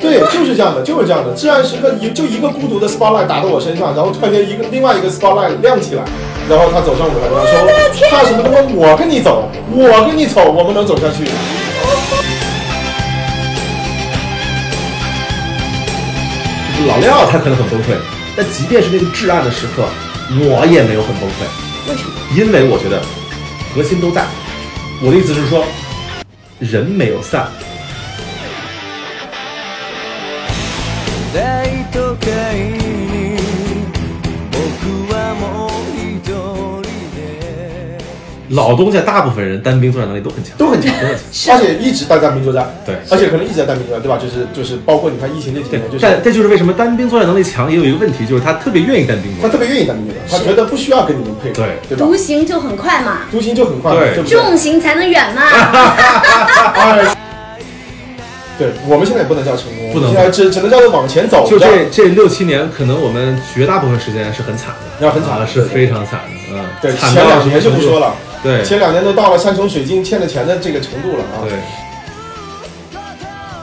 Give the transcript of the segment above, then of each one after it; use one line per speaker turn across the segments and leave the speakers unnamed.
对，就是这样的，就是这样的。至暗时刻一就一个孤独的 spotlight 打到我身上，然后突然间一个另外一个 spotlight 亮起来，然后他走上舞台，然后说：“怕什么他妈，我跟你走，我跟你走，我们能走下去。”
老廖他可能很崩溃，但即便是那个至暗的时刻，我也没有很崩溃。为什么？因为我觉得核心都在。我的意思是说，人没有散。老东家大部分人单兵作战能力都很强，
都很强，都很强，而且一直在单兵作战，
对
而且可能一直在单兵作战，对吧？就是就是，包括你看疫情这几
对
年，就，
但
是
这就是为什么单兵作战能力强也有一个问题，就是他特别愿意单兵
他
作战。
特别愿意单兵作战，他
是
觉得不需要跟你们配合，对吧
独？行就很快嘛，
独行就很快，
对
对不对？
重行才能远嘛。
哎对，我们现在也不能叫成功，
不能
现在只只能叫做往前走，
就
这样
这这六七年，可能我们绝大部分时间是很惨的，
要很惨
啊是非常惨的，嗯，
对，
惨
前
到
两
什么
年就不
程度
说，了，
对
前两年都到了山穷水尽欠着钱的这个程度了啊，
对，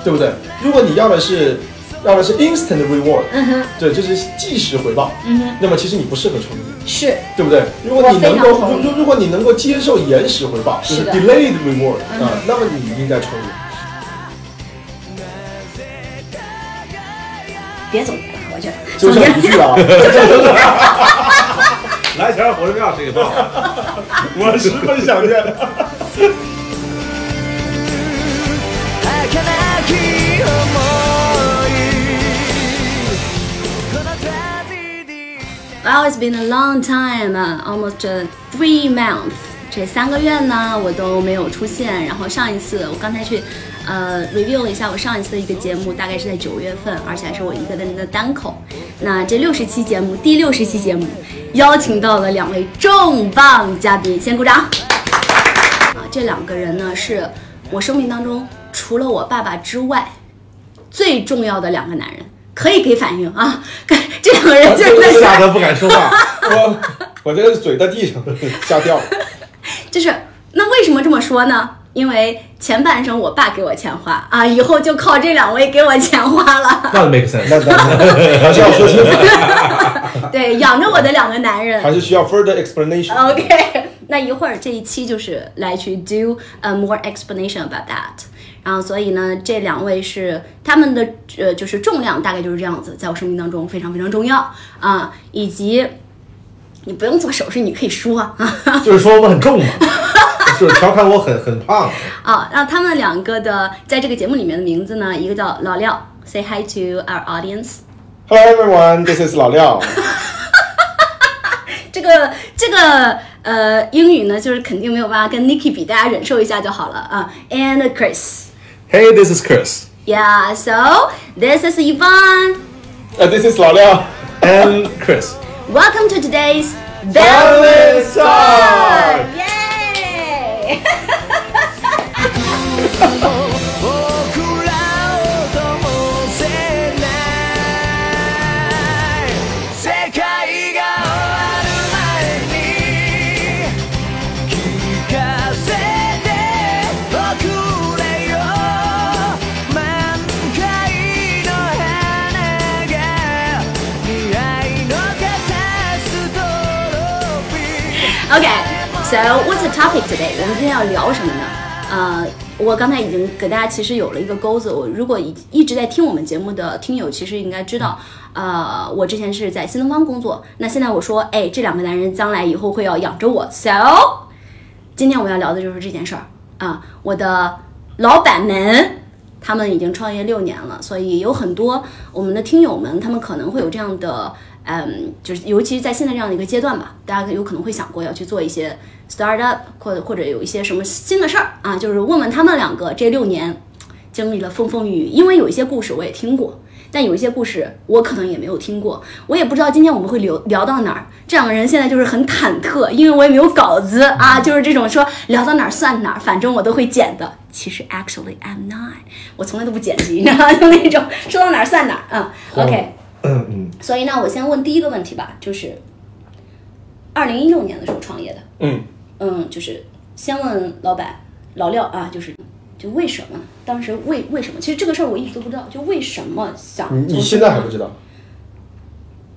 对不对？如果你要的是要的是 instant reward，
嗯哼，
对，就是即时回报，
嗯哼，
那么其实你不适合成功。
是，
对不对？如果你
我非
能
常
够，
同意
如如果你能够接受延时回报，就是
是的
delayed reward 啊、
嗯
那么你应该冲入。
别总结了，我觉得
就
总
剩
结
一句了 啊，
来钱火车票这个 报，
我十分想念。
Well, it's been a long time, uh, almost uh, three months. 这三个月呢，我都没有出现。然后上一次，我刚才去，呃，review 了一下我上一次的一个节目，大概是在九月份，而且还是我一个人的单口。那这六十期节目，第六十期节目，邀请到了两位重磅嘉宾，先鼓掌。啊，这两个人呢，是我生命当中除了我爸爸之外最重要的两个男人，可以给反应啊。 这两个人就是在
吓得不敢说话。
我我这个嘴在地上吓掉了。
就是那为什么这么说呢？因为前半生我爸给我钱花啊，以后就靠这两位给我钱花了。
那 make
那
sense，
那那还是要说清楚，
对，养着我的两个男人
还。是需要 further explanation。
OK，那 一会儿这一期就是来去 do a more explanation about that。然后，所以呢，这两位是他们的呃，就是重量大概就是这样子，在我生命当中非常非常重要啊、以及你不用做手势，你可以说啊。
就是说我很重嘛，就是调侃我很很胖。
啊，那他们两个的在这个节目里面的名字呢，一个叫老廖，Say hi to our audience。
Hello everyone, this is 老廖。
这个这个呃英语呢，就是肯定没有办法跟 Nikki 比，大家忍受一下就好了啊。And Chris。
Hey, this is Chris,
Yeah, so this is Yvonne.
呃、t h i s is 老廖。
and Chris.
Welcome to today's
Balance
Balance
Time.
Time. Yay! Okay, so what's the topic today? 我们今天要聊什么呢？呃，我刚才已经给大家其实有了一个钩子。我如果一一直在听我们节目的听友，其实应该知道，呃，我之前是在新东方工作。那现在我说，哎，这两个男人将来以后会要养着我。So，今天我要聊的就是这件事儿啊。我的老板们，他们已经创业六年了，所以有很多我们的听友们，他们可能会有这样的，嗯，就是尤其是在现在这样的一个阶段吧，大家有可能会想过要去做一些 startup 或者或者有一些什么新的事儿啊，就是问问他们两个这六年经历了风风雨雨，因为有一些故事我也听过。但有一些故事我可能也没有听过，我也不知道今天我们会聊聊到哪儿。这两个人现在就是很忐忑，因为我也没有稿子啊，就是这种说聊到哪儿算哪儿，反正我都会剪的。哎其实 actually I'm not，我从来都不剪辑， 你知道吗？就那种说到哪儿算哪儿。嗯，OK，
嗯嗯，
所以呢，我先问第一个问题吧，就是二零一六年的时候创业的，
嗯，
嗯，就是先问老板老廖啊，就是就就为什么当时为为什么？其实这个事儿我一直都不知道，就为什么想
你你
从
现在还不知道？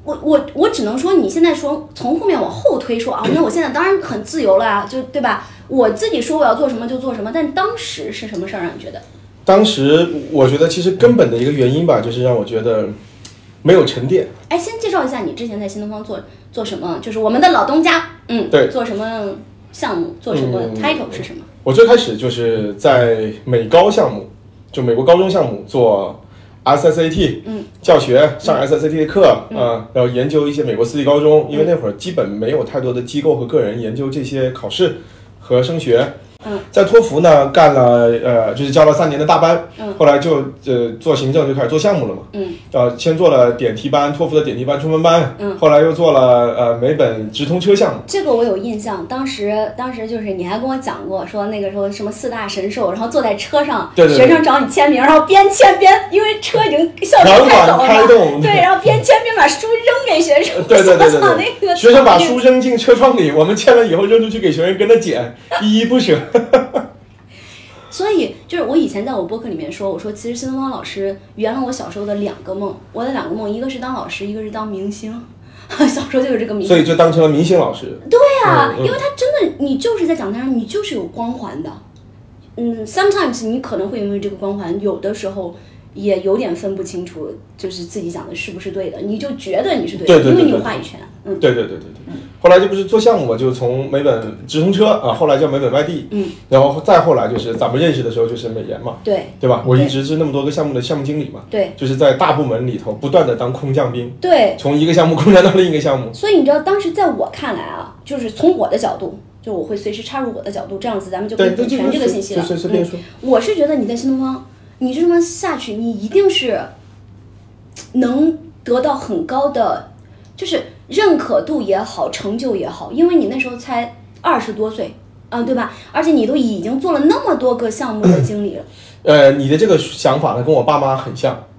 我我我只能说，你现在说从后面往后推说啊，那我现在当然很自由了啊，就对吧？我自己说我要做什么就做什么，但当时是什么事儿让你觉得？
当时我觉得其实根本的一个原因吧，就是让我觉得没有沉淀。
哎，先介绍一下你之前在新东方做做什么，就是我们的老东家，嗯，
对嗯
做什么项目，做什么 title 是什么？
我最开始就是在美高项目，就美国高中项目做 SSAT，
嗯，
教学上 SSAT 的课啊、然后研究一些美国私立高中，因为
嗯
那会儿基本没有太多的机构和个人研究这些考试和升学。
嗯，
在托福呢干了呃，就是教了三年的大班，
嗯
后来就呃做行政就开始做项目了嘛，
嗯，
呃先做了点题班，托福的点题班、中文班，
嗯
后来又做了呃美本直通车项目，
这个我有印象，当时当时就是你还跟我讲过，说那个时候什么四大神兽，然后坐在车上，
对对对
学生找你签名，然后边签边，因为车已经校
软
车开走
管
了，
开动，
对，然后边签边把书扔给学生，
对对对对
我操
对
那个
学生把书扔进车窗里，我们签了以后扔出去给学生跟着 捡，依依不舍。
所以就是我以前在我播客里面说，我说其实新东方老师圆了我小时候的两个梦，我的两个梦，一个是当老师，一个是当明星。 小时候就有这个明
所
星，
以就当成了明星老师。对
对啊，
嗯
因为他真的，你就是在讲台上，你就是有光环的。嗯，sometimes 你可能会因为这个光环，有的时候也有点分不清楚，就是自己讲的是不是对的，你就觉得你是对的，
对对对
因为你有
对
话语权。嗯，
对对对对对。后来就不是做项目嘛，就从美本直通车啊，后来叫美本外地，
嗯，
然后再后来就是咱们认识的时候就是美研嘛，
对
对吧？我
对
一直是那么多个项目的项目经理嘛，
对
就是在大部门里头不断的当空降兵，
对，
从一个项目空降到另一个项目。
所以你知道，当时在我看来啊，就是从我的角度，就我会随时插入我的角度，这样子咱们就可以
对，
补
对对
全
对
这个信息了。
随随便
嗯
说。
我是觉得你在新东方，你这么下去，你一定是能得到很高的，就是认可度也好，成就也好，因为你那时候才二十多岁，啊、对吧？而且你都已经做了那么多个项目的经理了，
呃，你的这个想法呢，跟我爸妈很像。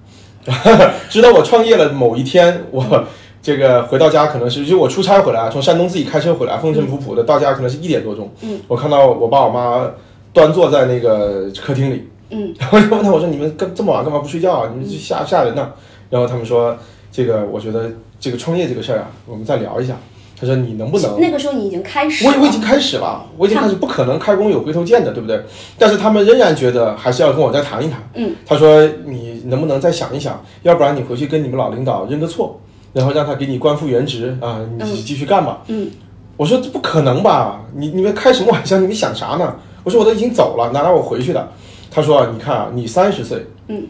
直到我创业了某一天，
嗯
我这个回到家可能是，就我出差回来啊，从山东自己开车回来，风尘仆仆的到家可能是一点多钟。
嗯，
我看到我爸我妈端坐在那个客厅里，
嗯，
然后就问他我说你们干这么晚干嘛不睡觉啊？你们这吓吓人呐、然后他们说这个我觉得这个创业这个事儿啊，我们再聊一下。他说你能不能
那个时候你已经开始了，
嗯我我已经开始了，我已经开始，不可能开工有回头箭的，对不对？但是他们仍然觉得还是要跟我再谈一谈。
嗯，
他说你能不能再想一想，要不然你回去跟你们老领导认个错，然后让他给你官复原职啊，
嗯
你继续干吧。
嗯，
我说这不可能吧？你你们开什么玩笑？你们想啥呢？我说我都已经走了，哪让我回去的？他说你看啊，你三十岁，
嗯，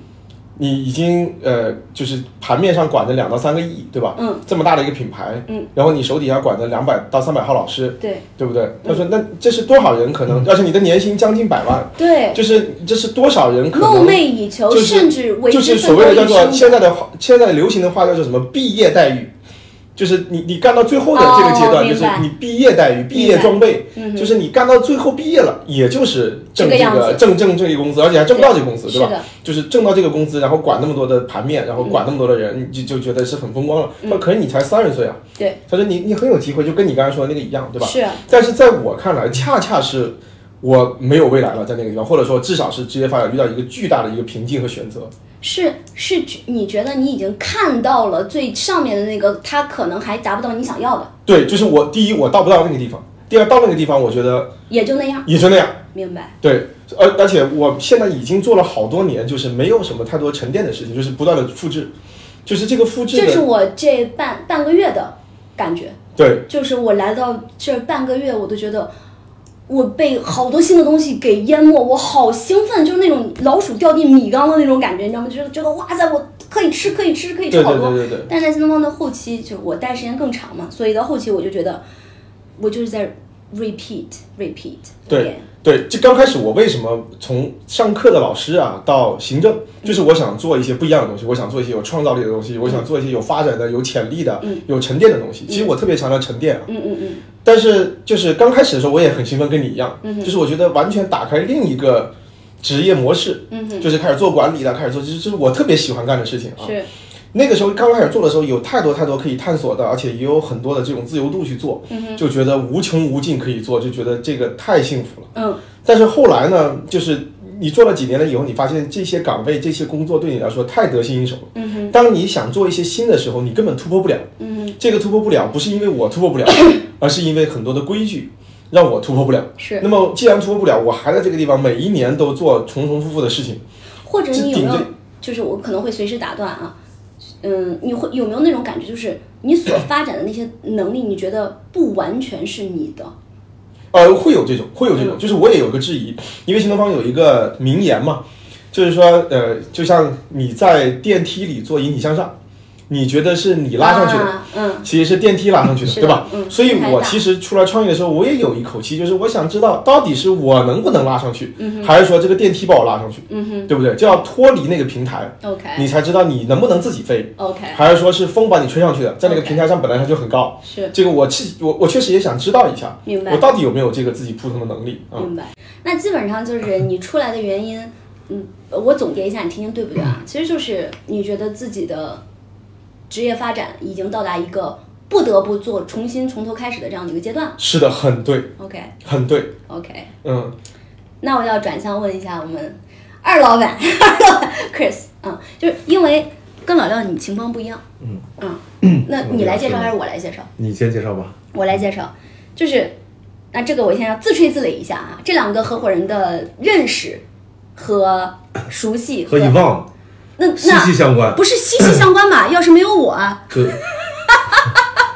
你已经呃就是盘面上管着两到三个亿，对吧？
嗯，
这么大的一个品牌，
嗯，
然后你手底下管着两百到三百号老师，
对
对不对？他说那这是多少人可能，而且你的年薪将近百万，
嗯对，
就是这是多少人可
梦寐
能？
以求，
就是
甚至为
就
之
是
奋
所
斗
谓的叫
一
做
生。
现在的话现在流行的话叫做什么毕业待遇，就是你你干到最后的这个阶
哦
段，
明
就是
白
你毕业待遇、毕
明
业
白
装备，
嗯哼
就是你干到最后毕业了，也就是挣
这
这
个样
个
子
挣挣这个工资，而且还挣不到这个工资，
是
对吧？
的，嗯
就是挣到这个工资，然后管那么多的盘面，然后管那么多的人，你就就觉得是很风光了。那可是你才三十岁啊，
对，
他说你你很有机会，就跟你刚才说的那个一样，对吧？
是啊
但是在我看来，恰恰是我没有未来了，在那个地方，或者说至少是职业发展遇到一个巨大的一个瓶颈和选择。
是是，你觉得你已经看到了最上面的那个，他可能还达不到你想要的，
对，就是我第一，我到不到那个地方；第二，到那个地方，我觉得
也就那样，
也就那样。
明白？
对，而而且我现在已经做了好多年，就是没有什么太多沉淀的事情，就是不断的复制，就是这个复制
这是
的，
我这半半个月的感觉，
对
就是我来到这儿半个月，我都觉得我被好多新的东西给淹没，我好兴奋，就是那种老鼠掉进米缸的那种感觉，你知道吗？就是觉得哇塞，我可以吃，可以吃，可以
对对
吃好
对
多。
对对。
但是在新东方的后期，就我待时间更长嘛，所以到后期我就觉得，我就是在 repeat repeat
对
again
对，这刚开始我为什么从上课的老师啊到行
嗯
政，就是我想做一些不一样的东西，我想做一些有创造力的东西，我想做一些有发展的、有潜力的
嗯、
有沉淀的东西。其实我特别强调沉淀啊，
嗯嗯嗯，
但是就是刚开始的时候我也很兴奋，跟你一样
嗯，哼
就是我觉得完全打开另一个职业模式，
嗯哼，
就是开始做管理了，开始做，就是就是我特别喜欢干的事情啊。
是，
那个时候刚开始做的时候，有太多太多可以探索的，而且也有很多的这种自由度去做，
嗯哼，
就觉得无穷无尽可以做，就觉得这个太幸福了。
嗯
但是后来呢，就是你做了几年了以后，你发现这些岗位、这些工作对你来说太得心应手了。
嗯哼，
当你想做一些新的时候，你根本突破不了。
嗯哼，
这个突破不了，不是因为我突破不 了，而是因为很多的规矩让我突破不了。
是
那么既然突破不了，我还在这个地方每一年都做重重复复的事情，
或者你有没
顶
有
着
就是我可能会随时打断啊，嗯，你会有没有那种感觉，就是 你所发展的那些能力，你觉得不完全是你的？
呃，会有这种，会有
嗯
这种，就是我也有个质疑，因为新东方有一个名言嘛，就是说，呃，就像你在电梯里做引体向上，你觉得是你拉上去的，
啊、嗯，
其实是电梯拉上去的，
是的
对吧？
嗯
所以
太
我
大
其实出来创业的时候，我也有一口气，就是我想知道到底是我能不能拉上去，还是说这个电梯把我拉上去，
嗯
对不对？就要脱离那个平台，
哼，OK
你才知道你能不能自己飞，
OK，
还是说是风把你吹上去的，在那个
OK
平台上本来它就很高。
是
这个我其我我确实也想知道一下，
明白嗯
我到底有没有这个自己扑腾的能力啊？
明白。那基本上就是你出来的原因，嗯，我总结一下，你听听对不对
嗯
啊？其实就是你觉得自己的职业发展已经到达一个不得不做重新从头开始的这样的一个阶段。
是的，很对，
OK
很对，
OK，
嗯，
那我要转向问一下我们二老板， 二老板 Chris，嗯，就是因为跟老廖你情况不一样，
嗯
嗯，那你来介绍
嗯
还是我来介绍？
你先介绍吧。
我来介绍，就是那这个我先要自吹自擂一下啊，这两个合伙人的认识和熟悉
和遗忘
那
息息
那
相关。
不是息息相 关吧？要是没有我，啊
可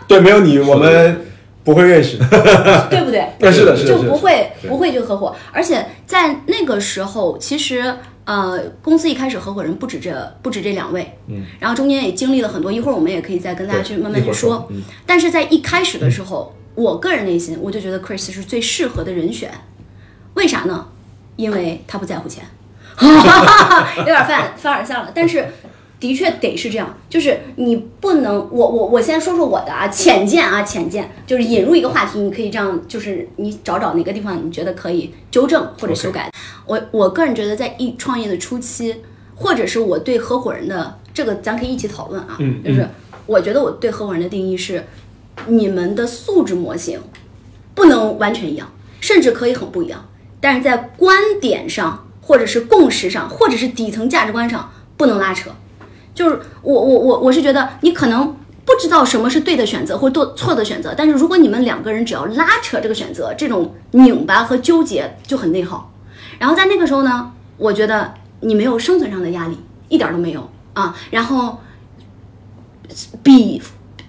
对，没有你我们不会认识，
对不对？
但是的，是的，
就是
的
不会
是
不会去合伙，而且在那个时候，其实呃，公司一开始合伙人不止这不止这两位，嗯，然后中间也经历了很多，一会儿我们也可以再跟大家
对
去慢慢
一会
去
儿
说
说。嗯
但是在一开始的时候，我个人内心我就觉得 Chris 是最适合的人选，为啥呢？因为他不在乎钱，有点犯凡尔赛了，但是。的确得是这样，就是你不能，我我我先说说我的啊，浅见啊，浅见，就是引入一个话题，你可以这样，就是你找找哪个地方你觉得可以纠正或者修改。我我个人觉得，在一创业的初期，或者是我对合伙人的这个，咱可以一起讨论啊，
嗯
就是我觉得我对合伙人的定义是，你们的素质模型不能完全一样，甚至可以很不一样，但是在观点上，或者是共识上，或者是底层价值观上，不能拉扯。就是我我我我是觉得你可能不知道什么是对的选择或做错的选择，但是如果你们两个人只要拉扯这个选择，这种拧巴和纠结就很内耗。然后在那个时候呢，我觉得你没有生存上的压力，一点儿都没有啊。然后比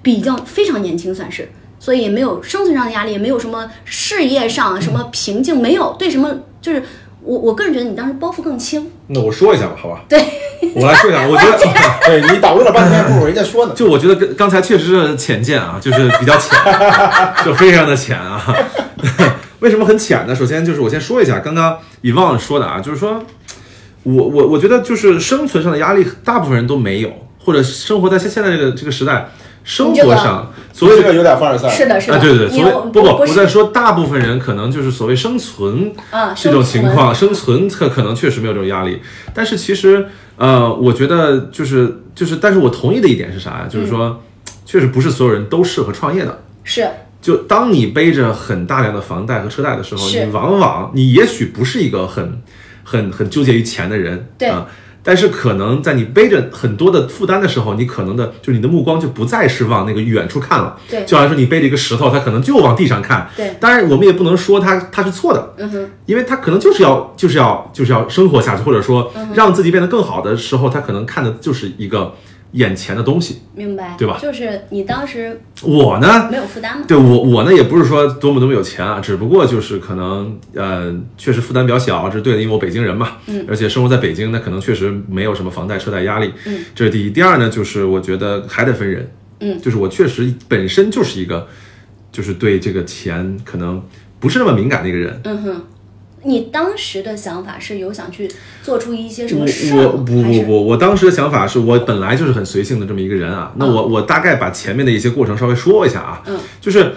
比较非常年轻算是，所以也没有生存上的压力，也没有什么事业上什么瓶颈，没有对什么就是我我个人觉得你当时包袱更轻，
那我说一下吧，好吧？
对，
我来说一下。我觉 得，
对你捣乱了半天，还不如人家说呢。
就我觉得跟刚才确实是浅见啊，就是比较 浅，就非常的浅啊。 为什么很浅呢？首先就是我先说一下刚刚以望说的啊，就是说我我我觉得就是生存上的压力，大部分人都没有，或者生活在现现在这个这个时代，生
你这
活
个
上所
所以
有
这个有点凡尔赛，
是的，是的，
啊，对对对，所
因
谓
为我
不不，
不
我
是
在说大部分人可能就是所谓生存
啊
这种情
生存
况，生存可可能确实没有这种压力，但是其实呃，我觉得就是就是，但是我同意的一点是啥呀？
嗯
就是说，确实不是所有人都适合创业的。
是
就当你背着很大量的房贷和车贷的时候，
是
你往往你也许不是一个很很很纠结于钱的人，
对
啊。但是可能在你背着很多的负担的时候，你可能的就你的目光就不再是往那个远处看了，
对
就好像是你背着一个石头，它可能就往地上看，
对
当然我们也不能说它它是错的，
嗯哼。
因为他可能就是要就是要就是要生活下去，或者说
嗯
让自己变得更好的时候，他可能看的就是一个眼前的东西。
明白，
对吧
就是你当时
我呢，
没有负担嘛，
对我我呢也不是说多么多么有钱啊，只不过就是可能呃确实负担比较小，这是对的，因为我北京人嘛，嗯，而且生活在北京，那可能确实没有什么房贷车贷压力，嗯，这是第一。第二呢，就是我觉得还得分人，
嗯，
就是我确实本身就是一个就是对这个钱可能不是那么敏感的一个人，
嗯哼。你当时的想法是有想去做出一些什么事
我
儿
我
吗？
不
还
不
是
不，我当时的想法是我本来就是很随性的这么一个人啊。那我我大概把前面的一些过程稍微说一下啊，
嗯
就是，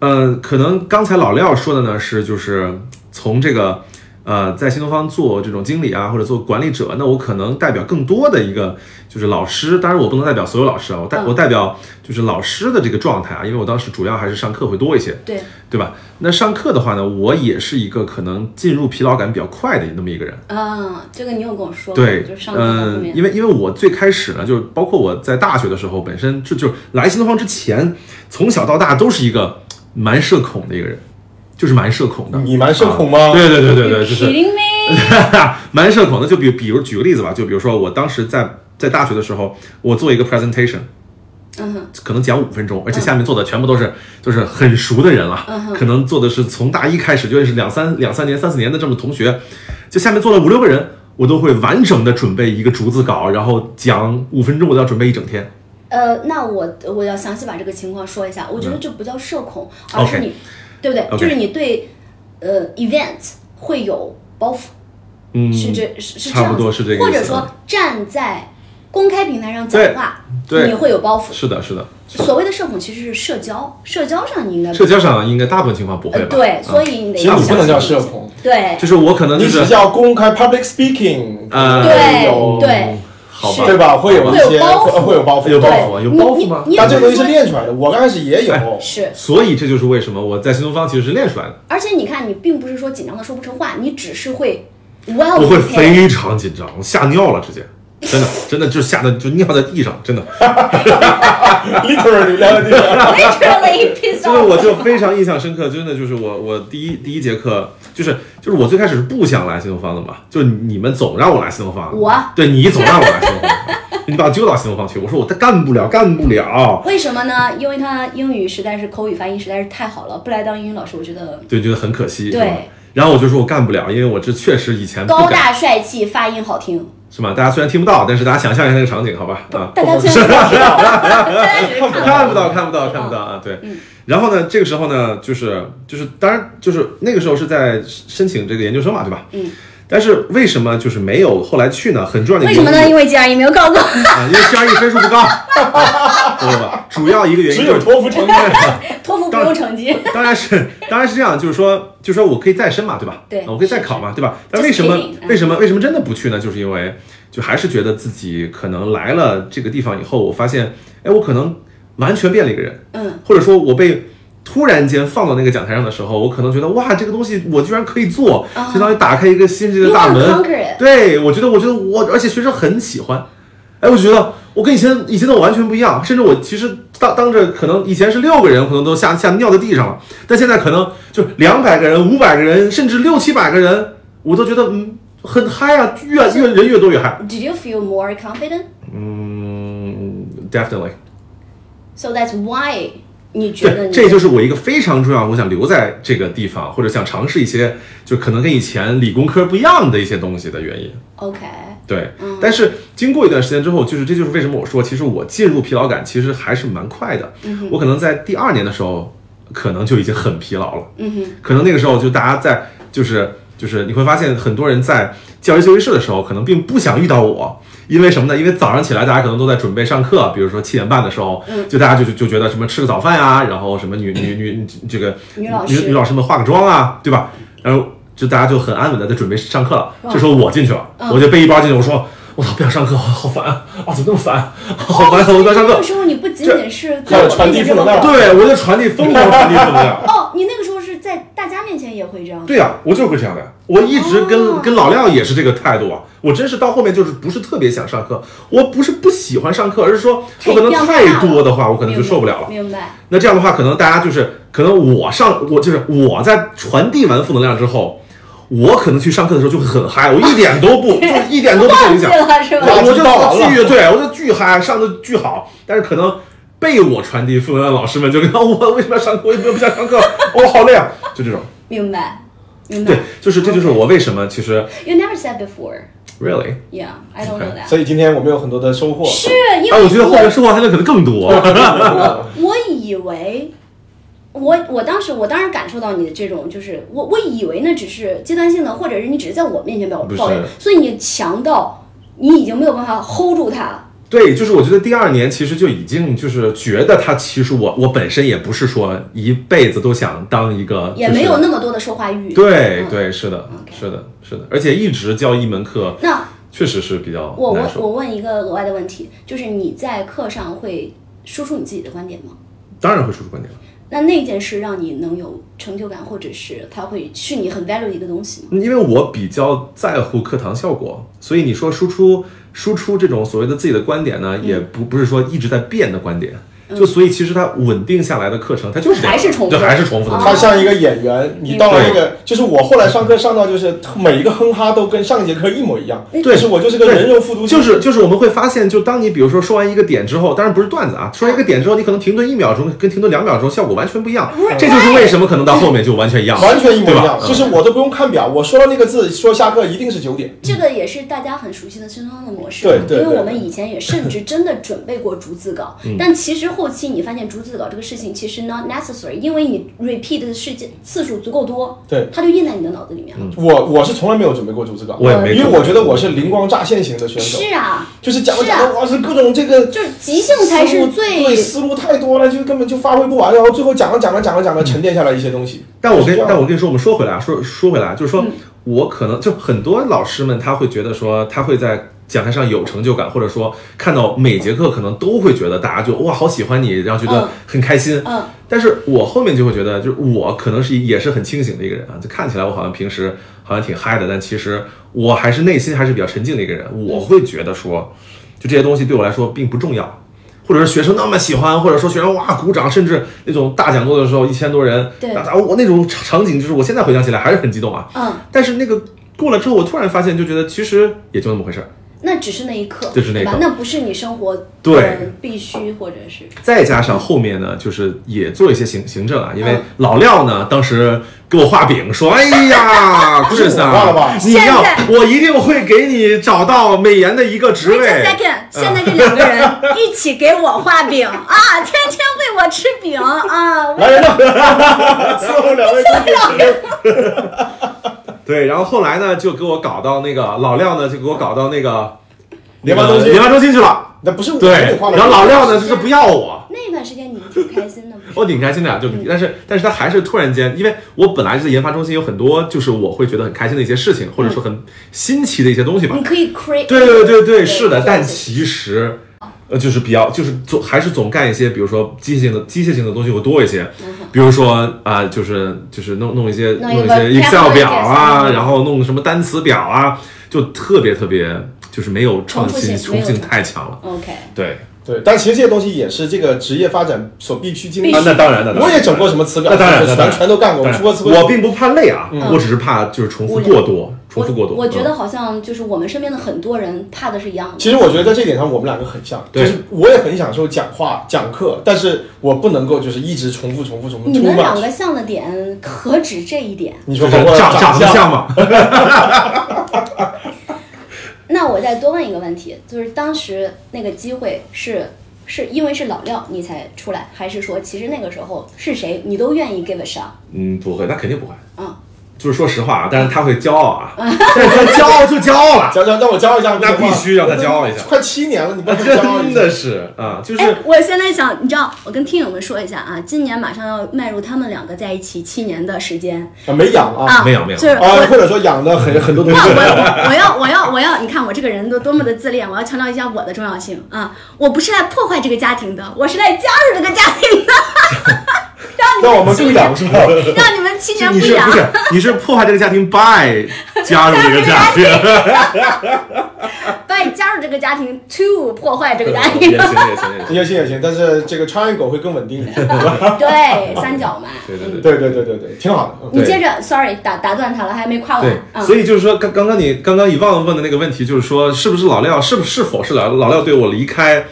呃，可能刚才老廖说的呢是就是从这个呃，在新东方做这种经理啊，或者做管理者，那我可能代表更多的一个就是老师，当然我不能代表所有老师啊，我代、
嗯
我代表就是老师的这个状态啊，因为我当时主要还是上课会多一些，
对，
对吧？那上课的话呢，我也是一个可能进入疲劳感比较快的那么一个人，
嗯，这个你有跟我说过，
对
就是，上课后
嗯，
面，
因为因为我最开始呢，就是包括我在大学的时候，本身就就是来新东方之前，从小到大都是一个蛮社恐的一个人，就是蛮社恐的。
你蛮社恐吗
啊对对对对对，就
k i
是
d d i n g me？
蛮社恐的。就比比如举个例子吧，就比如说我当时在在大学的时候，我做一个 presentation，
嗯哼，嗯
可能讲五分钟，而且下面坐的全部都是就是很熟的人了，可能坐的是从大一开始就认识两三两三年、三四年的这么同学，就下面坐了五六个人，我都会完整的准备一个逐字稿，然后讲五分钟，我都要准备一整天。
呃，那我我要详细把这个情况说一下。我觉得这不叫社恐，而
嗯
是
OK
你，对不对
OK
就是你对呃 event 会有包袱，
嗯，
是这是是这
差
样
不
子，
多是这个意思啊
或者说站在公开平台上讲
对
话，
对
你会有包袱。
是的，是的，
所谓的社恐其实是社交，社交上你应该
社交上啊应该大部分情况不会
呃
吧？
对，
啊
所以你得
其实你不能叫
详细一
社
些，
恐，
对
就是我可能就
你
是
只叫公开 public speaking，
呃，
对对
嗯好吧，
对吧？会有一些
会有包袱
会有包袱，
有包
对
袱啊有
你
包袱
你
吗
你也
但这
不
个东
能
西是
说
练出来的，我刚开始也 有，
是
所以这就是为什么我在新东方其实是练出来的，
而且你看，你并不是说紧张的说不成话，你只是会 well
我会
prepared
非常紧张，我吓尿了，直接，真的，真的就吓得就尿在地上，真的。
literally 两个地方
literally pissed
就是
off。
我就非常印象深刻，真的就是我我第一第一节课就是就是我最开始是不想来新东方的嘛，就是你们总让我来新东方，
我
对你总让我来新东方，你把我揪到新东方去，我说我干不了，干不了，
为什么呢？因为他英语实在是口语发音实在是太好了，不来当英语老师，我觉得
对，觉得很可惜，
对
是吧？然后我就说我干不了，因为我这确实以前不
高
敢，
大帅气，发音好听，
是吗？大家虽然听不到，但是大家想象一下那个场景，好吧？啊，
大家听不到，嗯大家只是看
看不到，看不到，看不到啊！对，然后呢，这个时候呢，就是就是，当然就是那个时候是在申请这个研究生嘛，对吧？
嗯。
但是为什么就是没有后来去呢？很重要的
为
一个
什么
原
呢？
因
因为 GRE 没有考过。
啊，因为 GRE 分数不 高， 懂了吧？主要一个原
只
因就
有
是，
托福成绩。
托福不用成绩，
当然是当然是这样，就是说就是说我可以再申嘛，对吧？
对
啊我可以再考嘛，对吧？但
Just
为什么
kidding，嗯
为什么为什么真的不去呢？就是因为就还是觉得自己可能来了这个地方以后，我发现，哎，我可能完全变了一个人。
嗯，
或者说我被突然间放到那个讲台上的时候，我可能觉得哇，这个东西我居然可以做，相当于打开一个新世界的大
You wanna
门
conquer it。
对，我觉得，我觉得我，而且学生很喜欢。哎，我觉得我跟以前以前的我完全不一样，甚至我其实当当着可能以前是六个人，可能都吓吓尿在地上了，但现在可能就两百个人、五百个人，甚至六七百个人，我都觉得嗯很嗨啊，越越人越多越嗨。
Did you feel more confident?
嗯，definitely。
So that's why 你觉得
对，
你
这就是我一个非常重要，我想留在这个地方，或者想尝试一些，就可能跟以前理工科不一样的一些东西的原因。
OK。
对，
嗯
但是经过一段时间之后，就是这就是为什么我说，其实我进入疲劳感其实还是蛮快的。
嗯
我可能在第二年的时候，可能就已经很疲劳了。
嗯哼，
可能那个时候就大家在就是就是你会发现很多人在教育休息室的时候，可能并不想遇到我，因为什么呢？因为早上起来大家可能都在准备上课，比如说七点半的时候，
嗯
就大家就就就觉得什么吃个早饭呀、然后什么女女女这个
女老
女
师
女老师们化个妆啊，对吧？然后就大家就很安稳的在准备上课
哦
了。这时候我进去了，
嗯
我就背一包进去，我说。我操，不想上课，好好烦啊！啊，怎么那么烦？好
哦
烦，我不要上
那
课
个。时候你不仅仅是
还有传递
这
负能
么
量
对，我就传递疯狂传递能量。
哦，你那个时候是在大家面前也会这样。
对呀、啊我就是会这样的。我一直跟、
哦
跟老廖也是这个态度啊。我真是到后面就是不是特别想上课，我不是不喜欢上课，而是说我可能太多的话，我可能就受不了了。
明白。
那这样的话，可能大家就是可能我上我就是我在传递完负能量之后，我可能去上课的时候就会很嗨，我一点都 不就一点都不受影响。
忘记了是吧
我我就
知道完了
巨对我就巨嗨，上的巨好，但是可能被我传递负能量，老师们就跟 我为什么要上课？我也不不想上课，我好累啊，就这种。
明白，明白
对。，就是这就是我为什么其实
You never said before.
really，
Yeah, I don't know that.
所以今天我们有很多的收获。
是因
哎，
为
我觉得后面说话还能可能更 多。
我 我以为，我我当时我当然感受到你的这种，就是我我以为那只是阶段性的，或者是你只是在我面前表
不是啊
抱怨，所以你强到你已经没有办法 hold 住它，
对，就是我觉得第二年其实就已经就是觉得他其实我我本身也不是说一辈子都想当一个、就是，
也没有那么多的说话欲。
对
嗯
对，是的，
OK
是的，是的，而且一直教一门课，
那
确实是比较
我
难
问
受。
我问一个额外的问题，就是你在课上会输出你自己的观点吗？
当然会输出观点了，
那那件事让你能有成就感，或者是它会是你很 value 的一个东西吗？
因为我比较在乎课堂效果，所以你说输出输出这种所谓的自己的观点
嗯
呢，也不不是说一直在变的观点。就所以，其实它稳定下来的课程，它就是这样
还是重复
对，还是重复的。
哦
他像一个演员，你到了那个，就是我后来上课上到就是每一个哼哈都跟上节课一模一样，
对
就是我就是个人肉复读机，
就是就是我们会发现，就当你比如说说完一个点之后，当然不是段子
嗯
啊，说完一个点之后，你可能停顿一秒钟，跟停顿两秒钟效果完全不一样。这就是为什么可能到后面就完全一
哎
样了，
完全一模一
对
样
吧，
就是我都不用看表，我说到那个字，说下课一定是九点。
这个也是大家很熟悉的孙涛的模式，
对对
因为
对
我们以前也甚至真的准备过逐 字稿，
嗯
但其实后期你发现逐字稿这个事情其实 not necessary，因为你 repeat 的事件次数足够多，
对
它就印在你的脑子里面了。
嗯
我我是从来没有准备过逐字稿，
我也没
因为
准备
我觉得我是灵光乍现型的选手，
是啊，
就是讲着
是啊
讲着，哇，是各种这个
就是即兴才
思
是
路对
最
思路太多了，就根本就发挥不完，然后最后讲了讲了讲了讲了，沉淀下来一些东西。
嗯但我
是
跟
这样
但我跟你说，我们说回来啊，说说回来啊，就是说、
嗯
我可能就很多老师们他会觉得说，他会在讲台上有成就感，或者说看到每节课可能都会觉得大家就哇好喜欢你，然后觉
嗯
得很开心。
嗯
但是我后面就会觉得，就是我可能是也是很清醒的一个人啊，就看起来我好像平时好像挺嗨的，但其实我还是内心还是比较沉静的一个人。我会觉得说，就这些东西对我来说并不重要，或者是学生那么喜欢，或者说学生哇鼓掌，甚至那种大讲座的时候一千多人，
对
大家我那种场景，就是我现在回想起来还是很激动啊。
嗯，
但是那个过了之后，我突然发现，就觉得其实也就那么回事儿。
那只是那一刻，
就是那一刻
对吧那不是你生活
对
呃必须或者是
再加上后面呢，就是也做一些行行政啊，因
嗯
为老廖呢当时给我画饼说：“哎呀，不是
是我画
啊
的吧，
你要
现在
我一定会给你找到美颜的一个职
Wait
位
a。second，现在这两个人一起给我画饼啊，天天喂我吃饼啊，我
来人呐，伺候两位同学。”
对，然后后来呢，就给我搞到那个老廖呢，就给我搞到那个
联发中心
那个联发中心去了。
那不是我
对，
给你画的，
然后老廖呢，就是不要我。
那段时间你挺开心的，不是？
我挺哦开心的啊呀，就
嗯
但是但是他还是突然间，因为我本来就在研发中心有很多就是我会觉得很开心的一些事情，或者说很新奇的一些东西吧。
嗯你可以 create，
对对对对，是的，
做
但
自己
其实。呃，就是比较，就是总还是总干一些，比如说机械性的机械性的东西会多一些，比如说啊、就是就是弄弄一些
嗯弄
弄
一
一
个
些 Excel
calculator
表啊，
嗯
然后弄什么单词表啊，就特别特别就是没有创新，
重复性没
重
有
复性
创
太强了。
OK，
对，
对，但其实这些东西也是这个职业发展所必须经历
必
的。
须
啊，那当然的，
我也整过什么词表，
那当然，那
全
当然
全都干过，
当然
出过嗯词汇。
我并不怕累啊，我只是怕就是重复
无聊
过多，重复过多。
我我觉
嗯
得好像就是我们身边的很多人怕的是一样的。
其实我觉得在这点上我们两个很像，就
对
是我也很享受讲话、讲课，但是我不能够就是一直重复、重复、重复。
你们
too much
两个像的点何止这一点？
你
就
说包
是
括
长长得
相
像吗？
那我再多问一个问题，就是当时那个机会是是因为是老廖你才出来，还是说其实那个时候是谁你都愿意 give a shot？
嗯，不会，那肯定不会。
嗯，
就是说实话啊，但是他会骄傲啊， 但是他骄傲就骄傲 了，
教教让我教一下，
那必须让他骄傲一下
快七年了，你不能骄傲
真
一下
的。是啊，就
哎
是，
我现在想，你知道，我跟听友们说一下啊，今年马上要迈入他们两个在一起七年的时间
啊没养啊
啊，
没有没有
就是
啊，
我。
或者说养的很很多东
那
西。
我要啊 我要我要我要，你看我这个人多多么的自恋，我要强调一下我的重要性啊！我不是来破坏这个家庭的，我是来加入这个家庭的，
那我们更养出来了。
让你们七年
你
不
是
养
不。是你是破坏这个家庭 by 加入这个家庭，
by 加入这个家庭 to 破坏这个家
呃也行
庭
也，行也行也行，
也行也行，但是这个 triangle 会更稳定一点。
对，三角嘛。
对对对
对对对对对，挺好的。嗯
你
对
接着，sorry，打打断他了，还没夸完
对，
啊。
所以就是说，刚刚刚你刚刚以忘问的那个问题，就是说，是不是老廖，是不是否是老老廖对我离开，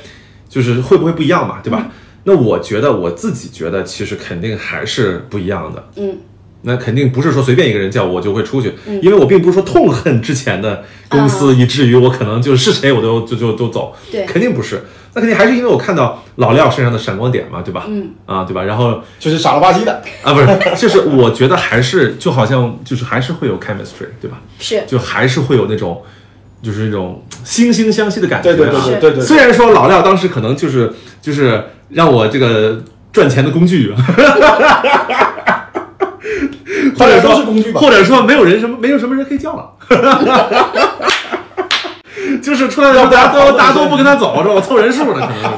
就是会不会不一样嘛，对吧？
嗯
那我觉得我自己觉得，其实肯定还是不一样的。
嗯，
那肯定不是说随便一个人叫我就会出去，因为我并不是说痛恨之前的公司，以至于我可能就是谁我都就就都走，
啊对
肯定不是。那肯定还是因为我看到老廖身上的闪光点嘛，对吧？嗯，啊，对吧？然后
就是傻了吧唧的，
啊，不是，就是我觉得还是就好像就是还是会有 chemistry，对吧？
是
就还是会有那种就是那种惺惺相惜的感觉、啊。
对对对对对对，
虽然说老廖当时可能就是就是让我这个赚钱的 工具，或者
都
说
是工具吧
或者说没有人什么没有什么人可以叫了， 就是出来的时候大家都大家都不跟他走，说我凑人数的可能就是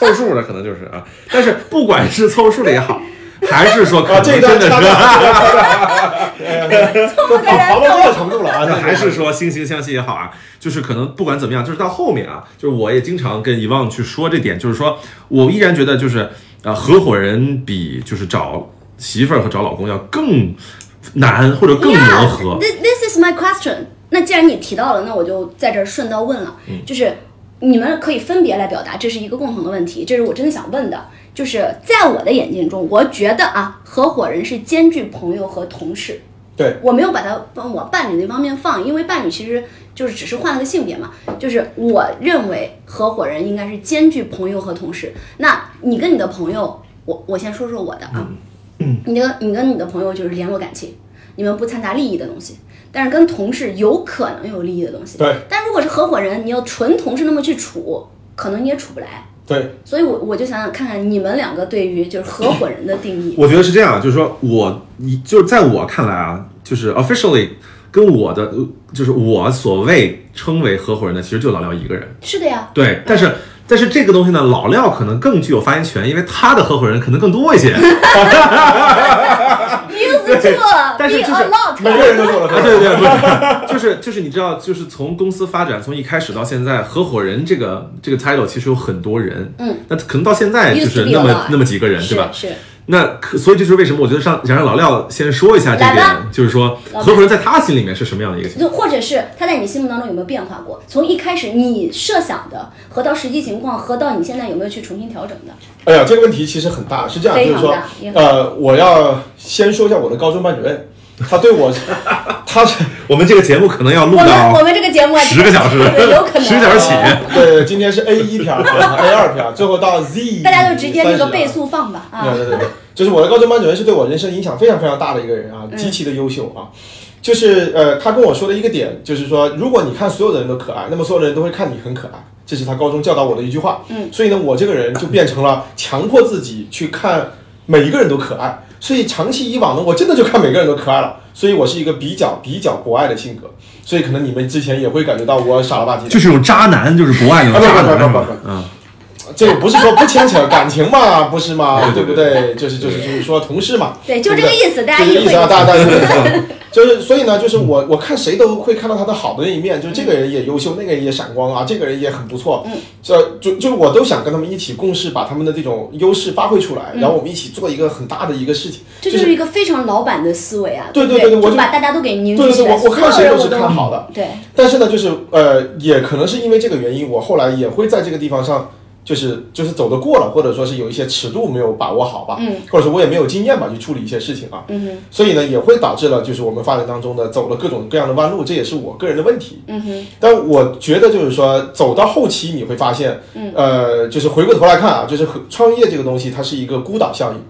凑数的可能就是啊，但是不管是凑数的也好，还是说可
啊，
能
这一
真
段
的是。
插掉插掉插掉哎呀都跑到这个程度了啊，
那
这
还是说惺惺相惜也好啊，就是可能不管怎么样，就是到后面啊，就是我也经常跟遗忘去说这点，就是说我依然觉得就是呃，合伙人比就是找媳妇儿和找老公要更难或者更磨合。
Yeah, thi- this is my question。那既然你提到了，那我就在这儿顺道问了，就是你们可以分别来表达，这是一个共同的问题，这是我真的想问的。就是在我的眼睛中，我觉得啊，合伙人是兼具朋友和同事。
对，
我没有把它往我伴侣那方面放，因为伴侣其实就是只是换了个性别嘛。就是我认为合伙人应该是兼具朋友和同事。那你跟你的朋友，我我先说说我的啊，
嗯
你跟你跟你的朋友就是联络感情，你们不掺杂利益的东西，但是跟同事有可能有利益的东西。
对。
但如果是合伙人，你要纯同事那么去处，可能你也处不来。
对，
所以我我就想想看看你们两个对于就是合伙人的定义。
我觉得是这样，就是说我一就是在我看来啊，就是 officially 跟我的呃就是我所谓称为合伙人的，其实就老廖一个人。
是的呀，
对，但是但是这个东西呢，老廖可能更具有发言权，因为他的合伙人可能更多一些。
，use
对
to be
但是就是
a lot。
每个人都做了，
啊，对对对， 就是就是你知道，就是从公司发展从一开始到现在，合伙人这个这个 title 其实有很多人，
嗯，
那可能到现在就
Used to
是
be
那
a
么
lot
那么几个人，对吧？
是，
那可所以这就是为什么我觉得上想让老廖先说一下这
来
点
吧，
就是说
老廖
合伙人在他心里面是什么样的一个形象？
就或者是他在你心目当中有没有变化过？从一开始你设想的，和到实际情况，和到你现在有没有去重新调整的？
哎呀，这个问题其实很大，是这样，
非
就是
常
说
大也，很
呃，我要先说一下我的高中班主任，他对 我，他是
我们这个节目可能要录
我们我
到
们这个节目啊，
十个小时
对，有可 能，哦
十个小时起。
对，呃今天是 A 一篇，A 二篇，最后到 Z，
大家就直接那个
32
倍速放吧啊
对！对对对，就是我的高中班主任是对我人生影响非常非常大的一个人啊，
嗯
极其的优秀啊。就是呃，他跟我说的一个点，就是说，如果你看所有的人都可爱，那么所有的人都会看你很可爱，这是他高中教导我的一句话。
嗯，
所以呢，我这个人就变成了强迫自己去看每一个人都可爱，所以长期以往呢，我真的就看每个人都可爱了。所以我是一个比较比较博爱的性格，所以可能你们之前也会感觉到我傻了吧唧的。
就是有渣男，就是不爱你的
啊
渣
不不
男，
不
是
不
吧
不？
嗯，
这个不是说不牵扯感情嘛，不是吗？对不对？就是就是就是说同事嘛，
对，就这个意思，大家
这个
意
意
会
思啊，大家大家就是 就是，所以呢，就是我我看谁都会看到他的好的那一面，就是这个人也优秀，那个人也闪光啊，这个人也很不错，
嗯，
这就就是我都想跟他们一起共事，把他们的这种优势发挥出来，然后我们一起做一个很大的一个事情，
嗯这
就
就是是一个非常老板的思维啊！
对
对
对对对我
就
就
把大家都给凝
对对
聚起
对，
来，
我我
所有
看谁
人
都
我
是
都
看好的，
对，
但是呢，就是呃，也可能是因为这个原因，我后来也会在这个地方上，就是就是走得过了，或者说是有一些尺度没有把握好吧，
嗯，
或者说我也没有经验吧，去处理一些事情啊，
嗯哼，
所以呢，也会导致了就是我们发展当中的走了各种各样的弯路，这也是我个人的问题。
嗯哼，
但我觉得就是说，走到后期你会发现，
嗯
呃，就是回过头来看啊，就是和创业这个东西，它是一个孤岛效应。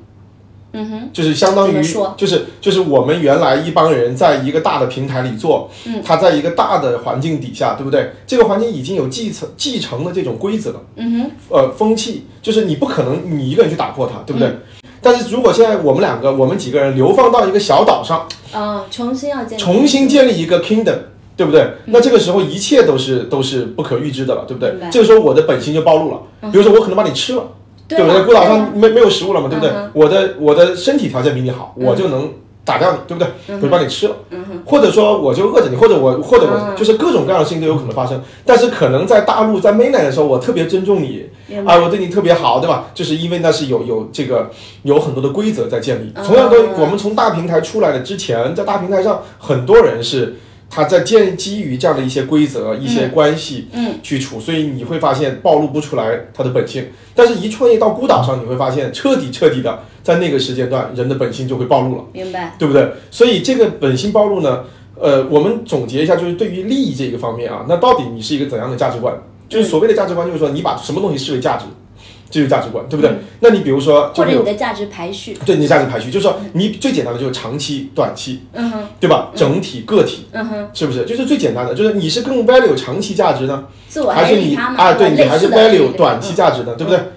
嗯哼，
就是相当
怎么
于
说，
就是就是我们原来一帮人在一个大的平台里做，
嗯
它在一个大的环境底下，对不对？这个环境已经有继承继承的这种规则，
嗯哼，
呃，风气，就是你不可能你一个人去打破它，对不
嗯
对？但是如果现在我们两个，我们几个人流放到一个小岛上，
啊，重新要建立，嗯
重新建立一个 kingdom，对不对？那这个时候一切都是都是不可预知的了，对不对
明白？嗯
这个时候我的本性就暴露了，比如说我可能把你吃了。
对
不
吧
对？孤岛
对吧
上没没有食物了嘛，对不对
嗯哼？嗯
我的我的身体条件比你好，我就能打掉你，对不对？
嗯哼
我就把你吃了
嗯哼，
或者说我就饿着你，或者我或者我
嗯
就是各种各样的事情都有可能发生。但是可能在大陆在 mainland 的时候，我特别尊重你
明白
啊，我对你特别好，对吧？就是因为那是有有这个有很多的规则在建立。
嗯
同样的，我们从大平台出来的之前，在大平台上很多人是。他在建基于这样的一些规则、一些关系，
嗯，
去除，所以你会发现暴露不出来它的本性。但是，一创业到孤岛上，你会发现彻底彻底的，在那个时间段，人的本性就会暴露了，
明白，
对不对？所以这个本性暴露呢，呃，我们总结一下，就是对于利益这个方面啊，那到底你是一个怎样的价值观？就是所谓的价值观，就是说你把什么东西视为价值，这就是价值观，对不
嗯
对？那你比如说，就
或
是
者
有
你的价值排序，
对你的价值排序，就是说你最简单的就是长期、短期，
嗯哼，
对吧？整体、个体，
嗯哼，
是不是？就是最简单的，就是你是更 value 长期价值呢，
自我
还
还
是
是
你
他嘛，
啊，对你
类
还
似
是
的这
value
个
短期，价值呢，对不对？
嗯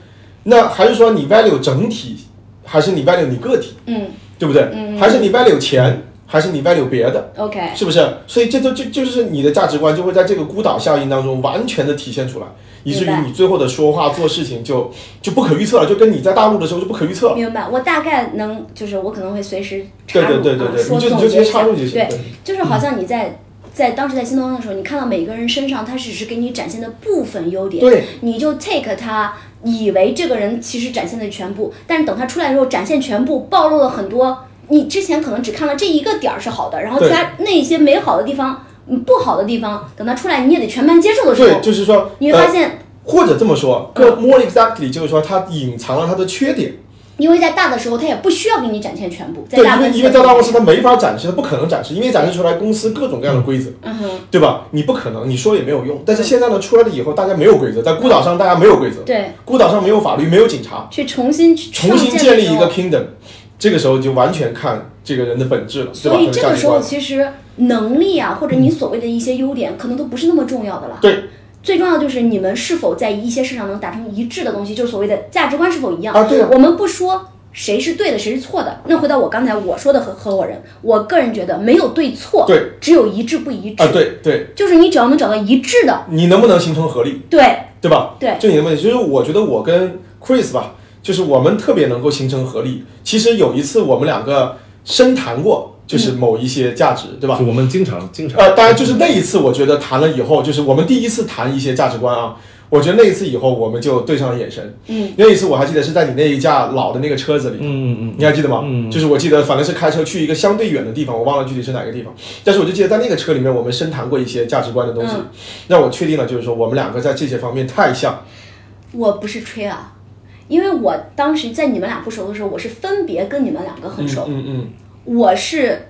那还是说你 value 整体，还是你 value 你个体，
嗯
对不对？还是你 value 钱，还是你 value 别的？
嗯，OK，
是不是？所以这都就就是你的价值观就会在这个孤岛效应当中完全的体现出来，以至于
明白
你最后的说话做事情就就不可预测了，就跟你在大陆的时候就不可预测了。
明白，我大概能，就是我可能会随时插
对
入
对对对
啊
对，
说
你就你
总
就直
结
接
一
插
下，
入就行。嗯
对，就是好像你在在当时在新东方的时候，你看到每个人身上，他只是给你展现的部分优点，
对
你就 take 他，以为这个人其实展现的全部，但是等他出来之后，展现全部，暴露了很多你之前可能只看了这一个点儿是好的，然后
对
其他那些没好的地方、嗯不好的地方，等他出来你也得全盘接受的时
对，
候，
就是说，
你会发
呃
现，嗯
或者这么说更，more exactly 就是说，它隐藏了它的缺点。
因为在大的时候他也不需要给你展现全部，在
对，
大
因为
公司
因为在大公司它没法展示，它不可能展示，因为展示出来公司各种各样的规则，
嗯哼，
对吧？你不可能，你说也没有用。但是现在呢，出来了以后，大家没有规则，在孤岛上大家没有规则，
对，
孤岛上没有法律，没有警察，
去重新去
重新
创
建
的
立
时候
一个 kingdom，这个时候就完全看这个人的本质了，对
所
吧？
以
他
这
的价
个
值
时候
观。
其实能力啊，或者你所谓的一些优点，可能都不是那么重要的了。
对，
最重要就是你们是否在一些事上能达成一致的东西，就是所谓的价值观是否一样
啊对啊
我们不说谁是对的，谁是错的。那回到我刚才我说的合合伙人，我个人觉得没有对错，
对，
只有一致不一致。
啊，，对对，
就是你只要能找到一致的，
你能不能形成合力，
对
对吧？
对
这你的问题，就是我觉得我跟 Chris 吧，就是我们特别能够形成合力。其实有一次我们两个深谈过，就是某一些价值，
嗯
对吧
就？我们经常经常
呃，当然就是那一次，我觉得谈了以后，就是我们第一次谈一些价值观啊。我觉得那一次以后，我们就对上了眼神。
嗯，
那一次我还记得是在你那一架老的那个车子里，
嗯嗯嗯
你还记得吗？
嗯
就是我记得，反正是开车去一个相对远的地方，我忘了具体是哪个地方，但是我就记得在那个车里面，我们深谈过一些价值观的东西，
嗯
让我确定了，就是说我们两个在这些方面太像。
我不是吹啊，因为我当时在你们俩不熟的时候，我是分别跟你们两个很熟。
嗯嗯
我是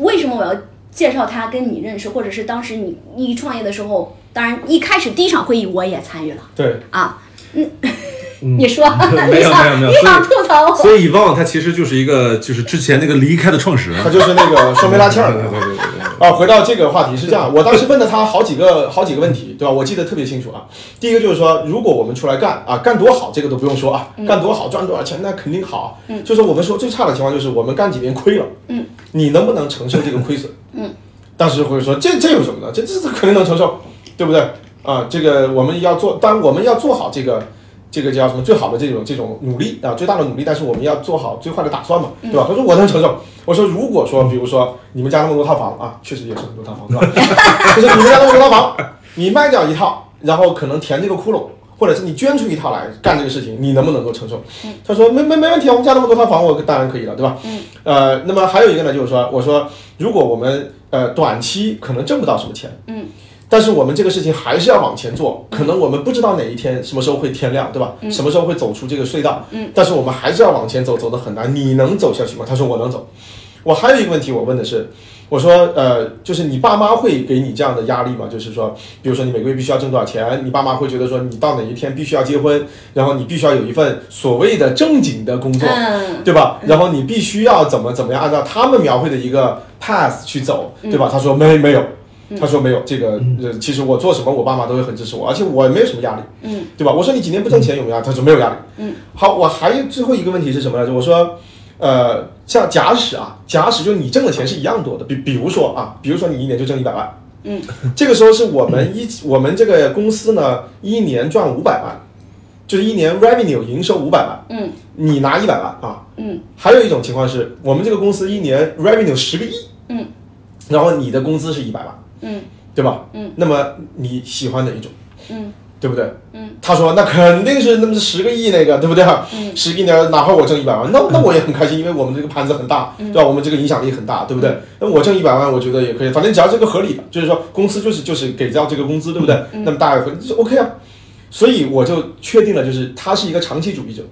为什么我要介绍他跟你认识，或者是当时你你创业的时候，当然一开始第一场会议我也参与了
嗯，对，
啊，嗯， 你说
没
你
有没有
想
没有
你想吐槽我？
所以以旺他其实就是一个，就是之前那个离开的创始人。
他就是那个双倍拉纤
对对
儿。
对对对对。
啊，回到这个话题是这样，我当时问了他好几个好几个问题，对吧？我记得特别清楚啊。第一个就是说，如果我们出来干啊，干多好，这个都不用说啊，
嗯
干多好赚多少钱那肯定好。嗯，就是我们说最差的情况就是我们干几年亏了，
嗯，
你能不能承受这个亏损？
嗯，
当时会说这这有什么的，这这这肯定能承受，对不对？啊，这个我们要做，当然我们要做好这个这个叫什么最好的这种这种努力啊，最大的努力，但是我们要做好最坏的打算嘛，对吧？他说我能承受，我说如果说比如说你们家那么多套房啊，确实也是很多套房，是吧？ 就是你们家那么多套房，你卖掉一套，然后可能填这个窟窿。或者是你捐出一套来干这个事情，你能不能够承受？他说没没没问题啊，我们家那么多套房，我当然可以了，对吧？
嗯。
呃，那么还有一个呢，就是说，我说如果我们呃短期可能挣不到什么钱，
嗯，
但是我们这个事情还是要往前做，可能我们不知道哪一天什么时候会天亮，对吧？什么时候会走出这个隧道？
嗯，
但是我们还是要往前走，走得很难。你能走下去吗？他说我能走。我还有一个问题，我问的是，我说呃，就是你爸妈会给你这样的压力吗？就是说，比如说你每个月必须要挣多少钱，你爸妈会觉得说你到哪一天必须要结婚，然后你必须要有一份所谓的正经的工作，
嗯，
对吧？然后你必须要怎么怎么样，按照他们描绘的一个 path 去走，
嗯
对吧？他说没没有，他说没有，这个呃，其实我做什么，我爸妈都会很支持我，而且我也没有什么压力，
嗯，
对吧？我说你几年不挣钱有没有压力？他说没有压力，
嗯。
好，我还有最后一个问题是什么来着？我说，呃，像假使啊，假使就你挣的钱是一样多的，比比如说啊，比如说你一年就挣一百万，
嗯，
这个时候是我们一我们这个公司呢，一年赚五百万，就是一年 revenue 营收五百万，
嗯，
你拿一百万啊，
嗯，
还有一种情况是我们这个公司一年 revenue 十个亿，
嗯，
然后你的工资是一百万，
嗯
对吧？
嗯，
那么你喜欢哪一种？
嗯
对不对？
嗯，
他说那肯定是那么十个亿那个，对不对？
嗯
十个亿呢，哪怕我挣一百万，那那我也很开心，因为我们这个盘子很大，
嗯
对吧？我们这个影响力很大，对不对？那我挣一百万，我觉得也可以，反正只要这个合理的，就是说公司就是就是给到这个工资，对不对？
嗯
那么大家合理就是 OK 啊。所以我就确定了，就是他是一个长期主义者，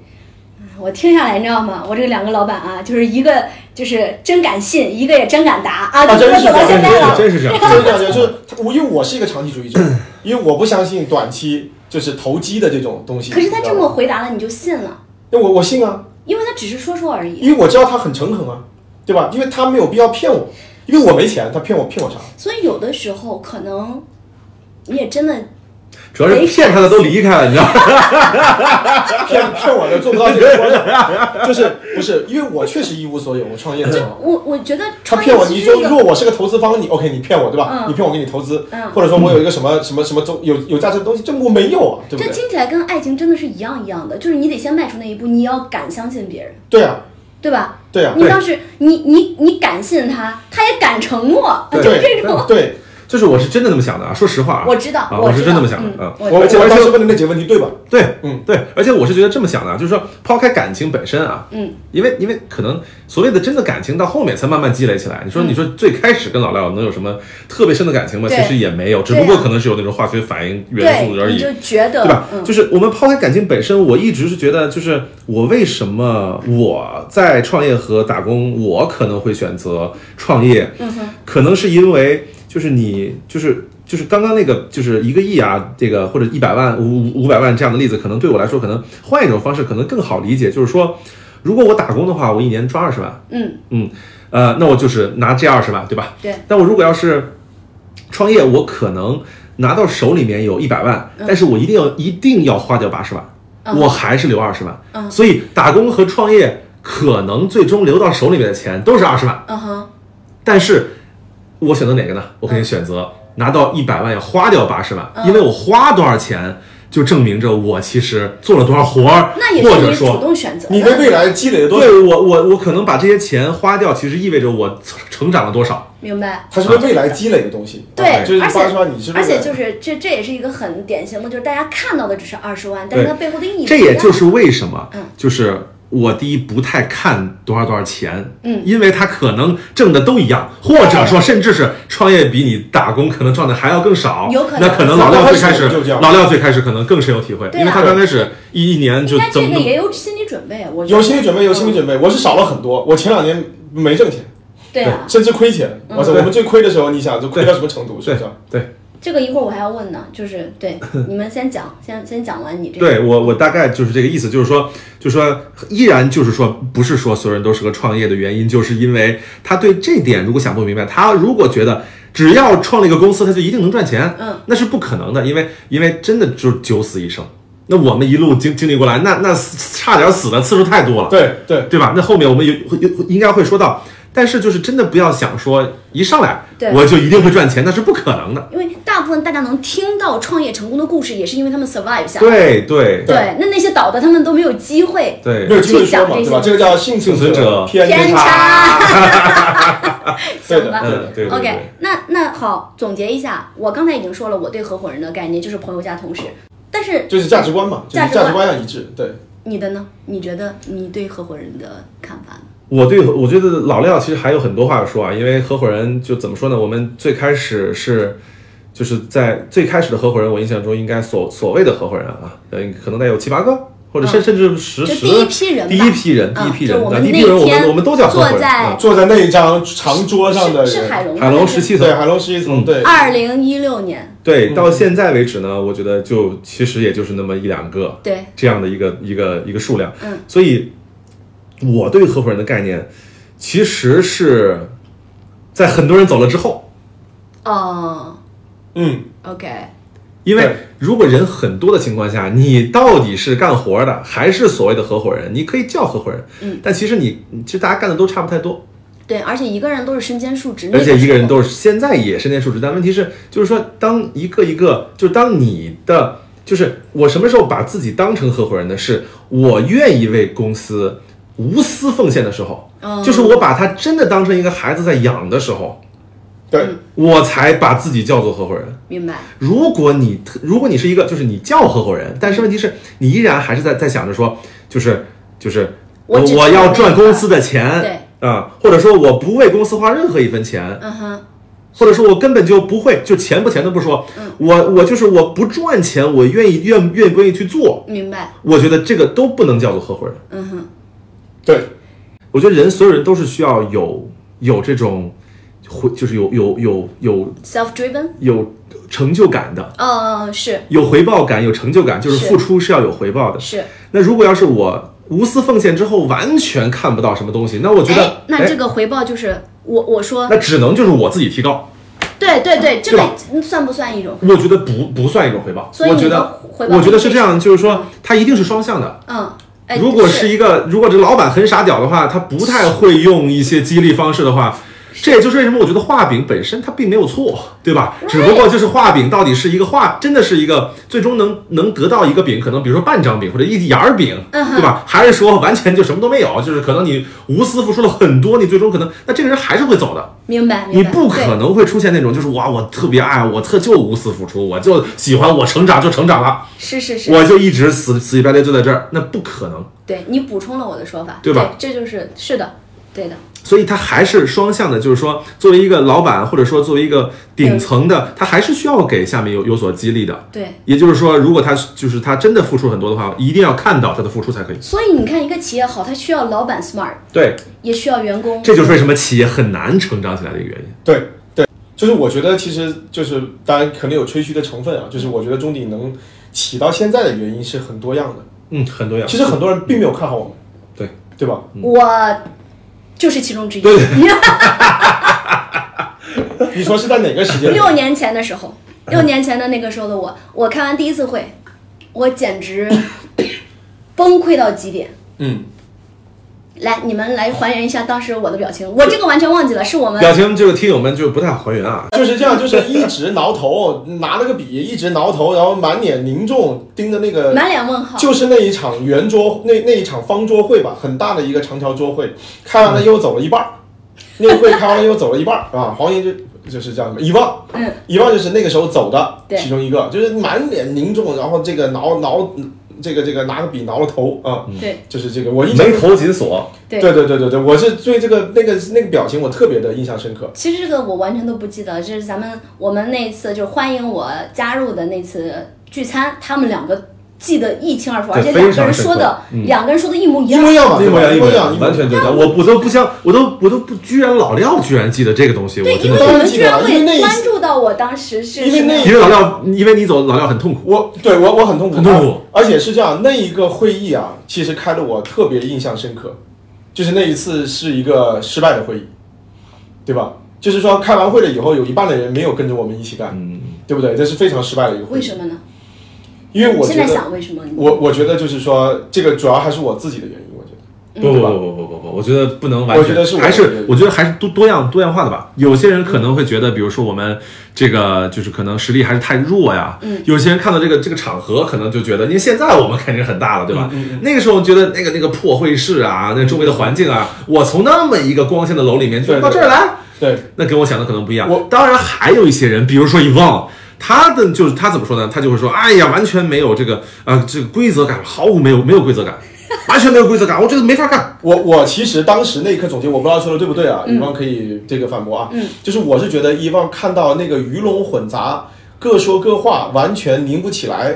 我听下来你知道吗？我这两个老板啊，就是一个就是真敢信，一个也真敢答啊，
啊
就
真
是
是
走到
这
现
样
在了。
真是这样，
这种感觉就是他，我因为我是一个长期主义者，因为我不相信短期就是投机的这种东西。
可是他这
你知道
么
吗，
回答了，你就信了，
那我我信啊，
因为他只是说说而已。
因为我知道他很诚恳啊，对吧？因为他没有必要骗我，因为我没钱，他骗我骗我啥？
所以有的时候可能你也真的
主要是骗他的都离开了，你知道吗？
骗骗我的做不到这个关系，就是不是？因为我确实一无所有，我创业的时候。
我我觉得
他
创业
骗我，
其
你
实
说
有
如果我是个投资方，你 OK，你骗我对吧？
嗯
你骗我给你投资，
嗯
或者说我有一个什么什么什么东有有价值的东西，这我没有啊，对不
这
对？
听起来跟爱情真的是一样一样的，就是你得先迈出那一步，你要敢相信别人，
对啊，
对吧？
对啊，
你当时你你你敢信他，他也敢承诺， 就
对
是这种。
对，
就是我是真的那么想的啊，说实话啊，
我知道
啊，，
我
是
知
真
道
这么想的，
嗯
嗯，
我
我
我
而且
当
而
时
且
问的那几个问题对吧？
对，
嗯
对，而且我是觉得这么想的啊，就是说抛开感情本身啊，
嗯，
因为因为可能所谓的真的感情到后面才慢慢积累起来。你说你说最开始跟老廖能有什么特别深的感情吗？
嗯对
其实也没有，只
对
不过
啊
可能是有那种化学反应元素而
对，你
已。
就觉得
对吧？
嗯，
就是我们抛开感情本身，我一直是觉得，就是我为什么我在创业和打工，我可能会选择创业，
嗯
可能是因为就是你就是就是刚刚那个就是一个亿啊，这个或者一百万五五百万这样的例子，可能对我来说，可能换一种方式可能更好理解，就是说，如果我打工的话，我一年赚二十万，
嗯，
嗯，呃，那我就是拿这二十万，对吧？
对，
但我如果要是创业，我可能拿到手里面有一百万，但是我一定要一定要花掉八十万，
嗯
我还是留二十万。
嗯
所以打工和创业可能最终留到手里面的钱都是二十万，
嗯哼，
但是我选择哪个呢？我肯
嗯
定选择拿到一百万要花掉八十万，因为我花多少钱就证明着我其实做了多少活儿，
那也
或
是
者
你
说
主动选择的。
你为未来积累了多少？
对我我我可能把这些钱花掉，其实意味着我成长了多少。
明
啊
白？
它是为未来积累的东西，啊
对，
就是
而
八十万，你是
且而且就是是这这也是一个很典型的，就是大家看到的只是二十万，但是
对
它背后的意义
这
不一
也
样
就是为什么
嗯，
就是我第一不太看多少多少钱，
嗯
因为他可能挣的都一样，或者说甚至是创业比你打工可能赚的还要更少，
有可能
那可能老廖最开始
刚开始就这样
老廖最开始可能更深有体会，
对啊
因为他刚开始一一年
应
就
该
怎
这
么
个
弄
也有心理准备，我觉得
有心理准备，有心理准备。我是少了很多，我前两年没挣钱，
对啊，
甚至亏钱。哇塞，
对
我们最亏的时候，你想就亏到什么程度？是
对
不是？
对
这个一会儿我还要问呢，就是 对你们先讲，先先讲完你这个，
对，我我大概就是这个意思，就是说，就是说依然就是说，不是说所有人都适合创业的原因，就是因为他对这点如果想不明白，他如果觉得。只要创立一个公司，他就一定能赚钱，
嗯，
那是不可能的，因为因为真的就是九死一生。那我们一路经经历过来，那那死差点死的次数太多了，
对对，
对吧？那后面我们有会有应该会说到，但是就是真的不要想说一上来
对
我就一定会赚钱，那是不可能的。
因为大部分大家能听到创业成功的故事，也是因为他们 survive 下来。
对
对
对
对，那那些倒的他们都没有机会。
对
没有机会说嘛，
去讲这些
对吧？这个叫幸
幸存者
偏
偏
差。对
行
的，
吧
对的
嗯，对对
OK，那那好，总结一下，我刚才已经说了，我对合伙人的概念就是朋友加同事，但是
就是价值观嘛，就是
价值
价
观
值观要一致。对，
你的呢？你觉得你对合伙人的看法呢？
我对我觉得老廖其实还有很多话要说啊，因为合伙人就怎么说呢？我们最开始是就是在最开始的合伙人，我印象中应该所所谓的合伙人啊，呃，可能得有七八个，或者甚、甚至十
就
十
啊第一批人吧
第一批人，第一
嗯
批
就
人，
我
那
们
第一批
那
人我
天
们我们都叫合伙
坐
人。
在
嗯
坐在那一张长桌上的
是是
人，
海龙，
海龙十七
对，
层，
海龙十一层，
嗯
对，
二零一六年，
对，到现在为止呢，我觉得就其实也就是那么一两个，
对，
这样的一个一个一个数量。
嗯，
所以我对合伙人的概念其实是在很多人走了之后，
哦
嗯，
，OK，
因为
对
如果人很多的情况下，你到底是干活的还是所谓的合伙人，你可以叫合伙人，
嗯，
但其实你其实大家干的都差不太多，
对，而且一个人都是身兼数职，
而且一个人
是
都是现在也身兼数职，但问题是，就是说，当一个一个，就是当你的，就是我什么时候把自己当成合伙人呢？是我愿意为公司无私奉献的时候，
嗯
就是我把他真的当成一个孩子在养的时候，
对，
嗯
我才把自己叫做合伙人。
明白，
如果你特如果你是一个就是你叫合伙人，但是问题是你依然还是在在想着说，就是就是
我只
我要赚
赚那个
公司的钱，
对
啊、或者说我不为公司花任何一分钱，
嗯哼，
或者说我根本就不会，就钱不钱的不说，
嗯
我我就是我不赚钱，我愿意愿愿不愿意去做，
明白，
我觉得这个都不能叫做合伙人。
嗯哼，
对，
我觉得人所有人都是需要有有这种，会就是有有有有
，self driven，
有成就感的，
呃，是
有回报感、有成就感，就是
是
付出是要有回报的。
是，
那如果要是我无私奉献之后完全看不到什么东西，那我觉
哎
得，，
那
哎
这个回报就是我我说，
那只能就是我自己提高。
对对对，这
对
个
吧
算不算一种？
我觉得不不算一种回报，
所以
我
你
觉
的
得
回报嗯
我觉得
就是是
这样，就是说它一定是双向的。
嗯，哎，
如果是
是
一个如果这老板很傻屌的话，他不太会用一些激励方式的话。这也就是为什么我觉得画饼本身它并没有错，对吧？只不过就是画饼到底是一个画，真的是一个最终能能得到一个饼，可能比如说半张饼或者一芽儿饼，
嗯哼
对吧？还是说完全就什么都没有？就是可能你无私付出了很多，你最终可能那这个人还是会走的，
明白，明
你
白
不可
对
能会出现那种就是哇，我特别爱，我特就无私付出，我就喜欢，我成长就成长了，
是是是，
我就一直死死乞白赖就在这儿，那不可能。
对你补充了我的说法，
对吧
这就是是的，对的，
所以它还是双向的，就是说，作为一个老板，或者说作为一个顶层的，他还是需要给下面有有所激励的。
对。
也就是说，如果他就是他真的付出很多的话，一定要看到他的付出才可以。
所以你看，一个企业好，它需要老板 smart，
对，
也需要员工。
这就是为什么企业很难成长起来的一个原因。
对对，就是我觉得其实就是当然可能有吹嘘的成分啊，就是我觉得中鼎能起到现在的原因是很多样的。
嗯，很多样
其实很多人并没有看好我们，
对
对吧？
我就是其中之一。
对
你说是在哪个时 间
六年前的时候，六年前的那个时候的我，我开完第一次会，我简直崩溃到极点。
嗯，
来，你们来还原一下当时我的表情，我这个完全忘记了，是我们
表情这个听友们就不太还原啊。
就是这样，就是一直挠头，拿了个笔一直挠头，然后满脸凝重盯着那个
满脸问号。
就是那一场圆桌，那那一场方桌会吧，很大的一个长条桌会，开完了又走了一半儿，那个会开完了又走了一半儿啊，黄爷就就是这样的，遗忘，
嗯，
遗忘就是那个时候走的
对
其中一个，就是满脸凝重，然后这个挠挠，这个这个拿个笔挠了头啊，
对
就是这个我印象
眉，头紧锁，
对
对对对对对，我是对这个那个那个表情我特别的印象深刻，
其实这个我完全都不记得，这是咱们我们那一次就是欢迎我加入的那次聚餐，他们两个记得一清二楚，
对
而且
非
两个
常
人
深
说
刻
的、两个人说的一模一
一
样
模。一样嘛，
一模一
对
样，啊一
吧
模
一
一样，完全对的。我我都不相，我都我都不，居然老廖居然记得这个东西，我
对，
真
因
的
为
当然记
是
你们居
得
然
了因为
会
那一
关注到我当时是
因为
什么
那
样
因为老廖，因为你走，老廖很痛苦。
我对我我很痛苦，啊
很痛苦
而且是这样，那一个会议啊，其实开的我特别印象深刻，就是那一次是一个失败的会议，对吧？就是说开完会了以后，有一半的人没有跟着我们一起干，
嗯，
对不对？这是非常失败的一个会
为
议。
什么呢？
因为我
现
觉
在
得，
想为什么你？
我我觉得就是说，这个主要还是我自己的原因，我觉得。
不不不不不不不，我觉得不能完全，
我觉得是我
还
我觉
是
得
我觉得还是多多样多样化的吧。有些人可能会觉得，比如说我们这个就是可能实力还是太弱呀。
嗯
有些人看到这个这个场合，可能就觉得，因为现在我们肯定很大了，对吧？
嗯嗯嗯
那个时候觉得那个那个破会室啊，那周围的环境啊，我从那么一个光鲜的楼里面，就
对
到这儿来。
对，
那跟我想的可能不一样。
我
当然还有一些人，比如说 e v o n 他的就是他怎么说呢？他就会说，哎呀，完全没有这个呃这个规则感，毫无没有没有规则感，完全没有规则感，我这个没法干。
我我其实当时那一刻总结，我不知道说的对不对啊，
嗯
一旺可以这个反驳啊。
嗯，
就是我是觉得一旺看到那个鱼龙混杂、各说各话、完全拧不起来、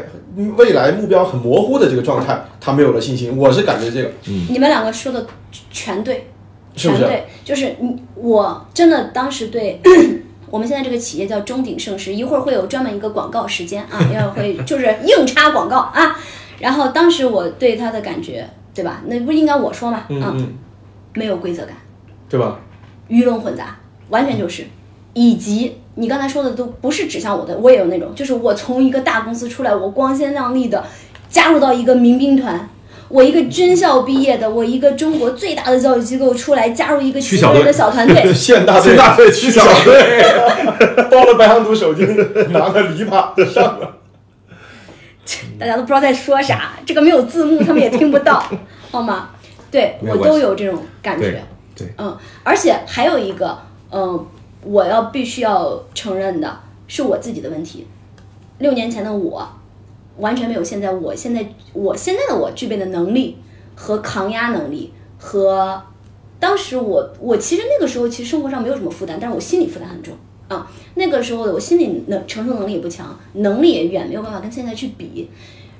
未来目标很模糊的这个状态，他没有了信心。我是感觉这个
你们两个说的全对，
是不
全
是
对，就是你我真的当时对。 我们现在这个企业叫中鼎盛世，一会儿会有专门一个广告时间啊， 要会就是硬插广告啊。然后当时我对他的感觉，对吧？那不应该我说嘛？
嗯
啊，
嗯，
没有规则感，
对吧？，
鱼龙混杂，完全就是，以及你刚才说的都不是指向我的，我也有那种，就是我从一个大公司出来，我光鲜亮丽的加入到一个民兵团。我一个军校毕业的，我一个中国最大的教育机构出来，加入一个
区
奇
小
怪
队
的小团 队
县大队
现大队区小队，
包了白羊肚手巾， 拿个篱笆上了。
大家都不知道在说啥，这个没有字幕，他们也听不 到，好吗？对
没有
我
关
都
系
有这种感
对
觉，
对，
嗯，而且还有一个，嗯、我要必须要承认的是我自己的问题。六年前的我，完全没有现在我现在我现在的我具备的能力和抗压能力和当时我我其实那个时候其实生活上没有什么负担，但是我心理负担很重啊。那个时候的我心理能承受能力也不强，能力也远没有办法跟现在去比。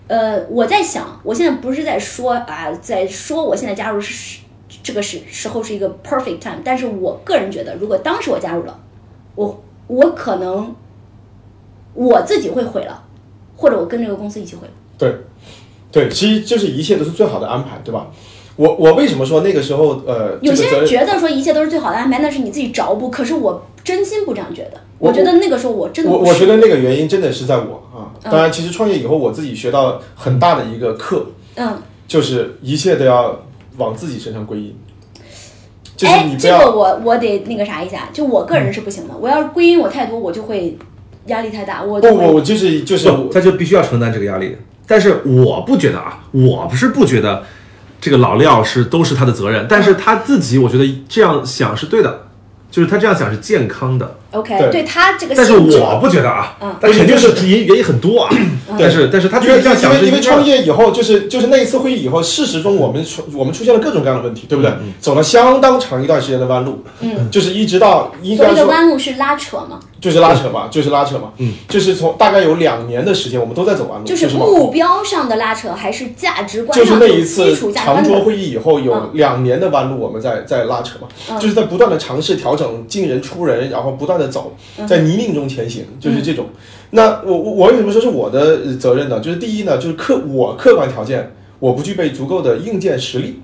呃，我在想，我现在不是在说啊，在说我现在加入是这个时时候是一个 perfect time，但是我个人觉得，如果当时我加入了，我我可能我自己会毁了，或者我跟这个公司一起毁了。
对，对，其实就是一切都是最好的安排，对吧？我我为什么说那个时候呃，
有些
这个责
人
任
觉得说一切都是最好的安排，那是你自己着不。可是我真心不这样觉得。
我
我觉得那个时候我真的
我
不
我
是
觉得那个原因真的是在我啊。
嗯
当然，其实创业以后我自己学到了很大的一个课，
嗯，
就是一切都要往自己身上归因，就是
哎
你，不
这
要、嗯
个我我得那个啥一下，就我个人是不行的。我要是归因我太多，我就会压力太大，我就
不不
会
不，就是就是
不，他就必须要承担这个压力。但是我不觉得啊，我不是不觉得这个老廖是都是他的责任，但是他自己我觉得这样想是对的，就是他这样想是健康的。
OK
对
对他这个
但是
性质
我不觉得啊
嗯，
但肯定是原原因很多啊。但是但是他
因
自
为
己这样
因
想是
为因为
应该的
创业以后，就是就是那一次会议以后，事实中我们出我们出现了各种各样的问题，对不
嗯
对？走了相当长一段时间的弯路，
嗯，
就是一直到应
所
该
谓的
说
弯路是拉扯嘛，
就是拉扯嘛，就是拉扯嘛，
嗯，
就是从大概有两年的时间，我们都在走弯路，
就是是
往
目标上的拉扯，还是价值观
就是
上
那
的
一
基
次
础价值
长
观
桌
的
会议以后，有
嗯
两年的弯路，我们在在拉扯嘛，
嗯
就是在不断的尝试调整，进人出人，然后不断的走，
嗯
在泥泞中前行，就是这种。那我我我为什么说是我的呃责任呢？就是第一呢，就是客我客观条件我不具备足够的硬件实力。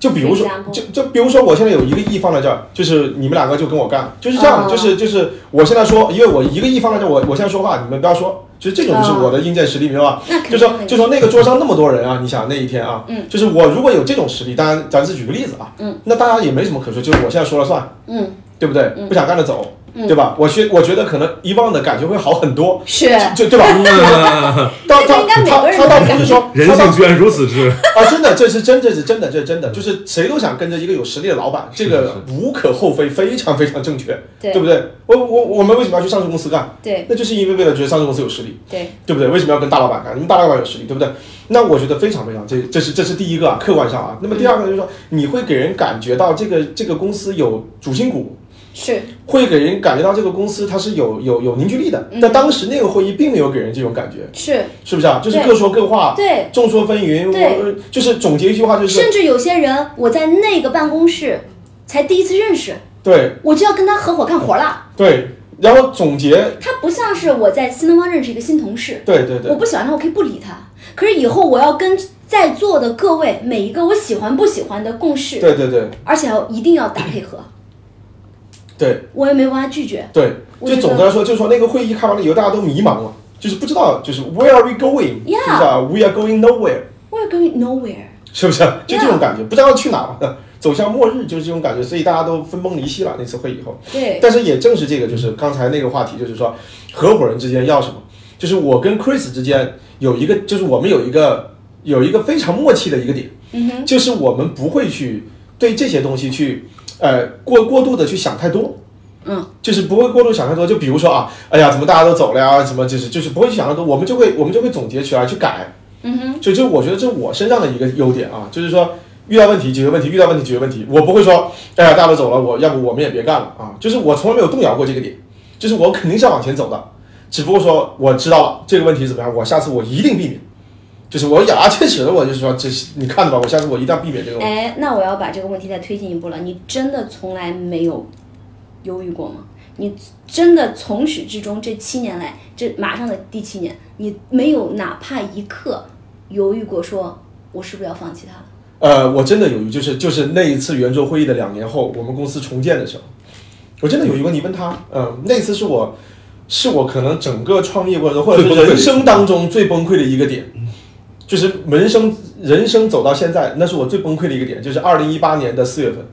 就比如说
For，example
就就比如说，我现在有一个亿放在这儿，就是你们两个就跟我干，就是这样，
哦
就是就是我现在说，因为我一个亿放在这儿，我我现在说话，你们不要说，就是这种就是
哦
我的硬件实力，明白吧？
那肯
就说
定的
就说那个桌上那么多人啊，你想那一天啊，
嗯，
就是我如果有这种实力，当然咱是举个例子啊，
嗯，
那大家也没什么可说，就是我现在说了算，
嗯
对不对？不想干的走，对吧？我觉我觉得可能遗忘的感觉会好很多，
是
就对吧？
嗯
到
这个
到
应该每个
他
人
他
都
倒
有
不是说
人
他倒
性居然如此之
啊，真的，这是真，这是真的，这是真的，就是谁都想跟着一个有实力的老板，这
是
个无可厚非，非常非常正确，
对
对不对？我我我们为什么要去上市公司干？
对
那就是因为为了觉得上市公司有实力，
对
对不对？为什么要跟大老板干？因为大老板有实力，对不对？那我觉得非常非常，这这是这是第一个啊，客观上啊。那么第二个就是说，你会给人感觉到这个这个公司有主心骨，
是
会给人感觉到这个公司它是有有有凝聚力
嗯
的。但当时那个会议并没有给人这种感觉，
是，
是不是啊？就是
对
各说各话，
对。
众说纷纭。我
对
就是总结一句话，就是
甚至有些人，我在那个办公室才第一次认识，
对
我就要跟他合伙干活了。
对，然后总结，
他不像是我在新东方认识一个新同事，
对对
我
对
不喜欢他，我可以不理他。可是以后我要跟在座的各位每一个我喜欢不喜欢的共事，
对对对
而且要一定要打配合，
对
我也没办法拒绝。
对，
我
就
觉
总
得
的来说，就是说那个会议开完了以后，大家都迷茫了。就是不知道，就是 Where are we going？、
Yeah
是不是啊？We are going nowhere。
我也 going nowhere。
是不是？啊就这种感觉，不知道去哪儿了，走向末日，就是这种感觉，所以大家都分崩离析了。那次会以后，
对，嗯
但是也正是这个，就是刚才那个话题，就是说合伙人之间要什么？就是我跟 Chris 之间有一个，就是我们有一个有一个非常默契的一个点，
嗯哼，
就是我们不会去对这些东西去呃过过度的去想太多。
嗯，
就是不会过度想太多，就比如说啊，哎呀，怎么大家都走了呀？什么就是就是不会去想太多，我们就会我们就会总结出来去改，
嗯哼，
就就我觉得这是我身上的一个优点啊，就是说遇到问题解决问题，遇到问题解决问题，我不会说哎呀大家都走了，我要不我们也别干了啊，就是我从来没有动摇过这个点，就是我肯定是要往前走的，只不过说我知道了这个问题怎么样，我下次我一定避免，就是我咬牙切齿的，我就说这是你看着吧，我下次我一定要避免这个问题。
哎，那我要把这个问题再推进一步了。你真的从来没有犹豫过吗？你真的从始至终这七年来，这马上的第七年，你没有哪怕一刻犹豫过说，我是不是要放弃他了？
呃，我真的有，就是就是那一次圆桌会议的两年后，我们公司重建的时候，我真的有一个问题问他，嗯、那次是我是我可能整个创业过程中，或者是
最崩溃的一
人
次嗯
生当中最崩溃的一个点，就是人生人生走到现在，那是我最崩溃的一个点，就是二零一八年的四月份，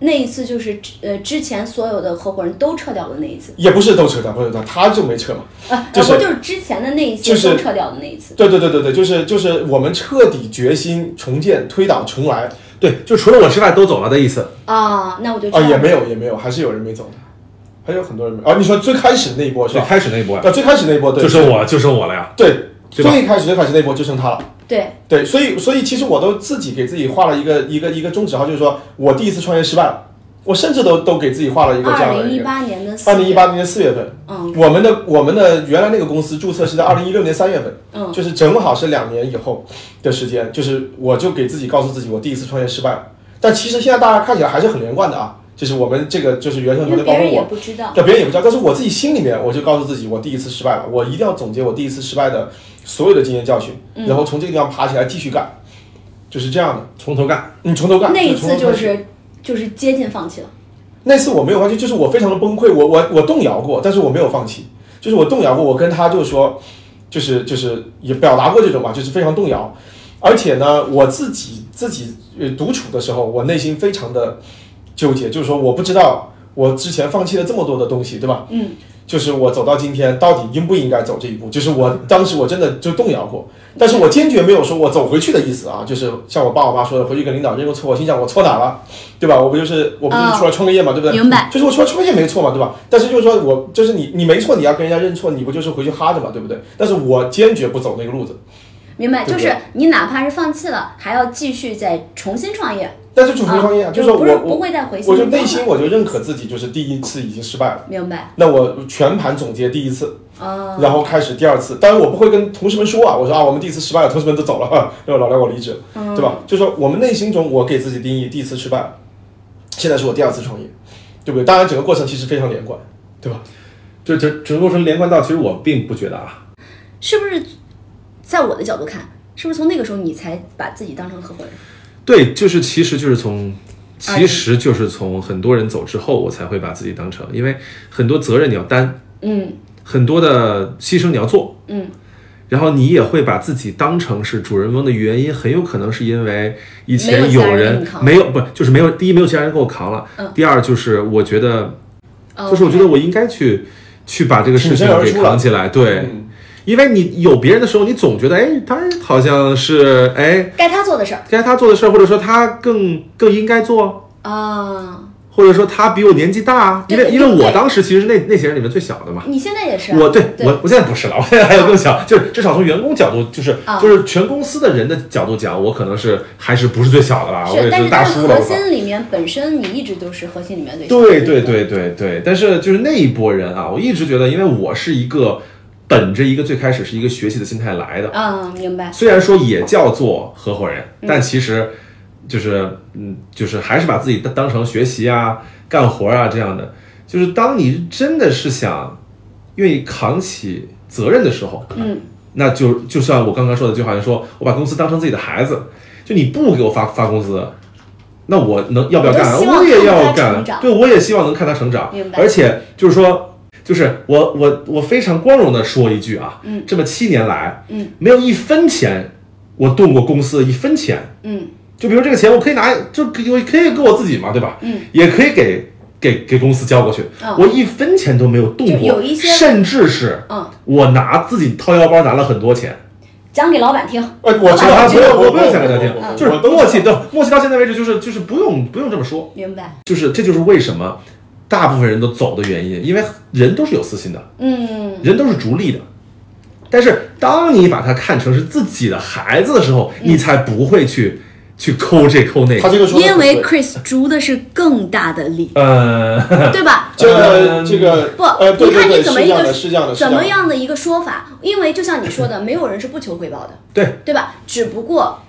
那一次就是呃，之前所有的合伙人都撤掉的那一次，
也不是都撤掉，不是他他就没撤嘛，
啊，
就是
然后就是之前的那一次
就是
都撤掉的那一次。
对对对对对，就是就是我们彻底决心重建、推倒重来
对，就除了我之外都走了的意思。
啊，那我就知道
啊，也
了
没有也没有，还是有人没走的，还有很多人没啊，你说最开始那一波是
最
吧？
开始那一波呀
啊，最开始那一波对，
就剩我，就剩我了呀。
对，
对吧
最开始最开始那波就剩他了。
对，
对，所以所以其实我都自己给自己画了一个一个一个终止号，就是说我第一次创业失败了，我甚至都都给自己画了一个这
二
样的
零
一
一
个。
八年的四
二零一
月，
八年四月份，
嗯
我们的我们的原来那个公司注册是在二零一六年三月份，
嗯
就是正好是两年以后的时间，就是我就给自己告诉自己，我第一次创业失败了。但其实现在大家看起来还是很连贯的啊，就是我们这个就是原生团
因为
队，包
别
括
人也
我，
不知道。
对别人也不知道，但是我自己心里面我就告诉自己，我第一次失败了，我一定要总结我第一次失败的所有的经验教训，
嗯
然后从这个地方爬起来继续干，就是这样的。
从头干，
你从头干，
那一
从头
次就
开始
是就是接近放弃了，
那次我没有放弃，就是我非常的崩溃，我我我动摇过，但是我没有放弃，就是我动摇过，我跟他就说，就是就是也表达过这种吧，就是非常动摇，而且呢，我自己自己呃独处的时候，我内心非常的纠结，就是说我不知道我之前放弃了这么多的东西，对吧？
嗯，
就是我走到今天，到底应不应该走这一步？就是我当时我真的就动摇过，但是我坚决没有说我走回去的意思啊，就是像我爸我妈说的，回去跟领导认个错，我心想我错哪了，对吧？我不就是我不就是出来创个业嘛，对不对？
明白。
就是我说创业没错嘛，对吧？但是就是说我就是你你没错，你要跟人家认错，你不就是回去哈着嘛，对不对？但是我坚决不走那个路子，
明白，
对
就
不
是
对
你哪怕是放弃了，还要继续再重新创业，
但是就回去创业啊，
啊
就是我
不是
我
不会再回心
我就
转
内
了
心我就认可自己，就是第一次已经失败了，
明白？
那我全盘总结第一次，
呃，
然后开始第二次，当然我不会跟同事们说啊，我说啊，我们第一次失败了，同事们都走了， 然后老廖我离职，
嗯
对吧？就说我们内心中，我给自己定义，第一次失败了，现在是我第二次创业，对不对？当然整个过程其实非常连贯，对吧？
就就整个过程连贯到，其实我并不觉得啊，
是不是在我的角度看，是不是从那个时候你才把自己当成合伙人？
对，就是其实就是从，
啊
其实就是从很多人走之后，我才会把自己当成，因为很多责任你要担，
嗯
很多的牺牲你要做，
嗯，
然后你也会把自己当成是主人翁的原因，很有可能是因为以前有人
没
没有不就是没有第一没有其他人给我扛了，
嗯
第二就是我觉得
呃
就是我觉得我应该去去把这个事情
挺身而
给
出了
扛起来，对，
嗯
因为你有别人的时候，你总觉得哎，他好像是哎
该他做的事儿
该他做的事儿，或者说他更更应该做，
啊，
或者说他比我年纪大，啊因为
对
因为我
对
当时其实是那那些人里面最小的嘛。
你现在也是啊，
我对
对哦
我我现在不是了， 我现在还有更小，就是至少从员工角度，就是、
啊
就是全公司的人的角度讲，我可能是还是不是最小的啦，我
是，
也
但是
大
在
叔了。
核
我靠
心里面本身你一直都是核心里面的
对对对对对，但是就是那一波人啊，我一直觉得，因为我是一个本着一个最开始是一个学习的心态来的，
嗯，明白，
虽然说也叫做合伙人，
嗯
但其实就是嗯，就是还是把自己当当成学习啊、干活啊这样的。就是当你真的是想愿意扛起责任的时候，
嗯，
那就就像我刚刚说的，就好像说我把公司当成自己的孩子，就你不给我发发工资，那我能要不要干？
我就希望
我也要
看他成
干
长，
对，我也希望能看他成长
明。白
而且就是说，就是我我我非常光荣的说一句啊，
嗯
这么七年来，
嗯，
没有一分钱我动过公司的一分钱。
嗯
就比如这个钱，我可以拿，就可以我可以给我自己嘛，对吧？
嗯，
也可以给给给公司交过去，
嗯
我一分钱都没有动
就
过，
有一些
甚至是
嗯，
我拿自己掏腰包拿了很多钱，
讲给老板听，
呃，我知道，
啊
我
不
知
用
道，
我不用想给他听
嗯
我
就是
我都
默契，对，默契到现在为止就是就是不用不用这么说，
明白，
就是这就是为什么大部分人都走的原因，因为人都是有私心的，
嗯，
人都是逐利的。但是当你把他看成是自己的孩子的时候，你才不会去去抠这抠那
他
个。
这个说的
因
很对
为 Chris 逐的是更大的利，
呃，
对吧？
这个
嗯
这个
不，
呃，对
你
对
看
对，
你
是
怎么
这
一
样的，
个
是这样的，是这
怎么
样的？
样的一个说法？因为就像你说的，没有人是不求回报的，
对，
对吧？只不过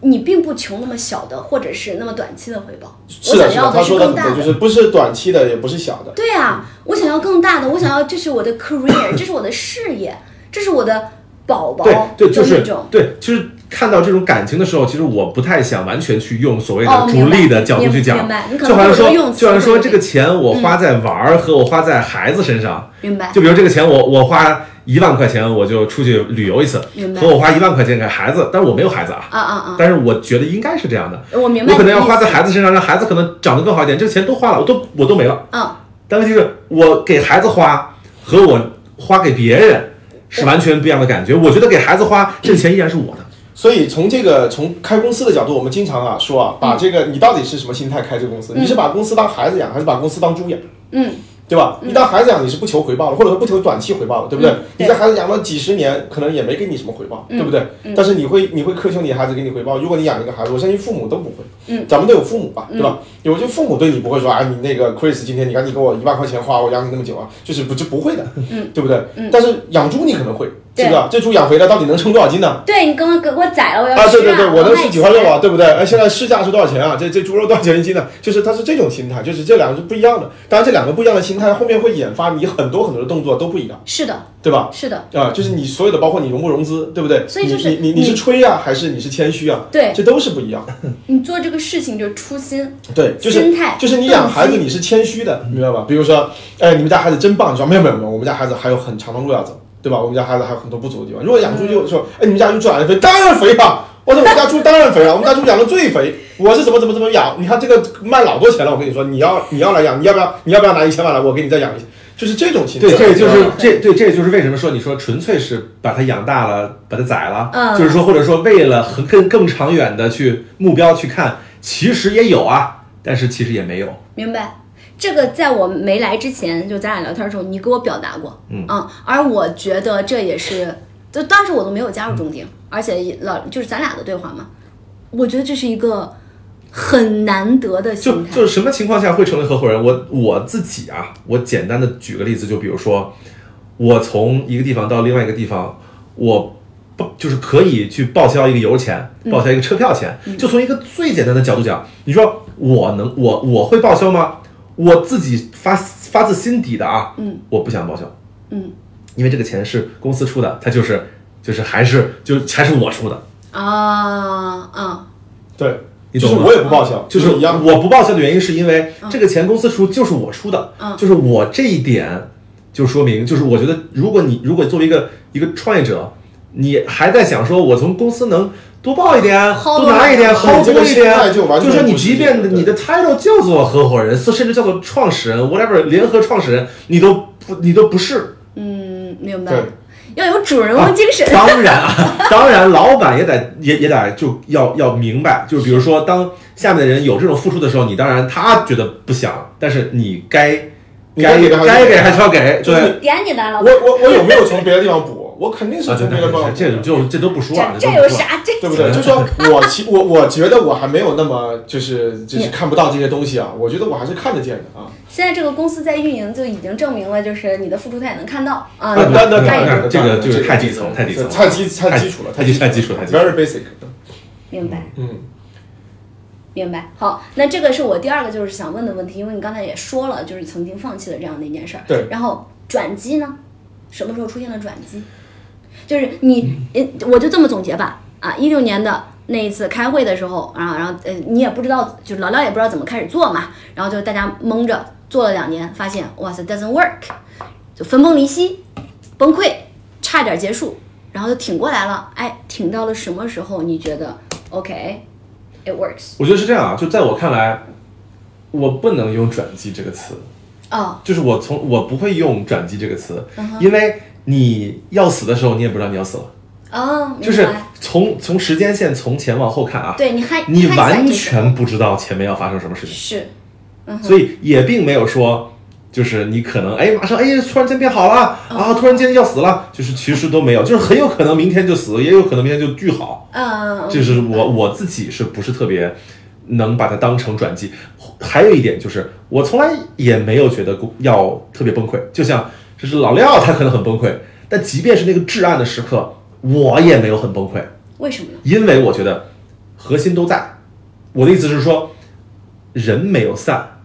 你并不求那么小的，或者是那么短期的回报。
是
我
的，
想
是
要
的，他说的
更
很
大
对，就是不是短期的，也不是小的，
对啊，我想要更大的，我想要这是我的 career，这是我的事业，这是我的宝宝，
对对，就
那
是
种。
对，就是看到这种感情的时候，其实我不太想完全去用所谓
哦
的逐
明白
利的角度
明
去讲
明白你，可
就
能
好像说
会有一个用，词
就好像说
会有嗯
这
一个
个钱我花在玩儿和我花在孩子身上，
明白
就比如这个钱我我花一万块钱我就出去旅游一次
明，白
和我花一万块钱给孩子，但是我没有孩子啊，
啊啊
但是我觉得应该是这样的，
啊！我明白
我
你
可
的意
能
思。
要花在孩子身上，让孩子可能长得更好一点，这个钱都花了，我都我都没了。
嗯，
但问题是我给孩子花和我花给别人是完全不一样的感觉。我觉得给孩子花，这钱依然是我的。
所以从这个从开公司的角度，我们经常啊说啊，
嗯
把这个你到底是什么心态开这个公司？你是把公司当孩子养，还是把公司当猪养？
嗯，
对吧？你当孩子养，你是不求回报的，或者说不求短期回报的，对不对？
嗯
你
对
在孩子养了几十年，可能也没给你什么回报，对不对？
嗯
但是你会你会苛求你孩子给你回报。如果你养一个孩子，我相信父母都不会，
嗯，
咱们都有父母吧，对吧？有些父母对你不会说，哎，你那个 Chris 今天
嗯
你赶紧给我一万块钱花，我养你那么久啊，就是不就不会的，嗯，对不对？但是养猪你可能会，是不是？这猪养肥了到底能称多少斤呢？
对你给我给我宰了，我要吃
啊，对对对，
呃我
我能
卖
吃几块肉
钱
啊，对不对？哎，现在市价是多少钱啊？这这猪肉多少钱一斤呢？ 就是它是这种心态，就是这两个是不一样的。当然，这两个不一样的心态后面会引发你很多很多的动作都不一样，
是的，
对吧？
是的，
啊、就是你所有的，包括你融不融资，对不对？
所以就是
你你你你
你
是吹啊，还是你是谦虚啊？
对
这都是不一样。
你做这个事情就是初心，
对，就是
心态
就是你养孩子
动机
你是谦虚的，明白吧？比如说，哎，你们家孩子真棒，你说没有没有没有，我们家孩子还有很长的路要走，对吧？我们家孩子还有很多不足的地方。如果养猪
嗯
就说，哎，你们家猪养的肥，当然肥啊！我说我们家猪当然肥啊，我们家猪养的最肥，我是怎么怎么怎么养？你看这个卖老多钱了，我跟你说，你要你要来养，你要不要你要不要拿一千万来，我给你再养一，就是这种情况。
对，这个就
对
是
对
这对，这个就是为什么说你说纯粹是把它养大了，把它宰了，
嗯
就是说或者说为了和更更长远的去目标去看，其实也有啊，但是其实也没有。
明白？这个在我没来之前，就咱俩聊天的时候，你给我表达过，嗯而我觉得这也是，就当时我都没有加入中鼎，而且也老就是咱俩的对话嘛，我觉得这是一个很难得的
就
心态，
就是什么情况下会成为合伙人？我我自己啊，我简单的举个例子，就比如说，我从一个地方到另外一个地方，我报就是可以去报销一个油钱，
嗯
报销一个车票钱。就从一个最简单的角度讲，你说我能我我会报销吗？我自己发发自心底的啊，
嗯，
我不想报销，
嗯
因为这个钱是公司出的，它就是就是还是就还是我出的，
啊啊，
对，
你
就
懂
是
吗
我也不报销，
就是
一样的。
我不报销的原因是因为这个钱公司出就是我出的，
嗯
就是我这一点就说明，就是我觉得如果你如果作为一个一个创业者，你还在想说我从公司能多报一点，
薅
多拿一点，
多拿对
薅
这
多
个
一
心
点
态，就完全
是说你
不是
即
这
便
个
你的 title 叫做合伙人，甚至叫做创始人，whatever 联合创始人，你都不你都不是。
嗯，明白
对，
要有主人 翁精神，
当然啊，当然，老板也得也也得就要要明白，就是比如说，当下面的人有这种付出的时候，你当然他觉得不想，但是你该
你该
该
给他
该给还是要给，
就是
对。
点你的老
我
板，
我我有没有从别的地方补？我肯定是
啊，
从别
对对
的地
对
方，补
这种就这都不说了，
这
都
这
不
有
说了？
啥？这
对不对？就说我其我我觉得我还没有那么就是就是看不到这些东西啊，我觉得我还是看得见的啊。
现在这个公司在运营就已经证明了，就是你的付出他也能看到啊，
那那那
他也
那
能
那这个
这
这
个
个太基层，太底层了，
太基太基础了，
太
基
基太基础太基础。
very basic。
明白。
嗯，
明白，好，那这个是我第二个就是想问的问题，因为你刚才也说了，就是曾经放弃了这样的一件事儿。
对
然后转机呢？什么时候出现了转机？就是你，
嗯
呃我就这么总结吧。啊，一六年的那一次开会的时候，然后，然后，呃，你也不知道，就是老廖也不知道怎么开始做嘛，然后就大家蒙着做了两年，发现哇塞，doesn't work，就分崩离析，崩溃，差点结束，然后就挺过来了。哎，挺到了什么时候？你觉得 OK，it、works？
我觉得是这样啊，就在我看来，我不能用转机这个词，
哦，
就是我从我不会用转机这个词，
嗯
因为你要死的时候，你也不知道你要死了。
哦，明
就是
白
从从时间线从前往后看啊，
对你还
你
还
完
在这个
全不知道前面要发生什么事情，
是，嗯
所以也并没有说就是你可能哎马上哎突然间变好了
嗯
啊，突然间要死了，就是其实都没有，就是很有可能明天就死，也有可能明天就巨好，
嗯，
这是我我自己是不是特别能把它当成转机？还有一点就是，我从来也没有觉得要特别崩溃，就像就是老廖他可能很崩溃，但即便是那个至暗的时刻，我也没有很崩溃。
为什么呢？
因为我觉得核心都在。我的意思是说，人没有散。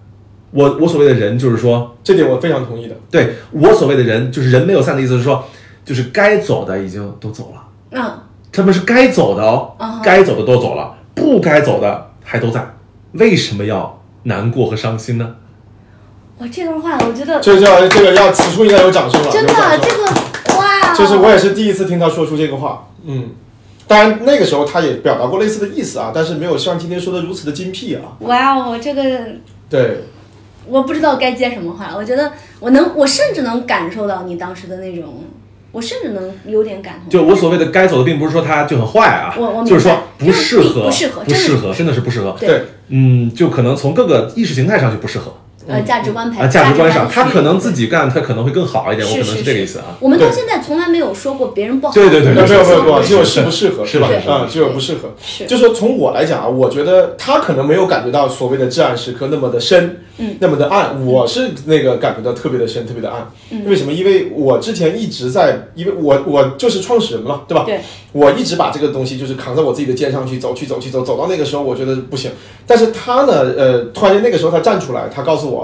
我我所谓的人就是说，
这点我非常同意的。
对我所谓的人就是人没有散的意思是说，就是该走的已经都走了，
嗯，
他们是该走的哦
啊哈
该走的都走了，不该走的还都在。为什么要难过和伤心呢？
我这段话我觉得
这叫这个要此处应该有掌声了，
真
有
的
掌
这
声。
个哇，哦
就是我也是第一次听他说出这个话，嗯。当然，那个时候他也表达过类似的意思啊，但是没有像今天说的如此的精辟啊。
哇哦，这个
对，
我不知道该接什么话，我觉得我能，我甚至能感受到你当时的那种，我甚至能有点感同。
就我所谓的该走的，并不是说他就很坏啊，
我我明白
就是说不适合，
不适合
不
真的
适合，真的是不适合。
对
对，
嗯，就可能从各个意识形态上去不适合。
呃，价值观
啊，
培，
价值观上，
区别
他可能自己干，他可能会更
哎
好一点，我
是
可能
是
这个意思啊。
我们到
对
现在从来没有说过别人不好。
对对对
没有没有没有没有，
是
只有适不适合
是吧
对
啊，只有不适合。
是
就说从我来讲啊，我觉得他可能没有感觉到所谓的至暗时刻那么的深，嗯，那么的暗，我是那个感觉到特别的深，特别的暗。嗯、为什么？因为我之前一直在，因为我我就是创始人嘛，对吧？
对，
我一直把这个东西就是扛在我自己的肩上去走，去走，去走，走到那个时候，我觉得不行。但是他呢，呃，突然间那个时候他站出来，他告诉我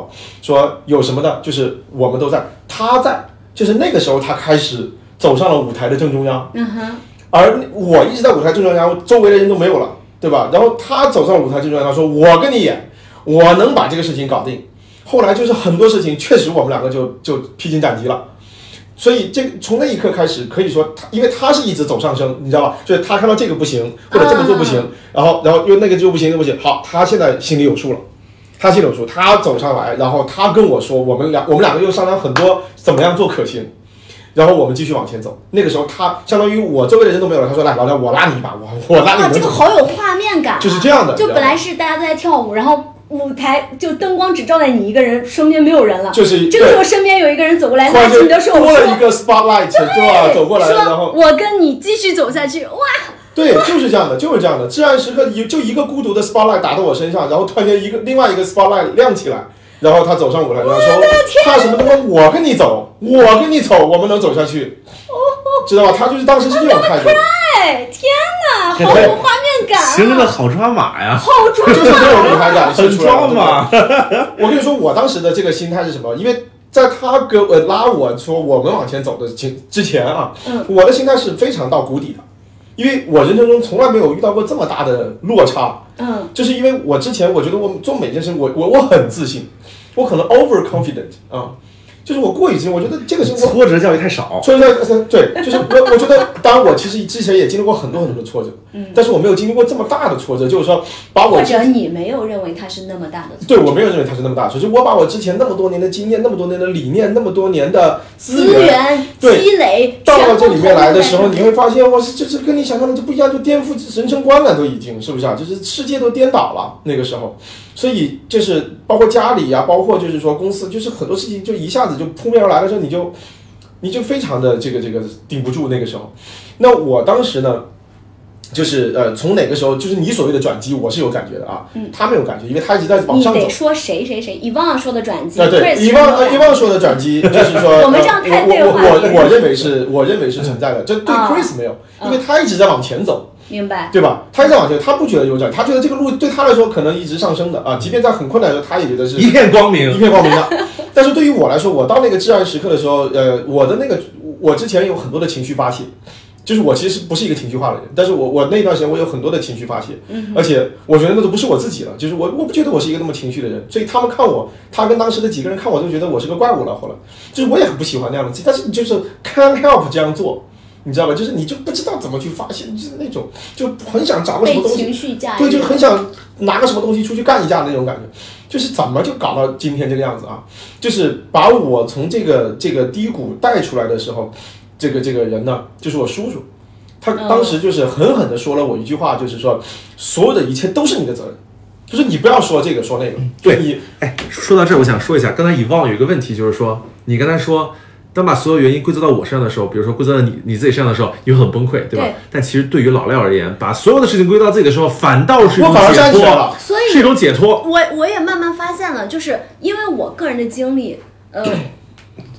说有什么的，就是我们都在，他在，就是那个时候他开始走上了舞台的正中央。
嗯哼，
而我一直在舞台正中央，周围的人都没有了，对吧？然后他走上舞台正中央，他说：“我跟你演，我能把这个事情搞定。”后来就是很多事情，确实我们两个就就披荆斩棘了。所以这从那一刻开始，可以说他，因为他是一直走上升，你知道吧？就是他看到这个不行，或者这么做不行，然后然后又那个就不行，那个不行。好，他现在心里有数了。他心里有数，他走上来，然后他跟我说，我们俩我们两个又商量很多怎么样做可行，然后我们继续往前走。那个时候他相当于我周围的人都没有了，他说来老廖，我拉你一把，我我拉
哇，
你能
这个
走。
好有画面感啊、
就是这样的
就本来是大家都在跳舞，然后舞台就灯光只照在你一个人，身边没有人了。
就是
这个时候，身边有一个人走过来，
突
拉
然
起
就
你的手
多了一
说哎
个 spotlight，对吧？走过来了，然
说
后
我跟你继续走下去。哇，
对，就是这样的，就是这样的。至暗时刻一就一个孤独的 spotlight 打到我身上，然后突然间一个另外一个 spotlight 亮起来，然后他走上舞台，然后说怕什么东西，我跟你走，我跟你走，我们能走下去，知道吧？他就是当时是这种态度。
哎，天哪，好有画面感、
形容
啊，
的好抓马呀，
好抓
就是
马、
这种舞台感，
很
啊是出来
抓
了
马。
我跟你说，我当时的这个心态是什么？因为在他给我拉我说我们往前走的前之前啊，
嗯
我的心态是非常到谷底的，因为我人生中从来没有遇到过这么大的落差。
嗯，
就是因为我之前我觉得我做每件事，我我我很自信，我可能 over confident 啊，就是我过于自信，我觉得这个是我
挫折教育太少，
所以说，对，就是我，我觉得，当然我其实之前也经历过很多很多的挫折，但是我没有经历过这么大的挫折，就是说把我
或者你没有认为它是那么大的错，
对我没有认为它是那么大，只是我把我之前那么多年的经验、那么多年的理念、那么多年的资
资
源。
源
对
积累
到了
全部
这里面来的时候，
投入在
你会发现，哇，这这跟你想象的就不一样，就颠覆人生观了，都已经是不是啊？就是世界都颠倒了那个时候，所以就是包括家里呀、包括就是说公司，就是很多事情就一下子就扑面而来的时候，你就你就非常的这个这个顶不住那个时候。那我当时呢，就是呃，从哪个时候，就是你所谓的转机，我是有感觉的啊，他没有感觉，因为他一直在往
你
上走
得。说谁谁谁，遗忘说的转机，
啊，对，
Chris
遗忘
说的
呃遗忘说的转机，就是说，呃
我们这样太对
我
话了啊
我我我认为是，我认为是存在的，这对 Chris 没有，因为他一直在往前走，
明白？
对吧？他一直在往前，他不觉得有转，他觉得这个路对他来说可能一直上升的啊，即便在很困难的时候，他也觉得是
一片光
一
明。
片光明的。但是对于我来说，我到那个至暗时刻的时候，呃，我的那个我之前有很多的情绪发泄，就是我其实不是一个情绪化的人，但是我我那段时间我有很多的情绪发泄，
嗯
而且我觉得那都不是我自己了，就是我我不觉得我是一个那么情绪的人，所以他们看我，他跟当时的几个人看我都觉得我是个怪物了。后来就是我也很不喜欢那样的自己，但是你就是 can't help 这样做。你知道吧？就是你就不知道怎么去发泄，就是那种就很想找个什么
被
东西
情绪驾驭，
对，就很想拿个什么东西出去干一架那种感觉，就是怎么就搞到今天这个样子啊？就是把我从这个这个低谷带出来的时候，这个这个人呢，就是我叔叔，他当时就是狠狠的说了我一句话，就是说所有的一切都是你的责任，就是你不要说这个说那个，
对
就是你
哎，说到这儿，我想说一下，刚才遗忘有一个问题，就是说你刚才说。当把所有原因归责到我身上的时候，比如说归责到你你自己身上的时候，你会很崩溃，对吧？
对
但其实对于老廖而言，把所有的事情归到自己的时候，反倒是一种
我反而站
解
起来
脱
了，
所以
是一种解脱。
我我也慢慢发现了，就是因为我个人的经历，呃，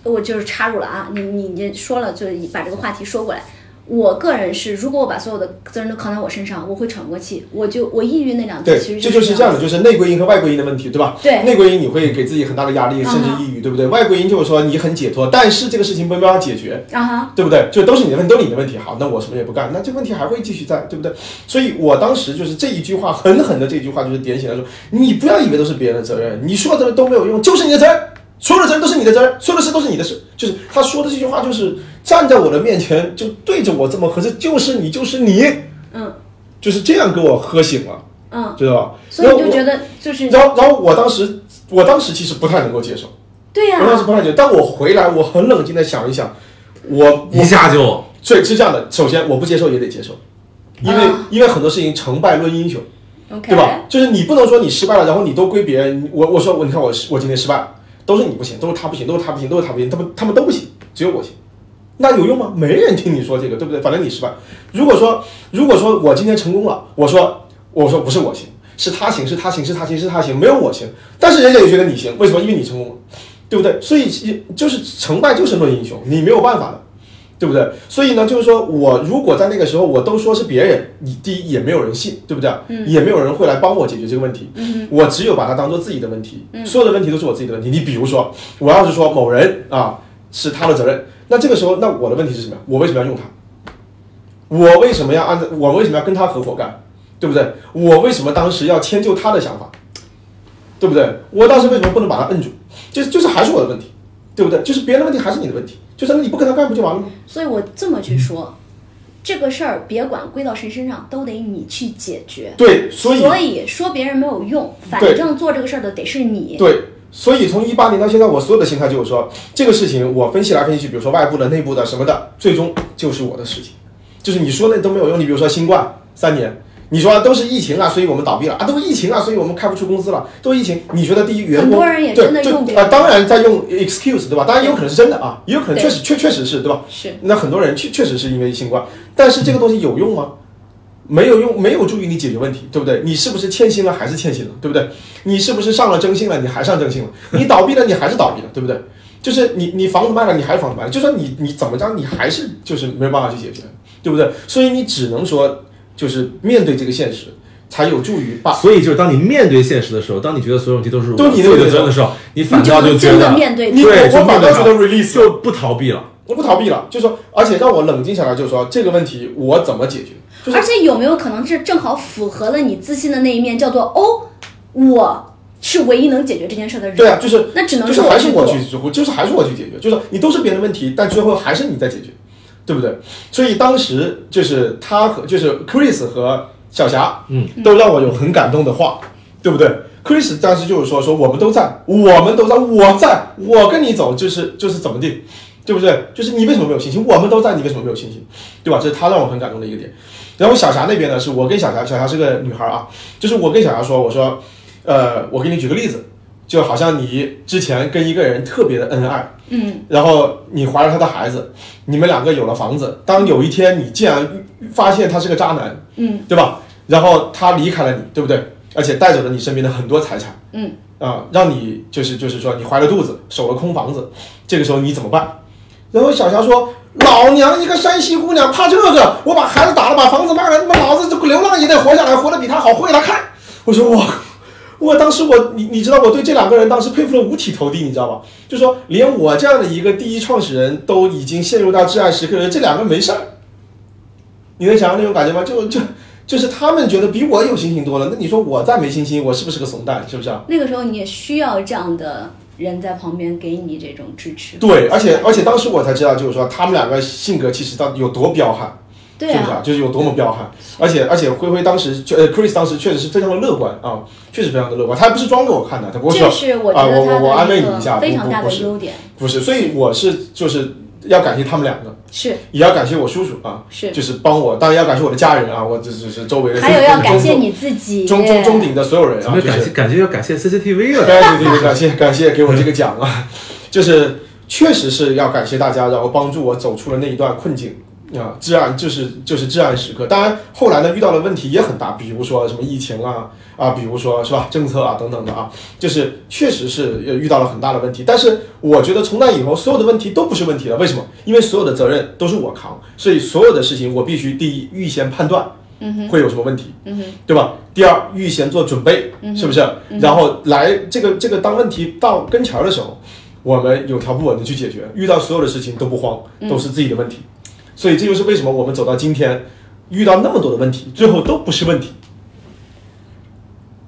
我就是插入了啊，你你你说了，就是把这个话题说过来。我个人是，如果我把所有的责任都扛在我身上，我会喘不过气，我就我抑郁那两次，
对，
其实
这就是这
这
样的，就是内归因和外归因的问题，对吧？
对嗯
内归因你会给自己很大的压力，甚至抑郁，对不对？外归因就是说你很解脱，但是这个事情没办法解决，
啊哈，
对不对？就都是你的问题，都是你的问题。好，那我什么也不干，那这问题还会继续在，对不对？所以我当时就是这一句话，狠狠的这一句话就是点醒他说：你不要以为都是别人的责任，你说的都没有用，就是你的责任，所有的责任都是你的责任，所有的事都是你的事。就是他说的这句话，就是站在我的面前，就对着我这么呵斥，就是你，就是你，
嗯
就是这样给我喝醒了，
嗯，
知道吧？
所以
然
你
后
就
我
觉得就是
然后然后我当时，我当时其实不太能够接受，
对呀、
我当时不太接受，但我回来，我很冷静的想一想，我我
一下就
所以是这样的，首先我不接受也得接受，因为、因为很多事情成败论英雄，
o k
对吧？就是你不能说你失败了，然后你都归别人。我我说我你看我失我今天失败了，都是你不行，都是他不行，都是他不行，都是他不行，他们他们都不行，只有我行。那有用吗？没人听你说这个，对不对？反正你失败。如果说如果说我今天成功了，我说我说不是我行，是他行，是他行，是他行，是他行，没有我行。但是人家也觉得你行，为什么？因为你成功了，对不对？所以其就是成败就是论英雄，你没有办法的，对不对？所以呢，就是说我如果在那个时候我都说是别人，你第一也没有人信，对不对？也没有人会来帮我解决这个问题。我只有把它当做自己的问题，所有的问题都是我自己的问题。你比如说，我要是说某人啊是他的责任，那这个时候那我的问题是什么呀？我为什么要用他？我为什么要按照我为什么要跟他合伙干，对不对？我为什么当时要迁就他的想法，对不对？我当时为什么不能把他摁住？就是就是还是我的问题，对不对？就是别人的问题还是你的问题，就是你不跟他干不就完了吗？
所以我这么
嗯
去说，这个事儿别管归到谁身上，都得你去解决。
对，所以
说别人没有用，反
对
正做这个事儿的得是你。
对，所以从一八年到现在，我所有的心态就是说，这个事情我分析来分析去，比如说外部的、内部的什么的，最终就是我的事情。就是你说那都没有用，你比如说新冠三年，你说、啊、都是疫情啊，所以我们倒闭了啊，都是疫情啊，所以我们开不出公司了，都是疫情。啊你觉得第一员工
很多人也真的用
对
这
就啊、
个
当然在用 excuse 对吧？当然也有可能是真的啊，也有可能
对
确实确确实是对吧？
是
那很多人确确实是因为新冠，但是这个东西有用吗？没有用，没有助于你解决问题，对不对？你是不是欠薪了还是欠薪了，对不对？你是不是上了征信了，你还上征信了？你倒闭了，你还是倒闭了，对不对？就是你你房子卖了，你还是房子卖了，就算你你怎么着，你还是就是没有办法去解决，对不对？所以你只能说，就是面对这个现实，才有助于把
所以就是当你面对现实的时候，当你觉得所有问题啊都是我
都是你的
自
问题
己的责任的时候，你反
你就
倒
能
就觉
真的
得
面对
你
它。
我
对，
我反倒觉得 release
就不逃避了。
我不逃避了，就说，而且让我冷静下来，就说这个问题我怎么解决，就是
而且有没有可能是正好符合了你自信的那一面，叫做哦，我是唯一能解决这件事的人。
对啊，就是
那只能
就是还是
我
我
做
去，就是还是我去解决，就是你都是别人的问题，但最后还是你在解决，对不对？所以当时就是他和就是 Chris 和小霞，嗯，都让我有很感动的话，对不对？Chris 当时就是说说我们都在，我们都在，我在，我跟你走，就是就是怎么地，对不对？就是你为什么没有信心？我们都在，你为什么没有信心？对吧？这是他让我很感动的一个点。然后小霞那边呢，是我跟小霞，小霞是个女孩啊，就是我跟小霞说，我说，呃，我给你举个例子，就好像你之前跟一个人特别的恩爱，
嗯，
然后你怀了他的孩子，你们两个有了房子，当有一天你竟然发现他是个渣男，
嗯，
对吧？然后他离开了你，对不对？而且带走了你身边的很多财产，
嗯，
啊、让你就是就是说你怀了肚子，守了空房子，这个时候你怎么办？然后小霞说：“老娘一个山西姑娘，怕这个？我把孩子打了，把房子卖了，他妈老子这个流浪也得活下来，活得比他好，活给他看。”我说我。我当时我你你知道我对这两个人当时佩服的五体投地，你知道吧？就说连我这样的一个第一创始人都已经陷入到至暗时刻了，这两个没事儿，你能想象那种感觉吗？就就就是他们觉得比我有信心多了，那你说我再没信心，我是不是个怂蛋？是不是啊？
那个时候你也需要这样的人在旁边给你这种支持。
对，而且而且当时我才知道，就是说他们两个性格其实到底有多彪悍。
对
是不是
啊，
啊？就是有多么彪悍，而且而且灰灰当时确呃 Chris 当时确实是非常的乐观啊，确实非常的乐观，他还不是装给我看的，他不会说
这是我
啊
觉得
我我我
他
安
的
慰
一
你一下，
个非常
不
大
不不
的
是
优点。
不是，所以我是就是要感谢他们两个，
是
也要感谢我叔叔啊，
是，
就是帮我，当然要感谢我的家人啊，我这这是周围的，
还有要感谢
中
你自己。
中中中鼎的所有人
怎
啊，
么
就是
感谢感觉要感谢 CCTV
对
了？
对对，感谢感谢给我这个奖啊，就是确实是要感谢大家，然后帮助我走出了那一段困境啊，至暗就是就是至暗时刻。当然后来呢，遇到的问题也很大，比如说什么疫情啊啊，比如说是吧政策啊等等的啊，就是确实是呃遇到了很大的问题。但是我觉得从那以后，所有的问题都不是问题了。为什么？因为所有的责任都是我扛，所以所有的事情我必须第一预先判断。会有什么问题，对吧？第二，预先做准备，
嗯
是不是？然后来这个这个，当问题到跟前儿的时候，我们有条不紊的去解决，遇到所有的事情都不慌，
嗯
都是自己的问题。所以这就是为什么我们走到今天，遇到那么多的问题，最后都不是问题。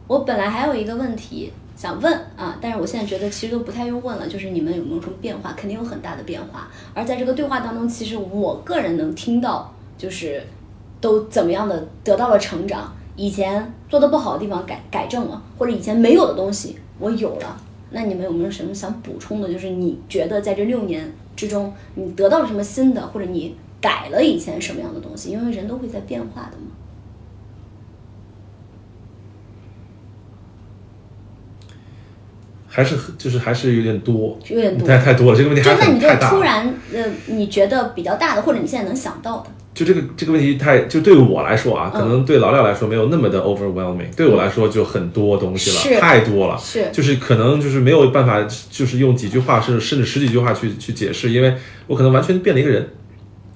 我本来还有一个问题想问啊，但是我现在觉得其实都不太用问了，就是你们有没有什么变化？肯定有很大的变化。而在这个对话当中，其实我个人能听到，就是都怎么样的得到了成长，以前做的不好的地方改改正了，或者以前没有的东西我有了。那你们有没有什么想补充的？就是你觉得在这六年之中，你得到了什么新的，或者你改了以前什么样的东西？因为人都会在变化的嘛。
还是很就是还是有点多，
有点多
太太多了，这个问题还
真的，
很
你就
太大了。
突然呃，你觉得比较大的，或者你现在能想到的，
就这个这个问题太就对我来说啊，
嗯
可能对老廖来说没有那么的 overwhelming，、对我来说就很多东西了，
是
太多了，
是
就是可能就是没有办法，就是用几句话甚至甚至十几句话去去解释，因为我可能完全变了一个人，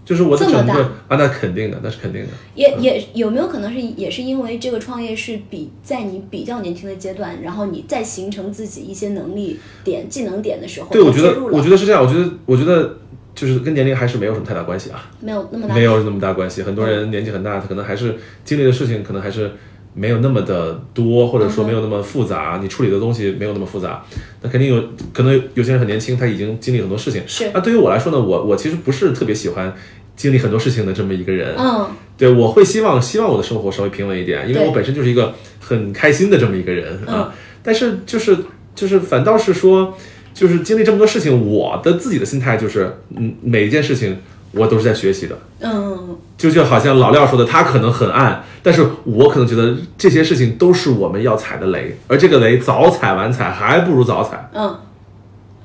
就是我的
这么
整个
大哦
啊，那肯定的，那是肯定的，
也也有没有可能是也是因为这个创业是比在你比较年轻的阶段，然后你再形成自己一些能力点、技能点的时候，
对，我觉
你
得
介入了
我觉得是这样，我觉得我觉得就是跟年龄还是没有什么太大关系啊，
没有那么大嗯
没有那么大关系。很多人年纪很大，他可能还是经历的事情可能还是没有那么的多，或
嗯
者说没有那么复杂，你处理的东西没有那么复杂。那肯定有可能有些人很年轻，他已经经历很多事情。
是
那对于我来说呢，我我其实不是特别喜欢经历很多事情的这么一个人。
嗯，
对，我会希望希望我的生活稍微平稳一点，因为
对嗯
我本身就是一个很开心的这么一个人啊。但是就是就是反倒是说，就是经历这么多事情，我的自己的心态就是，嗯，每一件事情我都是在学习的。
嗯，
就就好像老廖说的，他可能很暗，但是我可能觉得这些事情都是我们要踩的雷，而这个雷早踩晚踩还不如早踩。
嗯，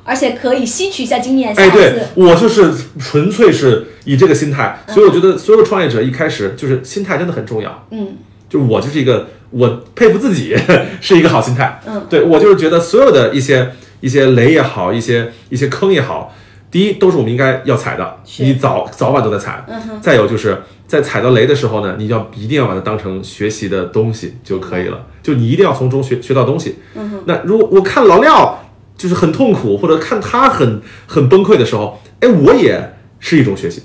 而且可以吸取一下经验，下
哎，
次、
对我就是纯粹是以这个心态，所以我觉得所有创业者一开始就是心态真的很重要。
嗯，
就是我就是一个，我佩服自己 是一个好心态。
嗯，
对我就是觉得所有的一些一些雷也好，一些一些坑也好，第一都是我们应该要踩的，
是嗯
你早早晚都在踩。再有就是在踩到雷的时候呢，你要一定要把它当成学习的东西就可以了，就你一定要从中学学到东西。
嗯
那如果我看老廖就是很痛苦，或者看他很很崩溃的时候，哎，我也是一种学习，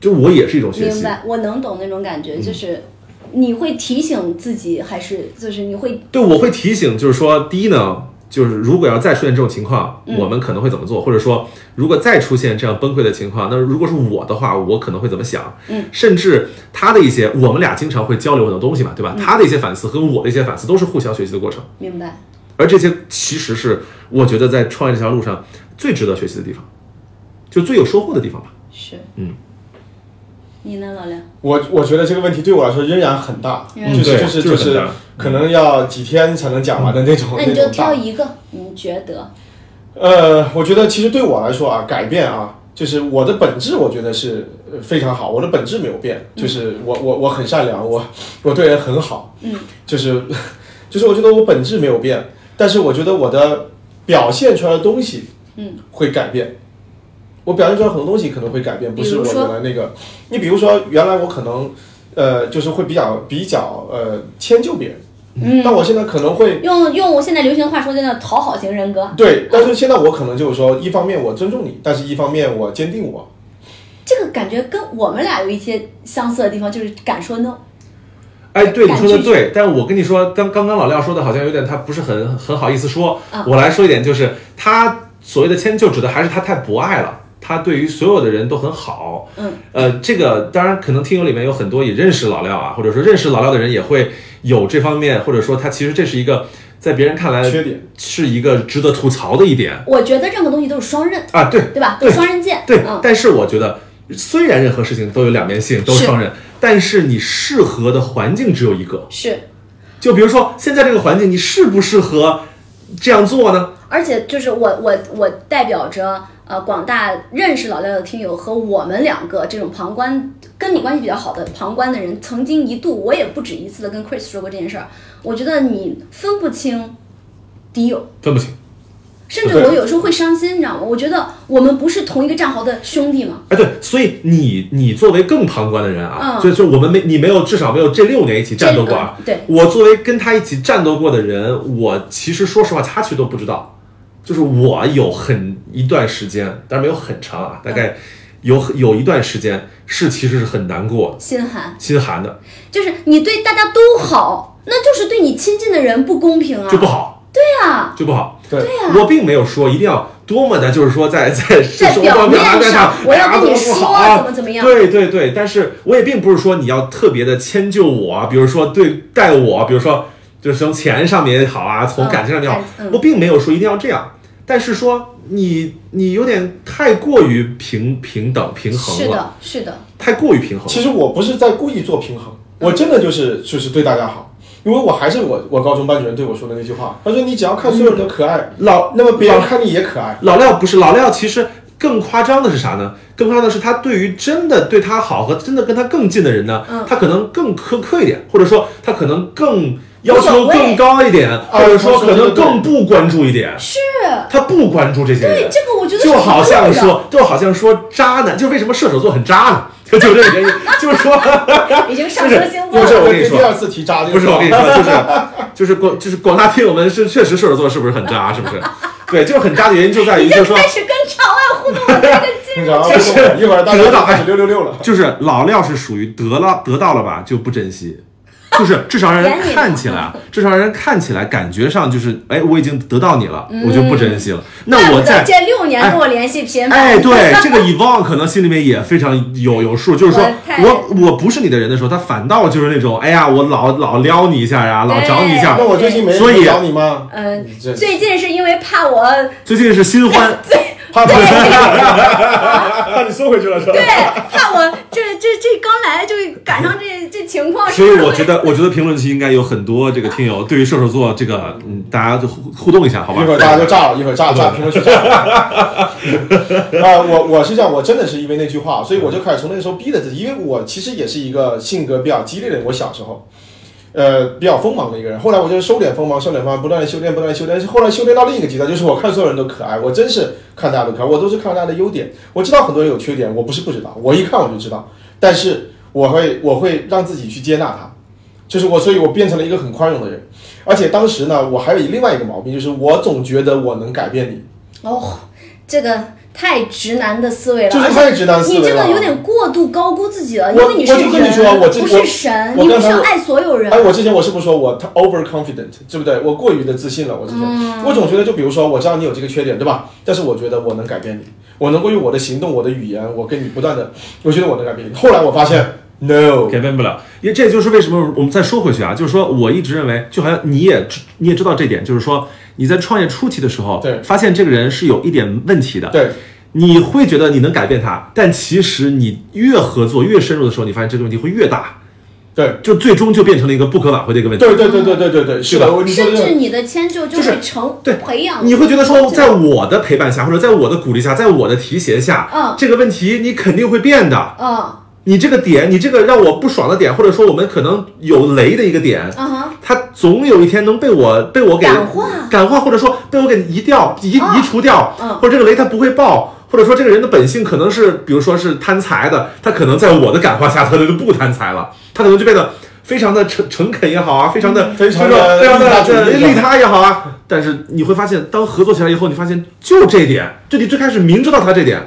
就我也是一种学
明
习。嗯
白，我能懂那种感觉，就是你会提醒自己，还是就是你会
对，我会提醒，就是说，第一呢，就是如果要再出现这种情况，我们可能会怎么做，或者说，如果再出现这样崩溃的情况，那如果是我的话，我可能会怎么想？
嗯，
甚至他的一些，我们俩经常会交流很多东西嘛，对吧？他的一些反思和我的一些反思都是互相学习的过程，
明白？
而这些其实是我觉得在创业这条路上最值得学习的地方，就最有收获的地方吧。
是，
嗯，
你呢，老梁？
我我觉得这个问题对我来说仍然很大，
嗯
就是
对
就是
就是很
是
大
可能要几天才能讲完的那种。
嗯那你
那
就
种大
挑一个，你觉得？
呃，我觉得其实对我来说啊，改变啊，就是我的本质，我觉得是呃非常好，我的本质没有变，就是我我我很善良，我我对人很好，
嗯，
就是 就是我觉得我本质没有变，但是我觉得我的表现出来的东西，
嗯，
会改变。我表现出来很多东西可能会改变，不是
比
我
如说
原来那个。你比如说，原来我可能，呃，就是会比较比较呃迁就别人，
嗯，
但我现在可能会
用用我现在流行的话说，叫做讨好型人格。哦
对，但是现在我可能就是说，一方面我尊重你，但是一方面我坚定我。
这个感觉跟我们俩有一些相似的地方，就是敢说 no。
哎，对你
敢
说的
拒绝
对，但我跟你说，刚刚刚老廖说的好像有点他不是很很好意思说，
啊
我来说一点，就是他所谓的迁就，指的还是他太博爱了，他对于所有的人都很好。
嗯，
呃，这个当然可能听友里面有很多也认识老廖啊，或者说认识老廖的人也会有这方面，或者说他其实这是一个在别人看来
缺点
是一个值得吐槽的一点
我觉得任何东西都是双刃，
啊，对
对吧？
对
都是双刃剑。
对，
嗯，
但是我觉得，虽然任何事情都有两面性，都
是
双刃，但是你适合的环境只有一个。
是。
就比如说现在这个环境，你适不适合这样做呢？
而且就是我我我代表着呃广大认识老廖的听友和我们两个这种旁观跟你关系比较好的旁观的人，曾经一度我也不止一次的跟 Chris 说过这件事儿。我觉得你分不清敌友，
分不清。
甚至
对
我有时候会伤心，你知道吗？我觉得我们不是同一个战壕的兄弟嘛。
哎，对，所以你你作为更旁观的人啊，
嗯
所以说我们没你没有至少没有这六年一起战斗过啊。
这嗯
我作为跟他一起战斗过的人，我其实说实话，他其实都不知道，就是我有很一段时间，当然没有很长
嗯
啊，大概有有一段时间是其实是很难过、
心寒，
心寒的，
就是你对大家都好，那就是对你亲近的人不公平啊！
就不好。
对啊，
就不好。
对
我并没有说一定要多么的，就是说啊在 在
在
生活
表面
达
上我要跟你
说
说
啊
怎么怎么样
对对对，但是我也并不是说你要特别的迁就我，啊比如说对待我，啊比如说就是从钱上面也好啊，从
嗯
感情上面也好，
感嗯
我并没有说一定要这样。但是说你你有点太过于平平等平
是
衡了，
的，是的，
太过于平衡
其
了。
实我不是在故意做平衡，我真的就是就是对大家好，因为我还是我我高中班主任对我说的
嗯
那句话，他说你只要看所有人都可爱，
老
那么别人看你也可爱。
老廖不是老廖，其实更夸张的是啥呢？更夸张的是他对于真的对他好和真的跟他更近的人呢，
嗯
他可能更苛刻一点，或者说他可能更要
无所
求
谓
更高一点，或者说可能更不关注一点。
是
他不关注这些人
对，这个我觉得是
就好像
很重要的
说，就好像说渣男，就是为什么射手座很渣呢？ 就就这个原因，就是说，
已经上升星座
不
了。
是我跟你
这
说
第二次提渣这个
嗯不是我跟你说，就是 就是广就是广大听友们是确实射手座是不是很渣？是不是？对，就是很渣的原因就在于就是说，
开始跟场外互动了，这个进入
然后一会儿大
得到
家
哎
开始六六六了。
就是老廖是属于得了得到了吧就不珍惜，就是至少让人看起 来，至少让人看起来感觉上就是哎我已经得到你
嗯
了，我就不珍惜了。那我在
这六年跟我联系频繁，
哎，对，这个 Evon 可能心里面也非常有有 数，就是说
我太
我我不是你的人的时候，他反倒就是那种，哎呀，我老老撩你一下呀，老找你一下
那。我最近没
所以呃
人找你吗？
嗯、
你这
最近是因为怕我
最近是新 欢，
怕不
把你收回去了是吧？
对哎怕我这这这刚来就赶上这这情况，
所以我觉
得
得，我觉得评论区应该有很多这个听友对于射手座这个，嗯，大家就互互动一下，好吧？
一会儿大家就炸了，一会儿炸炸评论区炸了。 啊，我我是这样，我真的是因为那句话，所以我就开始从那个时候逼着自己，因为我其实也是一个性格比较激烈的人，我小时候。呃，比较锋芒的一个人，后来我就收敛锋芒，收敛锋芒，不断的修炼，不断的修炼，后来修炼到另一个极端，就是我看所有人都可爱，我真是看大家都可爱，我都是看大家的优点，我知道很多人有缺点，我不是不知道，我一看我就知道，但是我会我会让自己去接纳他，就是我，所以我变成了一个很宽容的人，而且当时呢，我还有另外一个毛病，就是我总觉得我能改变你，
哦，这个太直男的思维了，
就是太直男思维
你
了。
这个有点过度高估自己了，因
我
为你是
我就跟你说啊
人
我这
不
我
是神，
我
你不
刚
需
才
要
我
爱所有人。
哎，我之前我是不是说我太 overconfident，对不对？我过于的自信了。我之前、我总觉得，就比如说，我知道你有这个缺点，对吧？但是我觉得我能改变你，我能够用我的行动、我的语言，我跟你不断的，我觉得我能改变你。后来我发现，no，
改变不了，因为这就是为什么我们再说回去啊，就是说我一直认为，就好像你也知你也知道这点，就是说你在创业初期的时候，
对
发现这个人是有一点问题的，
对，
你会觉得你能改变他，但其实你越合作越深入的时候，你发现这个问题会越大，
对，
就最终就变成了一个不可挽回的一个问题。
对对对对对对对，是
是
的，
吧
我你说的
甚
这
至
个
你的迁就就
就是
会成
对
培养，
你会觉得说，在我的陪伴下，或者在我的鼓励下，在我的提携下，
嗯
这个问题你肯定会变的。
嗯
你这个点，你这个让我不爽的点，或者说我们可能有雷的一个点，
嗯哼。
它总有一天能被我被我给
感化
感化，或者说被我给移掉、移、
啊
移除掉，
嗯
或者这个雷它不会爆，或者说这个人的本性可能是，比如说是贪财的，他可能在我的感化下，他就不贪财了，他可能就变得非常的诚诚恳也好啊，非常的
非常地
非常
利他
的
主义
对
也好
利他也好啊。但是你会发现，当合作起来以后，你发现就这点，就你最开始明知道他这点，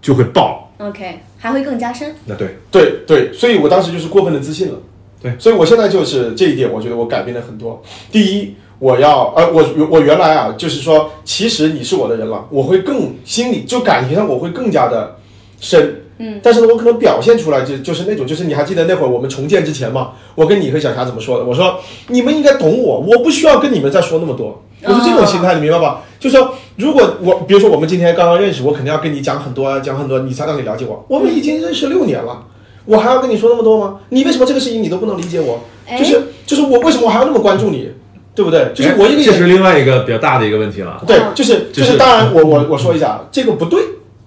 就会爆。
OK，还会更加深。
那啊对，
对对，所以我当时就是过分的自信了。
对
所以我现在就是这一点，我觉得我改变了很多。第一，我要呃，我我原来啊，就是说，其实你是我的人了，我会更心里就感情上我会更加的深。嗯，但是呢，我可能表现出来就就是那种，就是你还记得那会儿我们重建之前嘛，我跟你和小霞怎么说的？我说你们应该懂我，我不需要跟你们再说那么多。我是这种心态，你明白吧？就说如果我，比如说我们今天刚刚认识，我肯定要跟你讲很多啊，讲很多，你才让你了解我。我们已经认识六年了，我还要跟你说那么多吗？你为什么这个事情你都不能理解我？就是就是我为什么我还要那么关注你，对不对？就是我一个
哎这是
人，
另外一个比较大的一个问题了。
对，就是
就
就是是当然我我我说一下，这个不对，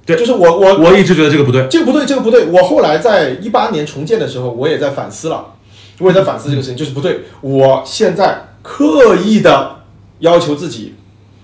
对
就是我我
我一直觉得这个不对。
这个不对，这个不对。我后来在一八年重建的时候，我也在反思了，我也在反思这个事情，就是不对。我现在刻意的要求自己，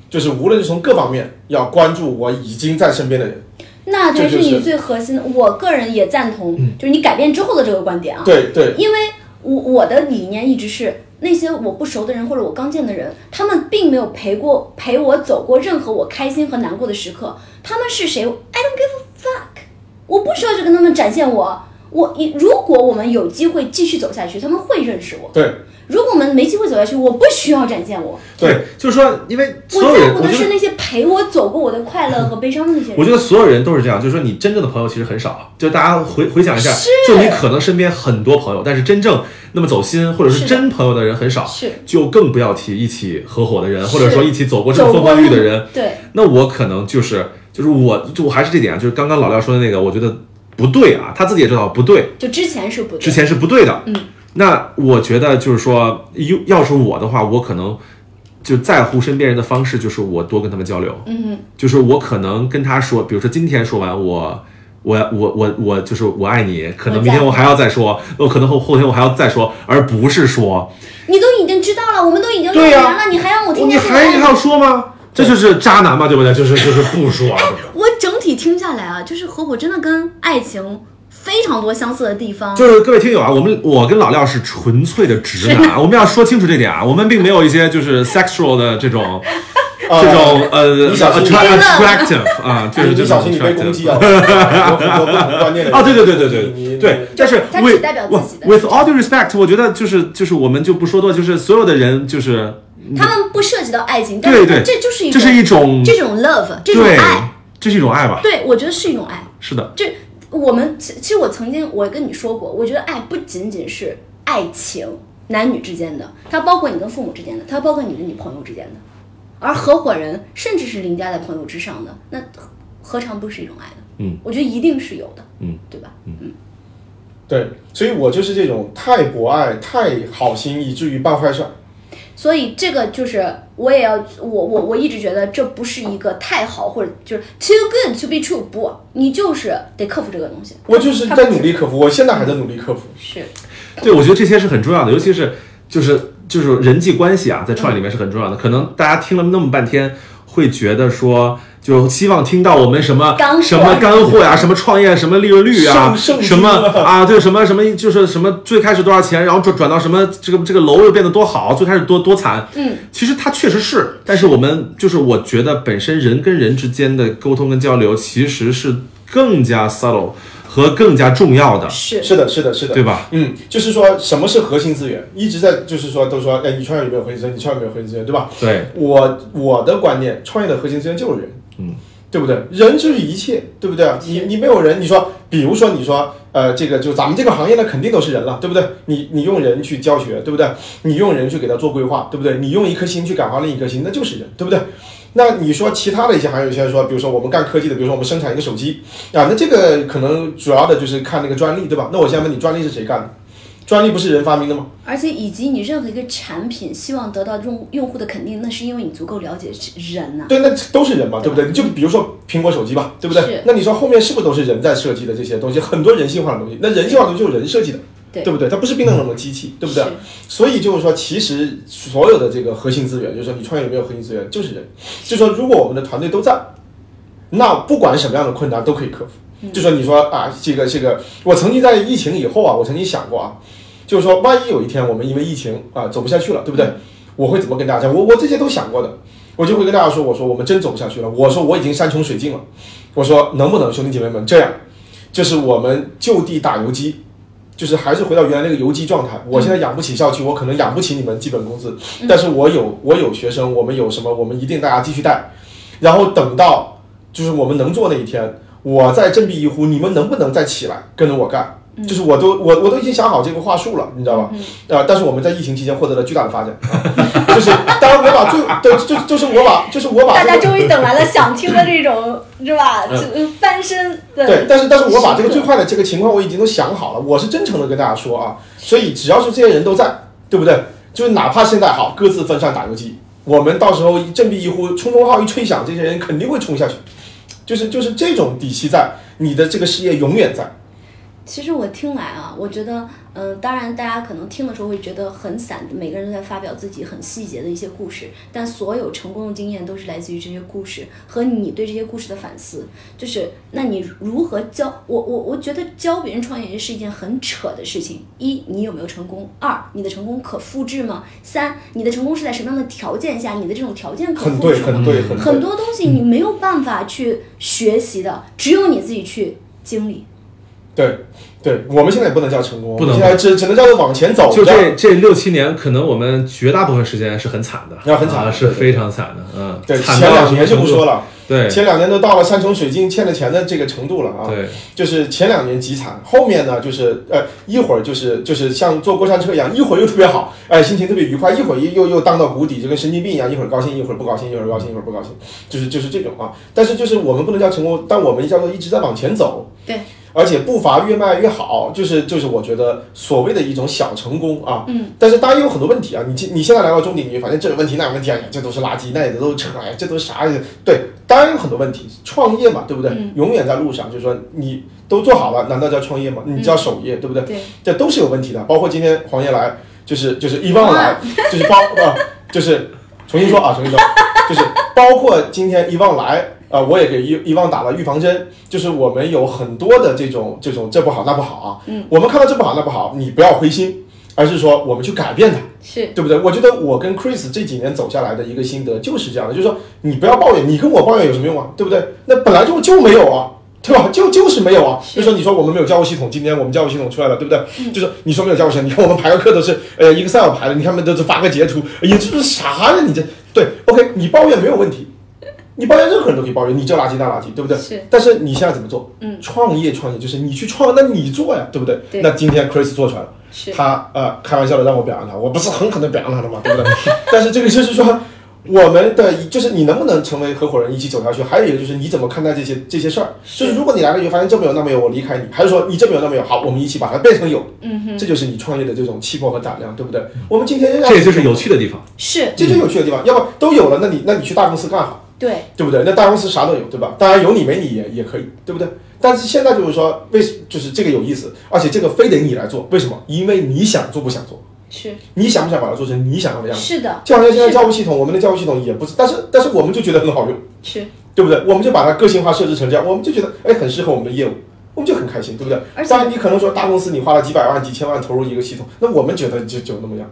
就是无论是从各方面要关注我已经在身边的人。
那才
这
是
就是嗯
你最核心的。我个人也赞同，就是你改变之后的这个观点啊。
对对
因为我我的理念一直是，那些我不熟的人或者我刚见的人，他们并没有陪过陪我走过任何我开心和难过的时刻。他们是谁？I don't give a fuck，我不需要去跟他们展现我。我如果我们有机会继续走下去，他们会认识我；
对
如果我们没机会走下去，我不需要展现我。
对，就是说，因为所
我
有
在
人，
乎
我
的
觉
是
得，
那些陪我走过我的快乐和悲伤的那些人。
我觉得所有人都是这样，就是说，你真正的朋友其实很少。就大家回回想一下
是，
就你可能身边很多朋友，但是真正那么走心或者
是
是
的
真朋友的人很少，
是
就更不要提一起合伙的人，
是
或者说一起走过这
走
种
过
风风雨雨的人。
对，
那我可能就是就是我就我还是这点啊，就是刚刚老廖说的那个，我觉得不对啊，他自己也知道不对，
就之前是不对，
之前是不对的。嗯，那我觉得就是说，要要是我的话，我可能就在乎身边人的方式，就是我多跟他们交流。嗯，就是我可能跟他说，比如说今天说完我。我我我我就是我爱你，可能明天我还要再说，我可能后后天我还要再说，而不是说
你都已经知道了，我们都已经
对
录
呀
完了，你还让我听
哦你
见这个
还要说吗？这就是渣男嘛，对不对？就是就是不说。
我整体听下来啊，就是合伙真的跟爱情非常多相似的地方。
就是各位听友啊，我们我跟老廖是纯粹的直男，啊我们要说清楚这点啊，我们并没有一些就是 sexual 的这种
啊
这种呃
你小心
attra- attractive 啊，就是
你
这
你
种
小心你被
attractive
攻击啊！有很多不同观念的人
啊，对对对对
你
对
你
对，但是
他只
with
代表自己的
with all due respect，我觉得就是就是我们就不说多，就是所有的人就是
他们不涉及到爱情，但
对
是
对，
这就是一
这
种
是一种
这种 love，这种
对
爱。，
这是一种爱吧？
对，我觉得是一种爱。
是的，
就我们其其实我曾经我跟你说过，我觉得爱不仅仅是爱情男女之间的，它包括你跟父母之间的，它包括你跟你朋友之间的，而合伙人甚至是凌驾在朋友之上的，那何何尝不是一种爱呢？
嗯，
我觉得一定是有的，
嗯，
对吧？
对，所以我就是这种太博爱、太好心，以至于办坏事儿。
所以这个就是我也要我我我一直觉得这不是一个太好或者就是 too good to be true，不，你就是得克服这个东西。
我就是在努力克服，我现在还在努力克服。
是，
对，我觉得这些是很重要的，尤其是就是就是人际关系啊，在创业里面是很重要的。可能大家听了那么半天，会觉得说。就希望听到我们什么
干货
什么干货呀、什么创业，什么利润率啊，
圣圣经
什么
啊
啊，对，什么什么就是什么最开始多少钱，然后转转到什么这个这个楼又变得多好，最开始多多惨，
嗯，
其实它确实是，但是我们就是我觉得本身人跟人之间的沟通跟交流其实是更加 subtle 和更加重要的，
是
是的，是的，是的，
对吧？
嗯，就是说什么是核心资源，一直在就是说都说，哎，你创业有没有核心资源？你创业有没有核心资源，对吧？
对，
我我的观念，创业的核心资源就是人，嗯，对不对？人就是一切，对不对？啊你你没有人，你说，比如说你说，呃，这个就咱们这个行业呢，肯定都是人了，对不对？你你用人去教学，对不对？你用人去给他做规划，对不对？你用一颗心去感化另一颗心，那就是人，对不对？那你说其他的一些行业，有些人说，比如说我们干科技的，比如说我们生产一个手机啊，那这个可能主要的就是看那个专利，对吧？那我先问你，专利是谁干的？专利不是人发明的吗？
而且以及你任何一个产品希望得到用用户的肯定，那是因为你足够了解人呐、
对，那都是人嘛，对不对？你就比如说苹果手机吧，对不对
嗯是？
那你说后面是不是都是人在设计的这些东西？很多人性化的东西，那人性化的东西就是人设计的，
对
不对？它不是冰冷冷的机器，对不对
是？
所以就是说，其实所有的这个核心资源，就是说你创业有没有核心资源，就是人。就说如果我们的团队都在，那不管什么样的困难都可以克服。就说你说啊，这个这个，我曾经在疫情以后啊，我曾经想过啊，就是说万一有一天我们因为疫情啊走不下去了，对不对？我会怎么跟大家讲？我我这些都想过的，我就会跟大家说，我说我们真走不下去了，我说我已经山穷水尽了，我说能不能兄弟姐妹们这样，就是我们就地打游击。就是还是回到原来那个游击状态。
嗯
我现在养不起校区，我可能养不起你们基本工资，但是我有我有学生，我们有什么，我们一定大家继续带。然后等到就是我们能做那一天，我再振臂一呼，你们能不能再起来跟着我干？
嗯
就是我都我我都已经想好这个话术了，你知道吧？啊，但是我们在疫情期间获得了巨大的发展， 啊就是当然我把最对就就就是我把就是我把
大
这个
家终于等 来了想听的这种是吧？就翻身的。
嗯对，但是但是我把这个最坏的这个情况我已经都想好了，我是真诚的跟大家说啊，所以只要是这些人都在，对不对？就是哪怕现在好，各自分散打游击，我们到时候一振臂一呼，冲锋号一吹响，这些人肯定会冲下去，就是就是这种底气在，你的这个事业永远在。
其实我听来啊，我觉得，嗯、当然大家可能听的时候会觉得很散，每个人都在发表自己很细节的一些故事，但所有成功的经验都是来自于这些故事和你对这些故事的反思。就是，那你如何教我？我我觉得教别人创业是一件很扯的事情。一，你有没有成功？二，你的成功可复制吗？三，你的成功是在什么样的条件下？你的这种条件可
很
复
对，
嗯
制吗？
很对，嗯很对。
很多东西你没有办法去学习的，只有你自己去经历。
对，对，我们现在也不能叫成功，
不能
我们现在只只能叫做往前走。
就
你知道吗
这这六七年，可能我们绝大部分时间是很惨的，
要很惨
啊是非常惨的，嗯，
对，
惨
前
到
两年就不说
了，
了，
对
前两年都到了山穷水尽欠着钱的这个程度了啊。
对，
就是前两年极惨，后面呢就是呃一会儿就是就是像坐过山车一样，一会儿又特别好，哎、心情特别愉快，一会儿又又又荡到谷底，就跟神经病一样，一会儿高兴，一会儿不高兴，一会儿高兴，一会儿不高兴，就是就是这种啊。但是就是我们不能叫成功，但我们叫做一直在往前走。
对，
而且步伐越迈越好，就是就是我觉得所谓的一种小成功啊。
嗯。
但是当然也有很多问题啊，你你现在来到终点，你就发现这有问题那有问题，哎呀，这都是垃圾，那也都是扯，哎呀，这都是啥呀？对，当然有很多问题。创业嘛，对不对？
嗯
永远在路上，就是说你都做好了，难道叫创业吗？你
嗯
叫守业，对不对？
对，
这都是有问题的。包括今天黄爷来，就是就是一旺来，就是包啊，就是重新说啊，重新说，就是包括今天一旺来。啊、我也给一一旺打了预防针，就是我们有很多的这种这种这不好那不好啊，
嗯，
我们看到这不好那不好，你不要灰心，而是说我们去改变它，
是
对不对？我觉得我跟 Chris 这几年走下来的一个心得就是这样的，就是说你不要抱怨，你跟我抱怨有什么用啊？对不对？那本来就就没有啊。对吧？就就是没有啊，
是
就说你说我们没有教务系统，今天我们教务系统出来了，对不对？就是你说没有教务系统，你看我们排个课都是呃 Excel 排的，你看他们都是发个截图，哎呀，这是啥呀？你这对 OK，你抱怨没有问题，你抱怨任何人都可以抱怨，你这垃圾那垃圾，对不对？
是
但是你现在怎么做？
嗯
创业创业就是你去创，那你做呀，对不对？
对
那今天 Chris 做出来了，
是，
他呃开玩笑的让我表扬他，我不是很可能表扬他的嘛，对不 对？但是这个就是说，我们的就是你能不能成为合伙人一起走下去，还有一个就是你怎么看待这些这些事儿。就是如果你来了以后发现这么有那么有，我离开你，还是说你这么有那么有，好，我们一起把它变成有，
嗯哼，
这就是你创业的这种气魄和胆量，对不对？我们今天
这就是有，趣的地方。
是
这就是有趣的地方。要不都有了，那你那你去大公司干好。
对，
对不对？那大公司啥都有，对吧？当然有你没你也也可以，对不对？但是现在就是说，为就是这个有意思，而且这个非得你来做，为什么？因为你想做不想做，
是
你想不想把它做成你想要的样子？
是的，
就好像现在
是
教务系统，我们的教务系统也不是，但是但是我们就觉得很好用，
是，
对不对？我们就把它个性化设置成这样，我们就觉得哎很适合我们的业务，我们就很开心，对不对
而？且
当然你可能说大公司你花了几百万几千万投入一个系统，那我们觉得就就那么样，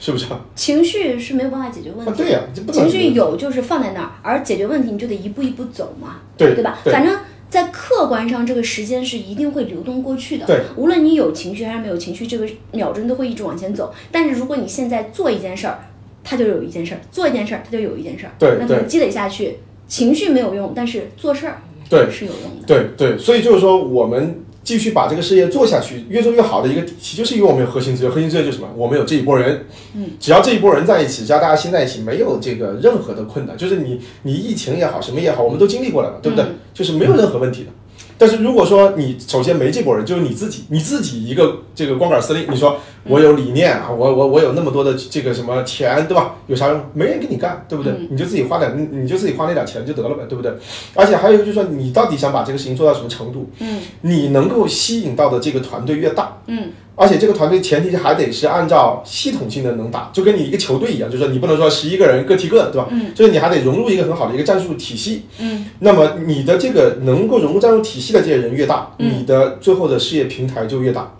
是不是啊？
情绪是没有办法解决问
啊
题。
对呀、这不能
情绪有就是放在那儿，而解决问题你就得一步一步走嘛，
对
吧？
对
反正，在客观上，这个时间是一定会流动过去的。
对，
无论你有情绪还是没有情绪，这个秒针都会一直往前走。但是如果你现在做一件事儿，它就有一件事儿；做一件事儿，它就有一件事儿。
对
那么
对
积累下去，情绪没有用，但是做事儿
对。
是有用的。
对对，所以就是说，我们继续把这个事业做下去，越做越好的一个底气，就是因为我们有核心资源。核心资源就是什么？我们有这一波人，
嗯，
只要这一波人在一起，只要大家心在一起，没有这个任何的困难。就是你你疫情也好，什么也好，我们都经历过来了，对不对？
嗯
就是没有任何问题的。但是如果说你首先没这波人，就是你自己，你自己一个这个光杆司令，你说
嗯
我有理念啊，我我我有那么多的这个什么钱，对吧？有啥用？没人给你干，对不对？
嗯
你就自己花点，你你就自己花那点钱就得了呗，对不对？而且还有一个就是说，你到底想把这个事情做到什么程度？
嗯
你能够吸引到的这个团队越大，
嗯，
而且这个团队前提还得是按照系统性的能打，就跟你一个球队一样，就是说你不能说十一个人各踢各，对吧？
嗯，
就是你还得融入一个很好的一个战术体系。
嗯，
那么你的这个能够融入战术体系的这些人越大，
嗯
你的最后的事业平台就越大，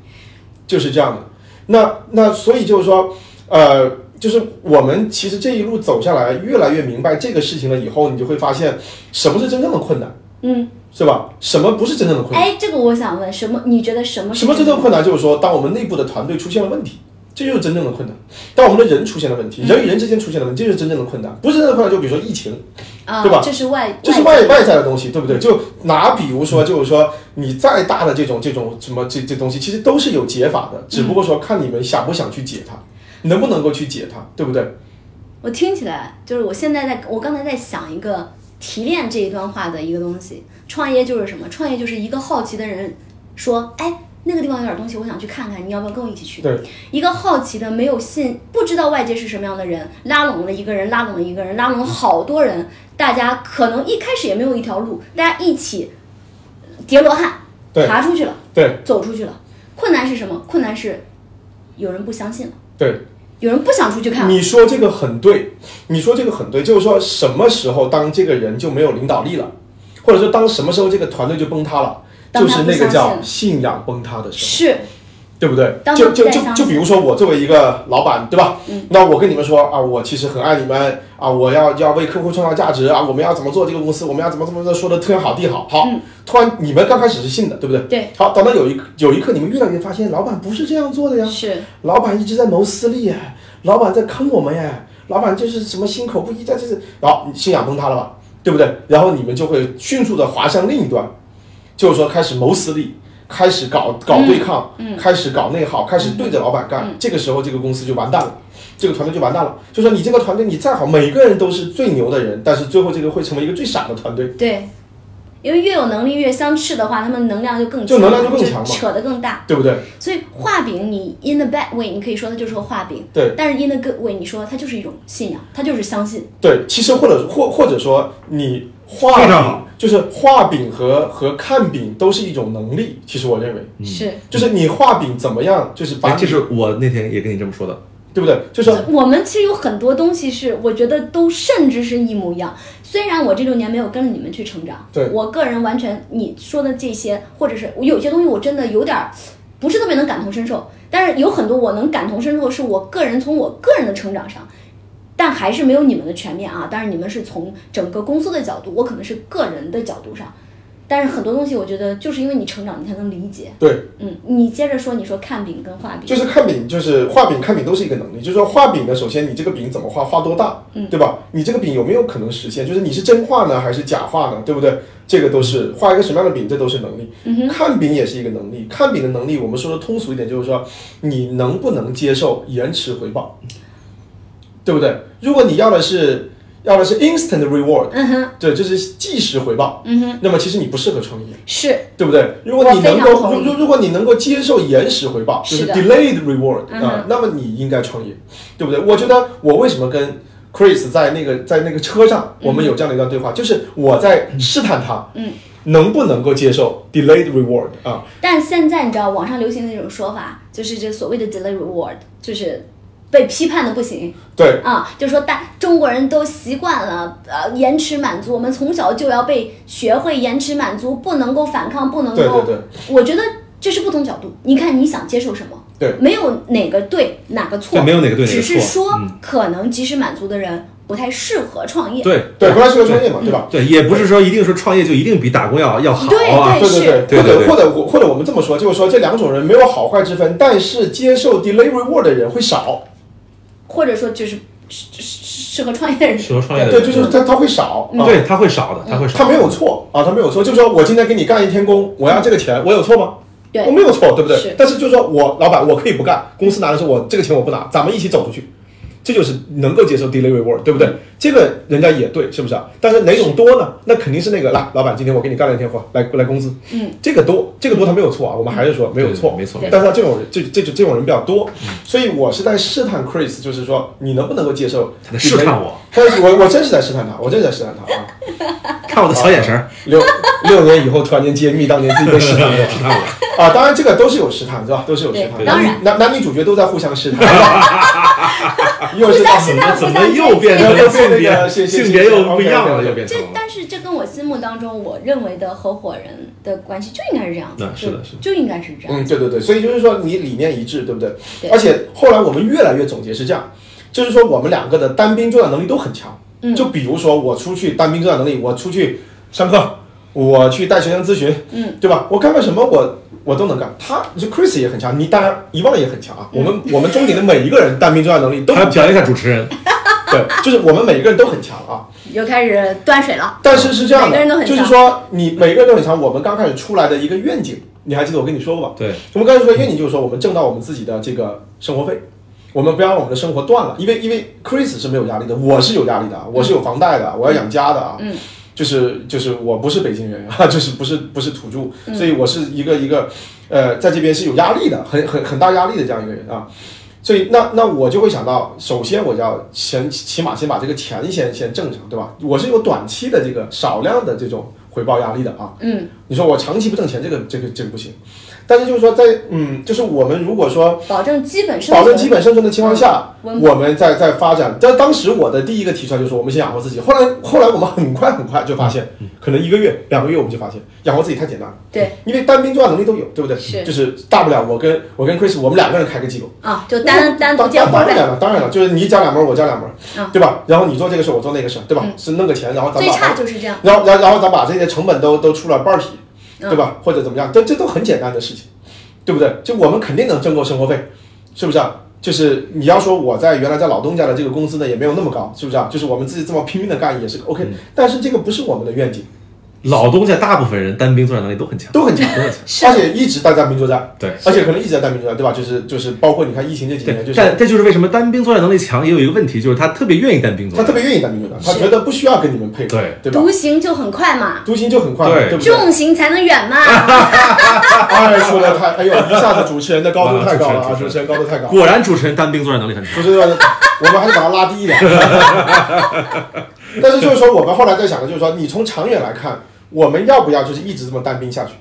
就是这样的。那那所以就是说，呃，就是我们其实这一路走下来，越来越明白这个事情了以后，你就会发现什么是真正的困难，
嗯，
是吧？什么不是真正的困难？
哎，这个我想问，什么？你觉得什么？
什么真正的困难？就是说，当我们内部的团队出现了问题，这就是真正的困难；当我们的人出现了问题，人与人之间出现了问题，这就是真正的困难。不是真正的困难，就比如说疫情，
啊？
对吧
这是外，
这是外外在的东西，对不对？就拿比如说，就是说你再大的这种这种什么这这东西，其实都是有解法的，只不过说看你们想不想去解它，能不能够去解它，对不对？
我听起来就是我现在在，我刚才在想一个提炼这一段话的一个东西。创业就是什么？创业就是一个好奇的人说：“哎，那个地方有点东西，我想去看看，你要不要跟我一起去？”
对，
一个好奇的、没有信、不知道外界是什么样的人，拉拢了一个人，拉拢了一个人，拉拢了好多人。大家可能一开始也没有一条路，大家一起叠罗汉
对
爬出去了，
对
走出去了。困难是什么？困难是有人不相信了，
对，
有人不想出去看了。
你说这个很对，你说这个很对，就是说什么时候当这个人就没有领导力了，或者说当什么时候这个团队就崩塌了，
当
就
他
是
不
那个
相
叫
信
信仰崩塌的时候。
是
对不对？
当
就
他不
就
再
就
相
就
信
比如说我作为一个老板，对吧？嗯、那我跟你们说啊，我其实很爱你们啊，我要要为客户创造价值啊，我们要怎么做这个公司，我们要怎么怎么怎么说的特好地好好。
嗯
突然你们刚开始是信的，对不对？
对。
好，等到有一有一刻你们越来越发现，老板不是这样做的呀，
是。
老板一直在谋私利哎，老板在坑我们哎，老板就是什么心口不一，在这是，然后信仰崩塌了吧，对不对？然后你们就会迅速的滑向另一端，就是说开始谋私利，开始搞搞对抗，开始搞内耗，开始对着老板干，这个时候这个公司就完蛋了。这个团队就完蛋了，就说你这个团队你再好，每个人都是最牛的人，但是最后这个会成为一个最傻的团队，
对，因为越有能力越相斥的话，他们能量就更
就能量就更强嘛
扯得更大。
对不对？
所以画饼，你 in the bad way，你可以说它就是个画饼，
对
但是 in the good way，你说它就是一种信仰，它就是相信。
对，其实或者或或者说你画
非
饼
常好
就是画饼和和看饼都是一种能力，其实我认为，
是
就是你画饼怎么样，就是把
嗯哎，
你
这是我那天也跟你这么说的。
对不对？就是
我们其实有很多东西是，我觉得都甚至是一模一样。虽然我这六年没有跟着你们去成长，
对
我个人完全你说的这些，或者是我有些东西我真的有点儿不是特别能感同身受，但是有很多我能感同身受，是我个人从我个人的成长上，但还是没有你们的全面啊。当然你们是从整个公司的角度，我可能是个人的角度上，但是很多东西我觉得就是因为你成长，你才能理解。
对，
嗯，你接着说，你说看饼跟画饼，
就是看饼，就是画饼，看饼都是一个能力。就是说画饼呢，首先你这个饼怎么画，画多大，对吧？你这个饼有没有可能实现？就是你是真画呢，还是假画呢？对不对？这个都是画一个什么样的饼，这都是能力。看饼也是一个能力，看饼的能力，我们说的通俗一点，就是说你能不能接受延迟回报，对不对？如果你要的是要的是 instant reward，、对，就是即时回报，那么其实你不适合创业。
是
对不对？如果
我
你
非
能
常
够，
同意
如如果你能够接受延时回报，就是是
的
delayed reward 啊、
嗯哼
那么你应该创业，对不对？我觉得我为什么跟 Chris 在那个在那个车上，我们有这样的一段对话，就是我在试探他，
嗯，
能不能够接受 delayed reward 啊、
但现在你知道网上流行的那种说法，就是这所谓的 delay reward，就是被批判的不行
对
啊，就说大中国人都习惯了呃延迟满足，我们从小就要被学会延迟满足，不能够反抗，不能够。
对对对
我觉得这是不同角度，你看你想接受什么。
对
没有哪个对哪个错，
对没有哪个对哪个
只是
错
说
嗯
可能及时满足的人不太适合创业。
对
对，不太适合创业嘛，对吧？
对，也不是说一定说创业就一定比打工要要好啊
对。
对对或
对对对
者或者我或者我们这么说，就是说这两种人没有好坏之分，但是接受 delay reward 的人会少，
或者说就是适适适合创业的人
适合创业的
对，
人，
就是他他会少，
嗯
啊
对他会少的，他会少。
他没有错啊，他没有错，就是说我今天给你干一天工，我要这个钱，我有错吗？
对
我没有错，对不对？
是
但是就是说我老板，我可以不干，公司拿的是我这个钱我不拿，咱们一起走出去，这就是能够接受 delay reward，对不
嗯
对？这个人家也对，是不是啊？但是哪种多呢？那肯定是那个来，老板，今天我给你干了一天活，来来工资，
嗯，
这个多，这个多他没有错啊，我们还是说没有错，
对没错嗯
但是他这种人，这这这这种人比较多，所以我是在试探 Chris，就是说你能不能够接受
他在试探我，
但是我我真是在试探他，我真是在试探他啊。
看我的小眼神儿，
六 六年以后突然间揭秘当年自己被试探
试探我。
过啊！当然这个都是有试探是吧？都是有试探。
对当然
男男女主角都在互相试探， 又是
互相试探
怎么又变成了性别？性别又不一样了，又变成
这，
了。
但是这跟我心目当中我认为的合伙人的关系就应该是这样子
那，是的是的
就就应该是这样。
嗯，对对对，所以就是说你理念一致，对不对？
对
而且后来我们越来越总结是这样，就是说我们两个的单兵作战能力都很强。
嗯
就比如说我出去单兵作战能力，我出去上课，我去带学生咨询，
嗯，
对吧？我干个什么我我都能干。他就 Chris 也很强，你当然遗忘也很强
嗯
啊。我们我们中鼎的每一个人单兵作战能力都
还
很
要
强，
表扬一下主持人，
对，就是我们每一个人都很强啊。
又开始端水了，
但是是这样
每个人都
的，
很
就
强
是说你每个人都很强。我们刚开始出来的一个愿景，你还记得我跟你说过吧？
对，
我们刚才说的愿景就是说我们挣到我们自己的这个生活费，我们不要让我们的生活断了，因为因为 Chris 是没有压力的，我是有压力的，我是有房贷的，我要养家的啊。
嗯。
就是就是我不是北京人啊， 就是不是不是土
嗯
著，所以我是一个一个，呃，在这边是有压力的，很很很大压力的这样一个人啊，所以那那我就会想到，首先我要先起码先把这个钱先先挣上，对吧？我是有短期的这个少量的这种回报压力的啊。
嗯，
你说我长期不挣钱，这个这个这个不行。但是就是说在嗯，就是我们如果说
保证基本生
保
活
证基本生存的情况下，
嗯
我们在在发展。但当时我的第一个提出来就是我们先养活自己。后来后来我们很快很快就发现，可能一个月两个月我们就发现养活自己太简单了。
对，
因为单兵作战能力都有，对不对？
是
就是大不了我跟我跟 Chris 我们两个人开个机构。
啊，就单单独
当
结
当
伙
当然
呗，
了，当然了，就是你加两门，我加两门，
嗯
对吧？然后你做这个事，我做那个事，对吧？是弄个钱，然后咱
最
把
差就是这样。
然后，然后，然后咱把这些成本都都出了半儿体，
嗯
对吧？或者怎么样？这这都很简单的事情，对不对？就我们肯定能挣够生活费，是不是啊？就是你要说我在原来在老东家的这个
嗯
工资呢，也没有那么高，是不是啊？就是我们自己这么拼命的干也是 OK，、但是这个不是我们的愿景，
老东家大部分人单兵作战能力都很强，
都很强，
都很强。
而且一直在单兵作战，
对
而且可能一直在单兵作战，对吧？就是就是，包括你看疫情这几年，就
对，
是
但这就是为什么单兵作战能力强也有一个问题，就是他特别愿意单兵作
他特
战。
别愿意单兵作战，他觉得不需要跟你们配合，
对
对吧？
独行就很快嘛，
独行就很快嘛，
对
对不对？
重行才能远 嘛。
哎，说的太，哎呦，一下子主持人的高度太高了啊！
啊
主
主
持
持
人高度太高了，
果然主持人单兵作战能力很强。
不是对吧？我们还是把它拉低一点。但是就是说，我们后来在想的就是说，你从长远来看，我们要不要就是一直这么单兵下去，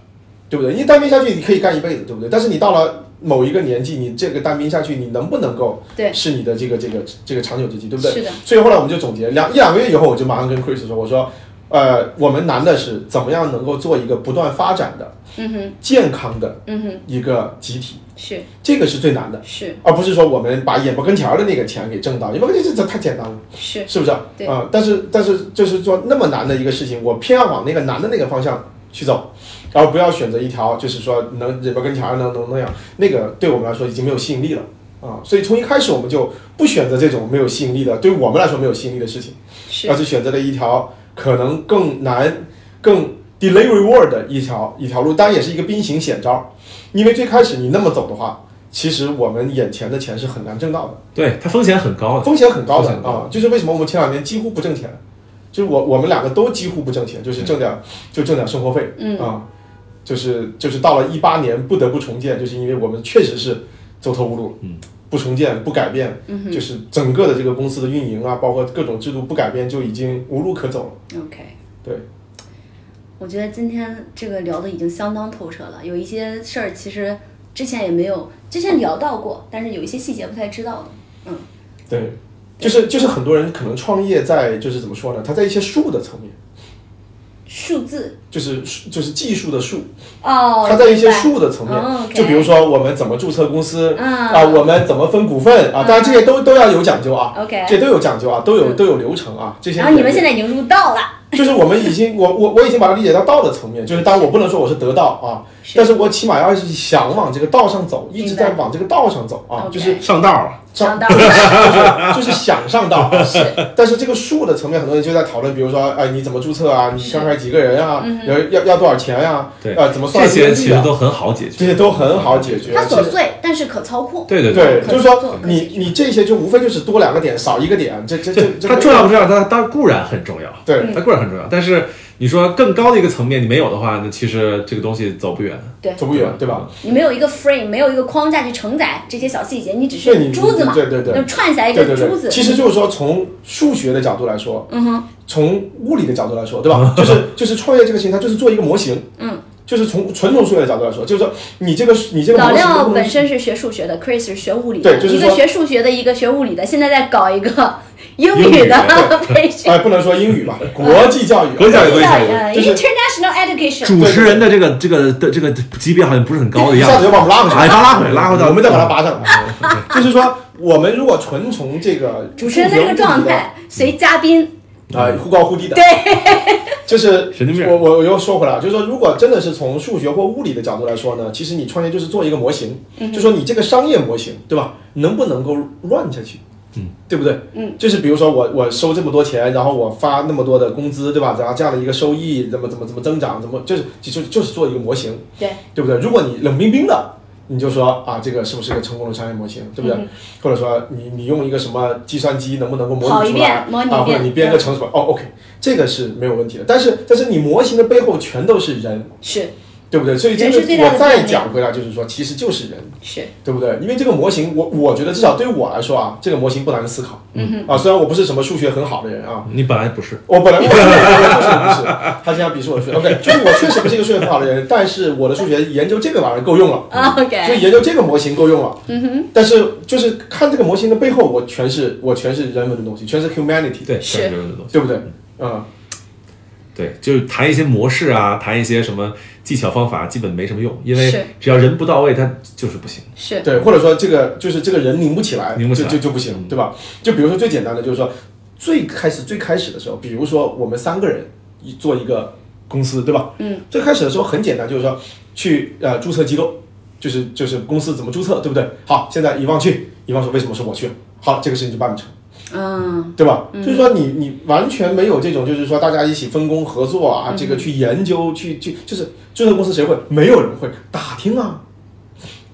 对不对？因为单兵下去你可以干一辈子，对不对？但是你到了某一个年纪，你这个单兵下去，你能不能够
对
是你的这个这个这个长久之计，对不对？
是的。
所以后来我们就总结两一两个月以后，我就马上跟 Chris 说，我说，呃，我们难的是怎么样能够做一个不断发展的、
嗯哼，
健康的
嗯哼，
一个集体，
是
这个是最难的。
是
而不是说我们把眼巴跟前儿的那个钱给挣到，眼巴跟前儿这太简单了，
是，
是不是？啊、
对
但是但是就是说那么难的一个事情，我偏要往那个难的那个方向去走，然后不要选择一条就是说能眼巴跟前儿能能那样，那个对我们来说已经没有吸引力了啊、所以从一开始我们就不选择这种没有吸引力的，对我们来说没有吸引力的事情，
是
而是选择了一条可能更难、更 delay reward 的一条一条路，当然也是一个兵行险招，因为最开始你那么走的话，其实我们眼前的钱是很难挣到的，
对他风险很高的，
风险很高的
啊风险高
啊、就是为什么我们前两年几乎不挣钱，就是我我们两个都几乎不挣钱，就是挣点儿就挣点儿生活费，
嗯
啊、就是就是到了一八年不得不重建，就是因为我们确实是走投无路，
嗯，
不重建不改变，嗯、就是整个的这个公司的运营啊，包括各种制度不改变，就已经无路可走了。
OK。
对，
我觉得今天这个聊的已经相当透彻了，有一些事儿其实之前也没有，之前聊到过，但是有一些细节不太知道的。嗯，
对，就是就是很多人可能创业在就是怎么说呢？他在一些术的层面，
数字
就是就是技术的术，
哦，
他在一些
明白
术的层面
哦，，OK
就比如说我们怎么注册公司
嗯
啊，我们怎么分股份啊，当然这些都都要有讲究啊，
OK
这都有讲究啊，都有
嗯
都有流程啊，这些
然后你们
也
现在已经入道了，
就是我们已经我我我已经把它理解到道的层面，就是当然我不能说我是得道啊，
是
但是我起码要是想往这个道上走，一直
明白
在往这个道上走
OK
啊，就是
上道了。
上
上
道
就是就是想上道，啊
是
但是这个数的层面，很多人就在讨论，比如说，哎，你怎么注册啊？你
是
刚开始几个人啊？
嗯
要要要多少钱呀、啊？
对
呃，怎么算
这些
人
其
民币
实
啊？
都很好解决，
这些都很好解决。
它琐
其实
碎，但是可操控。
对对
对，
可
就是
做
说
可
你你这些就无非就是多两个点，少一个点，这这这这
它重要不重要？它当然固然很重要，
对
嗯
它固然很重要。但是你说更高的一个层面你没有的话，那其实这个东西走不远。
对，
走不远，对吧？
你没有一个 frame，没有一个框架去承载这些小细节，你只
对
是
你
珠子嘛，
对对对
就串起来一
对
个
对
珠
对，
子。
其实就是说，从数学的角度来说，
嗯哼，
从物理的角度来说，对
嗯
吧？就是就是创业这个事情，它就是做一个模型，
嗯，
就是从纯从数学的角度来说，就是说你这个你这个
老
模型能
廖
不能
本身是学数学的，Chris 是学物理的，
对就是
一个
说
学数学的，一个学物理的，现在在搞一个英
英
语
语
的 培训，
哎，不能说英语
嗯
吧，国际教育，
国际教育国际教育
呃
就是
international education。
主持人的这个这个的这个级别好像不是很高的
一
样
下子就。
子
把我们拉回去了，
哎拉拉回来拉回来嗯
我们再把它拔 上来。就是说，我们如果纯从这个
主持人的这个状态，随嘉宾，
啊、忽高忽低的，
对，
就是
神经病
我我我又说回来，就是说，如果真的是从数学或物理的角度来说呢，其实你创业就是做一个模型，
嗯
就说你这个商业模型，对吧？能不能够 run 下去？嗯，对不对？
嗯，
就是比如说我我收这么多钱，然后我发那么多的工资，对吧？然后这样的一个收益怎么怎么怎么增长，怎么就是就就是做一个模型，
对，
对不对？如果你冷冰冰的，你就说啊，这个是不是一个成功的商业模型，对不对？
嗯
或者说你你用一个什么计算机能不能够模拟出来
跑一遍模拟一遍
啊？或者你编个程式吧，哦，OK，这个是没有问题的。但是但是你模型的背后全都是人，
是
对不对？所以这
人
个
是最大的
我再
变量
讲回来就是说，其实就是人，
是，
对不对？因为这个模型，我我觉得至少对于我来说啊，这个模型不难思考。嗯啊，虽然我不是什么数学很好的人啊，
你本来不是，
我本来我本来就是不是，他现在鄙视我数学。OK，就是我确实不是一个数学很好的人，但是我的数学研究这个玩意儿够用了。
啊
所以
OK，
研究这个模型够用了。嗯哼。但是就是看这个模型的背后，我全是我全是人文的东西，全是 humanity，
对，
是
全这个东西。
对不对？嗯，
对，就是谈一些模式啊，谈一些什么技巧方法，基本没什么用，因
是
为只要人不到位，它就是不行。
是
对，或者说这个就是这个人拧不起来，
拧不起来嗯
就就就不行，对吧？就比如说最简单的，就是说最开始最开始的时候，比如说我们三个人一做一个公司，对吧？
嗯，
最开始的时候很简单，就是说去呃注册机构，就是就是公司怎么注册，对不对？好，现在遗忘去，遗忘说为什么是我去？好，这个事情就办不成。
嗯，
对吧？就是说你你完全没有这种，就是说大家一起分工合作啊，这个去研究，去去就是注册公司谁会？没有人会打听啊，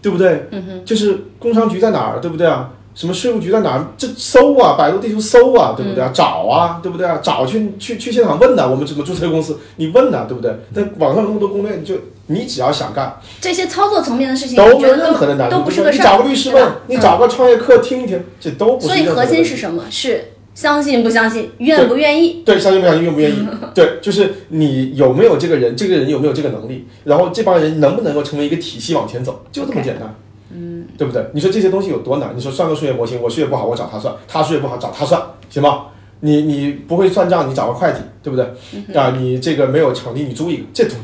对不对？嗯哼，就是工商局在哪儿，对不对啊？什么税务局在哪儿？这搜啊，百度地图搜啊，对不
嗯
对啊？找啊，对不对啊？找去去去现场问呐、我们怎么注册公司？你问呐、对不对？但网上那么多攻略，你就你只要想干，
这些操作层面的事情，
都
你
没
觉
有
得
任何的难
都
度。
都不是
对吧
个
你
事儿，
找个律师问
对吧，
你找个创业课听一听，这都不是
所以
任何
核
的
心
问
是
题
什么？是相信不相信，愿不愿意？
对，相信不相信，愿不愿意？对，就是你有没有这个人，这个人有没有这个能力，然后这帮人能不能够成为一个体系往前走，就这么简单。嗯，对不对？你说这些东西有多难？你说算个数学模型，我数学不好，我找他算；他数学不好，找他算，行吗？你你不会算账，你找个会计，对不对？啊，你这个没有场地，你租一个，这种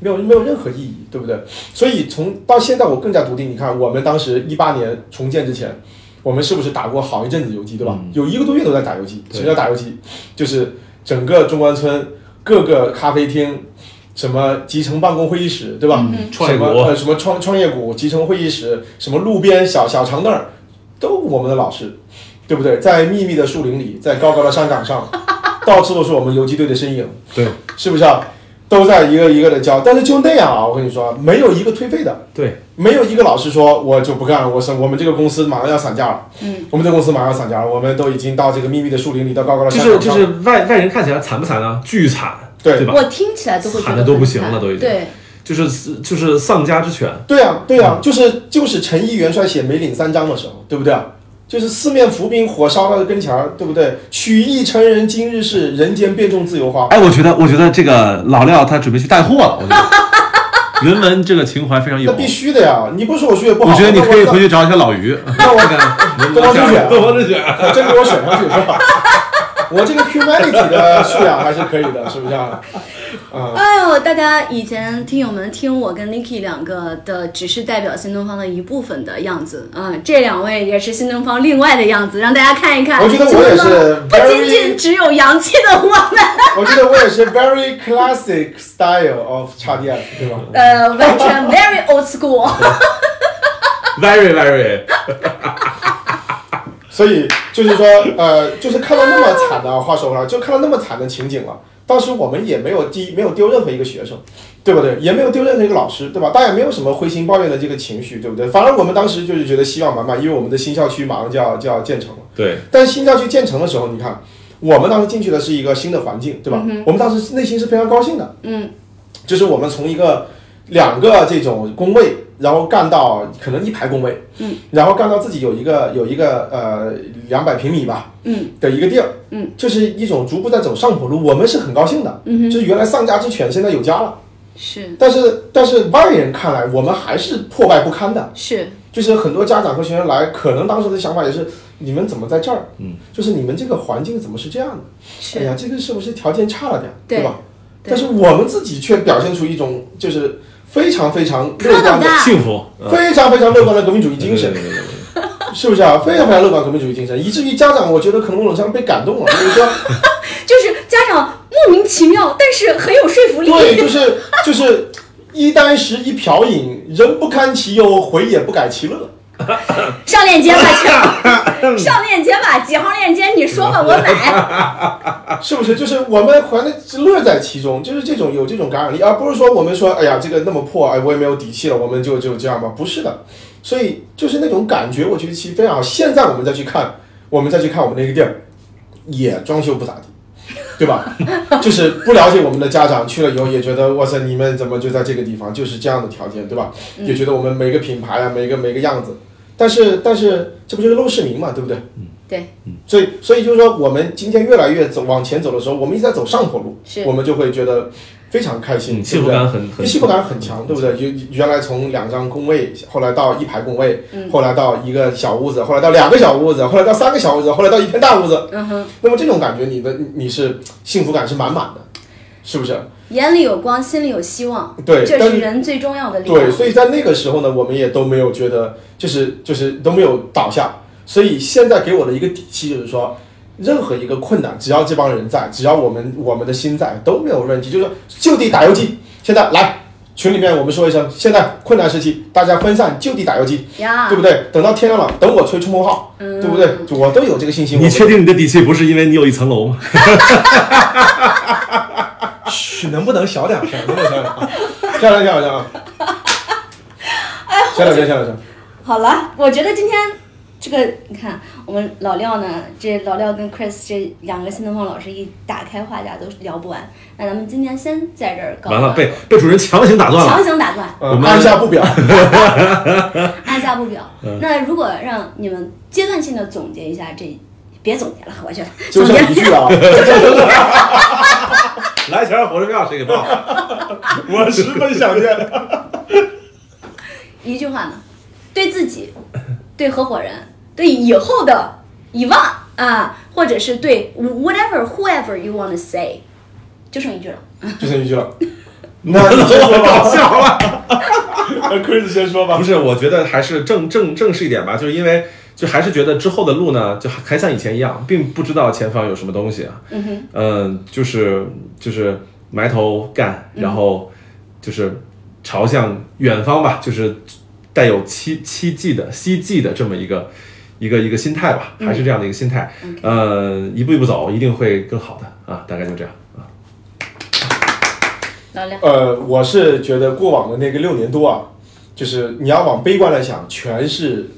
没有没有任何意义，对不对？所以从到现在我更加笃定，你看我们当时一八年重建之前，我们是不是打过好一阵子游击，对吧？有一个多月都在打游击。
嗯对
什么叫打游击？就是整个中关村各个咖啡厅，什么集成办公会议室，对吧？
嗯创业
什么
谷
呃什么创创业谷集成会议室，什么路边小小长凳儿，都我们的老师，对不对？在密密的树林里，在高高的山岗上， 到处都是我们游击队的身影。
对
是不是啊？都在一个一个的教，但是就那样啊，我跟你说，没有一个退费的，
对，
没有一个老师说我就不干了，我是我们这个公司马上要散架了，嗯，我们这个公司马上要散架了，我们都已经到这个秘密的树林里，到高高的
就
山
是
岗上，
就是外外人看起来惨不惨啊？巨惨，
对
对吧？
我听起来都会觉
惨
得
得都不
很
行了
惨
都已经
对，
就是就是丧家之犬，
对啊，对
嗯
啊，就是就是陈毅元帅写梅岭三章的时候，对不对啊？就是四面伏兵，火烧到跟前儿，对不对？曲意成人今日事，人间变种自由花。
哎，我觉得，我觉得这个老廖他准备去带货了。我觉得 人文这个情怀非常有
那，必须的呀！你不是我数学不好，
我啊觉得你
那
可以
那
回去找一下老 于。
那我
东
东方之犬
方之 犬，
还真给我选上去是吧？ 我这个 humanity 的素养还是可以的，是不是啊？啊、
哎呦，大家以前听友们听我跟 Niki 两个的，只是代表新东方的一部分的样子，嗯，这两位也是新东方另外的样子，让大家看一看。
我觉得我也
新东方
是
不仅仅
very，
只有洋气的我们，
我觉得我也是 very classic style of 插电，对吧？
呃，完 全 very old school。
，very very，
所以就是说，呃，就是看到那么惨的，话说回来，就看到那么惨的情景了。当时我们也没有第一没有丢任何一个学生，对不对？也没有丢任何一个老师，对吧？大家也没有什么灰心抱怨的这个情绪，对不对？反而我们当时就是觉得希望满满，因为我们的新校区马上就要就要建成了。
对，
但新校区建成的时候，你看，我们当时进去的是一个新的环境，对吧？我们当时内心是非常高兴的，嗯，就是我们从一个两个这种工位，然后干到可能一排工位，嗯，然后干到自己有一个有一个呃两百平米吧，嗯，的一个地儿，嗯，就是一种逐步在走上坡路，我们是很高兴的，嗯，就是原来丧家之犬现在有家了，
是
但是但是外人看来，我们还是破败不堪的，
是，
就是很多家长和学生来，可能当时的想法也是，你们怎么在这儿？嗯，就是你们这个环境怎么是这样
是
的？哎呀，这个是不是条件差了点，
对
吧？
对
但是我们自己却表现出一种就是非常非常乐观的、
Proud
幸福，嗯
非常非常乐观的革命主义精神，
对对对对对
是不是啊？非常非常乐观革命主义精神，以至于家长我觉得可能某种程度上被感动了，就是说，
就是家长莫名其妙，但是很有说服力。
对，就是就是一箪食一瓢饮，人不堪其忧，回也不改其乐。
上链接吧， 去上链接吧，几号链接？你说吧，我买。
啊是不是？就是我们还能乐在其中，就是这种有这种感染力，而不是说我们说，哎呀，这个那么破，哎，我也没有底气了，我们就就这样吧，不是的。所以就是那种感觉，我觉得其实非常好。现在我们再去看，我们再去看我们那个店儿，也装修不咋地，对吧？就是不了解我们的家长去了以后也觉得，哇塞，你们怎么就在这个地方？就是这样的条件，对吧？也觉得我们每个品牌啊，每个每个样子，但是但是这不就是陋室铭嘛，对不对？
对，
所以，所以就是说，我们今天越来越走往前走的时候，我们一直在走上坡路
是，
我们就会觉得非常开心，
嗯
对
幸
不
福
对
感很很
幸福感很强，嗯对不对？原原来从两张工位，后来到一排工位，
嗯
后来到一个小屋子，后来到两个小屋子，后来到三个小屋子，后来到一片大屋子。
嗯哼，
那么这种感觉，你的你是幸福感是满满的，是不是？
眼里有光，心里有希望，
对
这
但
是
是
人最重要的力量。
对，所以在那个时候呢，我们也都没有觉得，就是就是都没有倒下。所以现在给我的一个底气就是说，任何一个困难，只要这帮人在，只要我们我们的心在，都没有问题。就是说就地打游击，现在来群里面我们说一声，现在困难时期，大家分散就地打游击，
呀，
对不对？等到天亮了，等我吹冲锋号，对不对？就我都有这个信心。我
你
们
确定你的底气不是因为你有一层楼吗？
嘘，能不能小点声？能不能小点声？小点小点啊！小点声，小点声。
好了，我觉得今天这个，你看我们老廖呢，这老廖跟 Chris 这两个新东方老师一打开话匣都聊不完。那咱们今天先在这儿告
完了，
段
被被主人强行打断了
强。行打断，
呃
我们
按下不表。嗯
按下不表。那如果让你们阶段性的总结一下这，别总结了，我觉得
就
总
这
结
一句啊，
来钱火车票谁给 报？
我十分想念。
一句话呢，对自己、对合伙人、对以后的遗忘啊，或者是对 whatever whoever you wanna say，就剩一句了。
就剩一句啊了。 那你先说吧，
笑了。
那 Chris 先说吧
不。是，我觉得还是正正正式一点吧，就是因为就还是觉得之后的路呢，就还还像以前一样，并不知道前方有什么东西啊。嗯哼，就是就是埋头干，然后就是朝向远方吧，就是带有期期冀的希冀的这么一个。一个一个心态吧，还是这样的一个心态，呃，一步一步走，一定会更好的啊，大概就这样啊。
老廖，
呃，我是觉得过往的那个六年多啊，就是你要往悲观来想，全是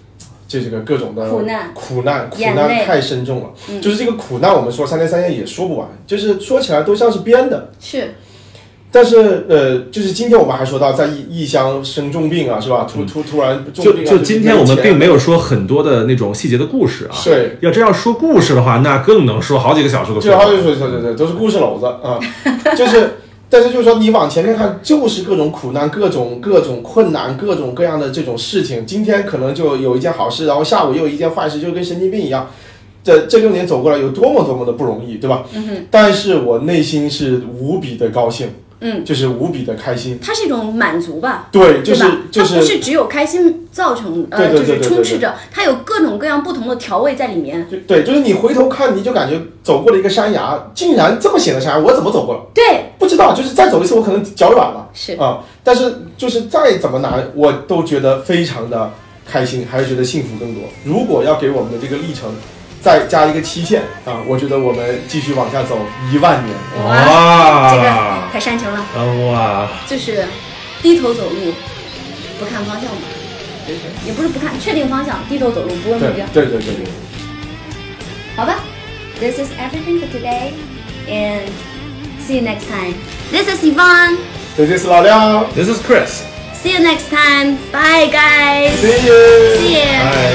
这这个各种的
苦难
苦难，苦
眼
难
泪嗯
太深重了。就是这个苦难，我们说三天三夜也说不完，就是说起来都像是编的。
是
但是呃，就是今天我们还说到在异异乡生重病啊，是吧？突突突然重
就
病啊
就今天我们并
没
没有说很多的那种细节的故事啊，
对。
要真要说故事的话，那更能说好几个小时的故事。
最后就说对对对，都是故事篓子啊，就是，但是就是说你往前面看，就是各种苦难、各种各种困难、各种各样的这种事情。今天可能就有一件好事，然后下午又有一件坏事，就跟神经病一样。这这六年走过来有多么多么的不容易，对吧？嗯、但是我内心是无比的高兴，嗯，就是无比的开心。
它是一种满足吧？
对，就
对
是
吧？啊
就
它不是只有开心造成，呃，
对对对
就是
对
充
对
斥着，它有各种各样不同的调味在里面。
就对，就是你回头看，你就感觉走过了一个山崖，竟然这么险的山崖，我怎么走过了？
对，
不知道，就是再走一次，我可能脚软了。
是
啊，但是就是再怎么难，我都觉得非常的开心，还是觉得幸福更多。如果要给我们的这个历程再加一个期限啊，我觉得我们继续往下走一万年。
这个
哇，嗯
太煽情了，
哇，
就是低头走路，不看方向嘛，也不是不看，确定方向，低头走路，不问目
对
标，
对对对对。
好吧？This is everything for today, and see you next time. This is Yvonne.
这就是老廖，
，This is Chris，
See you next time. Bye, guys.
谢谢。
See you.
哎。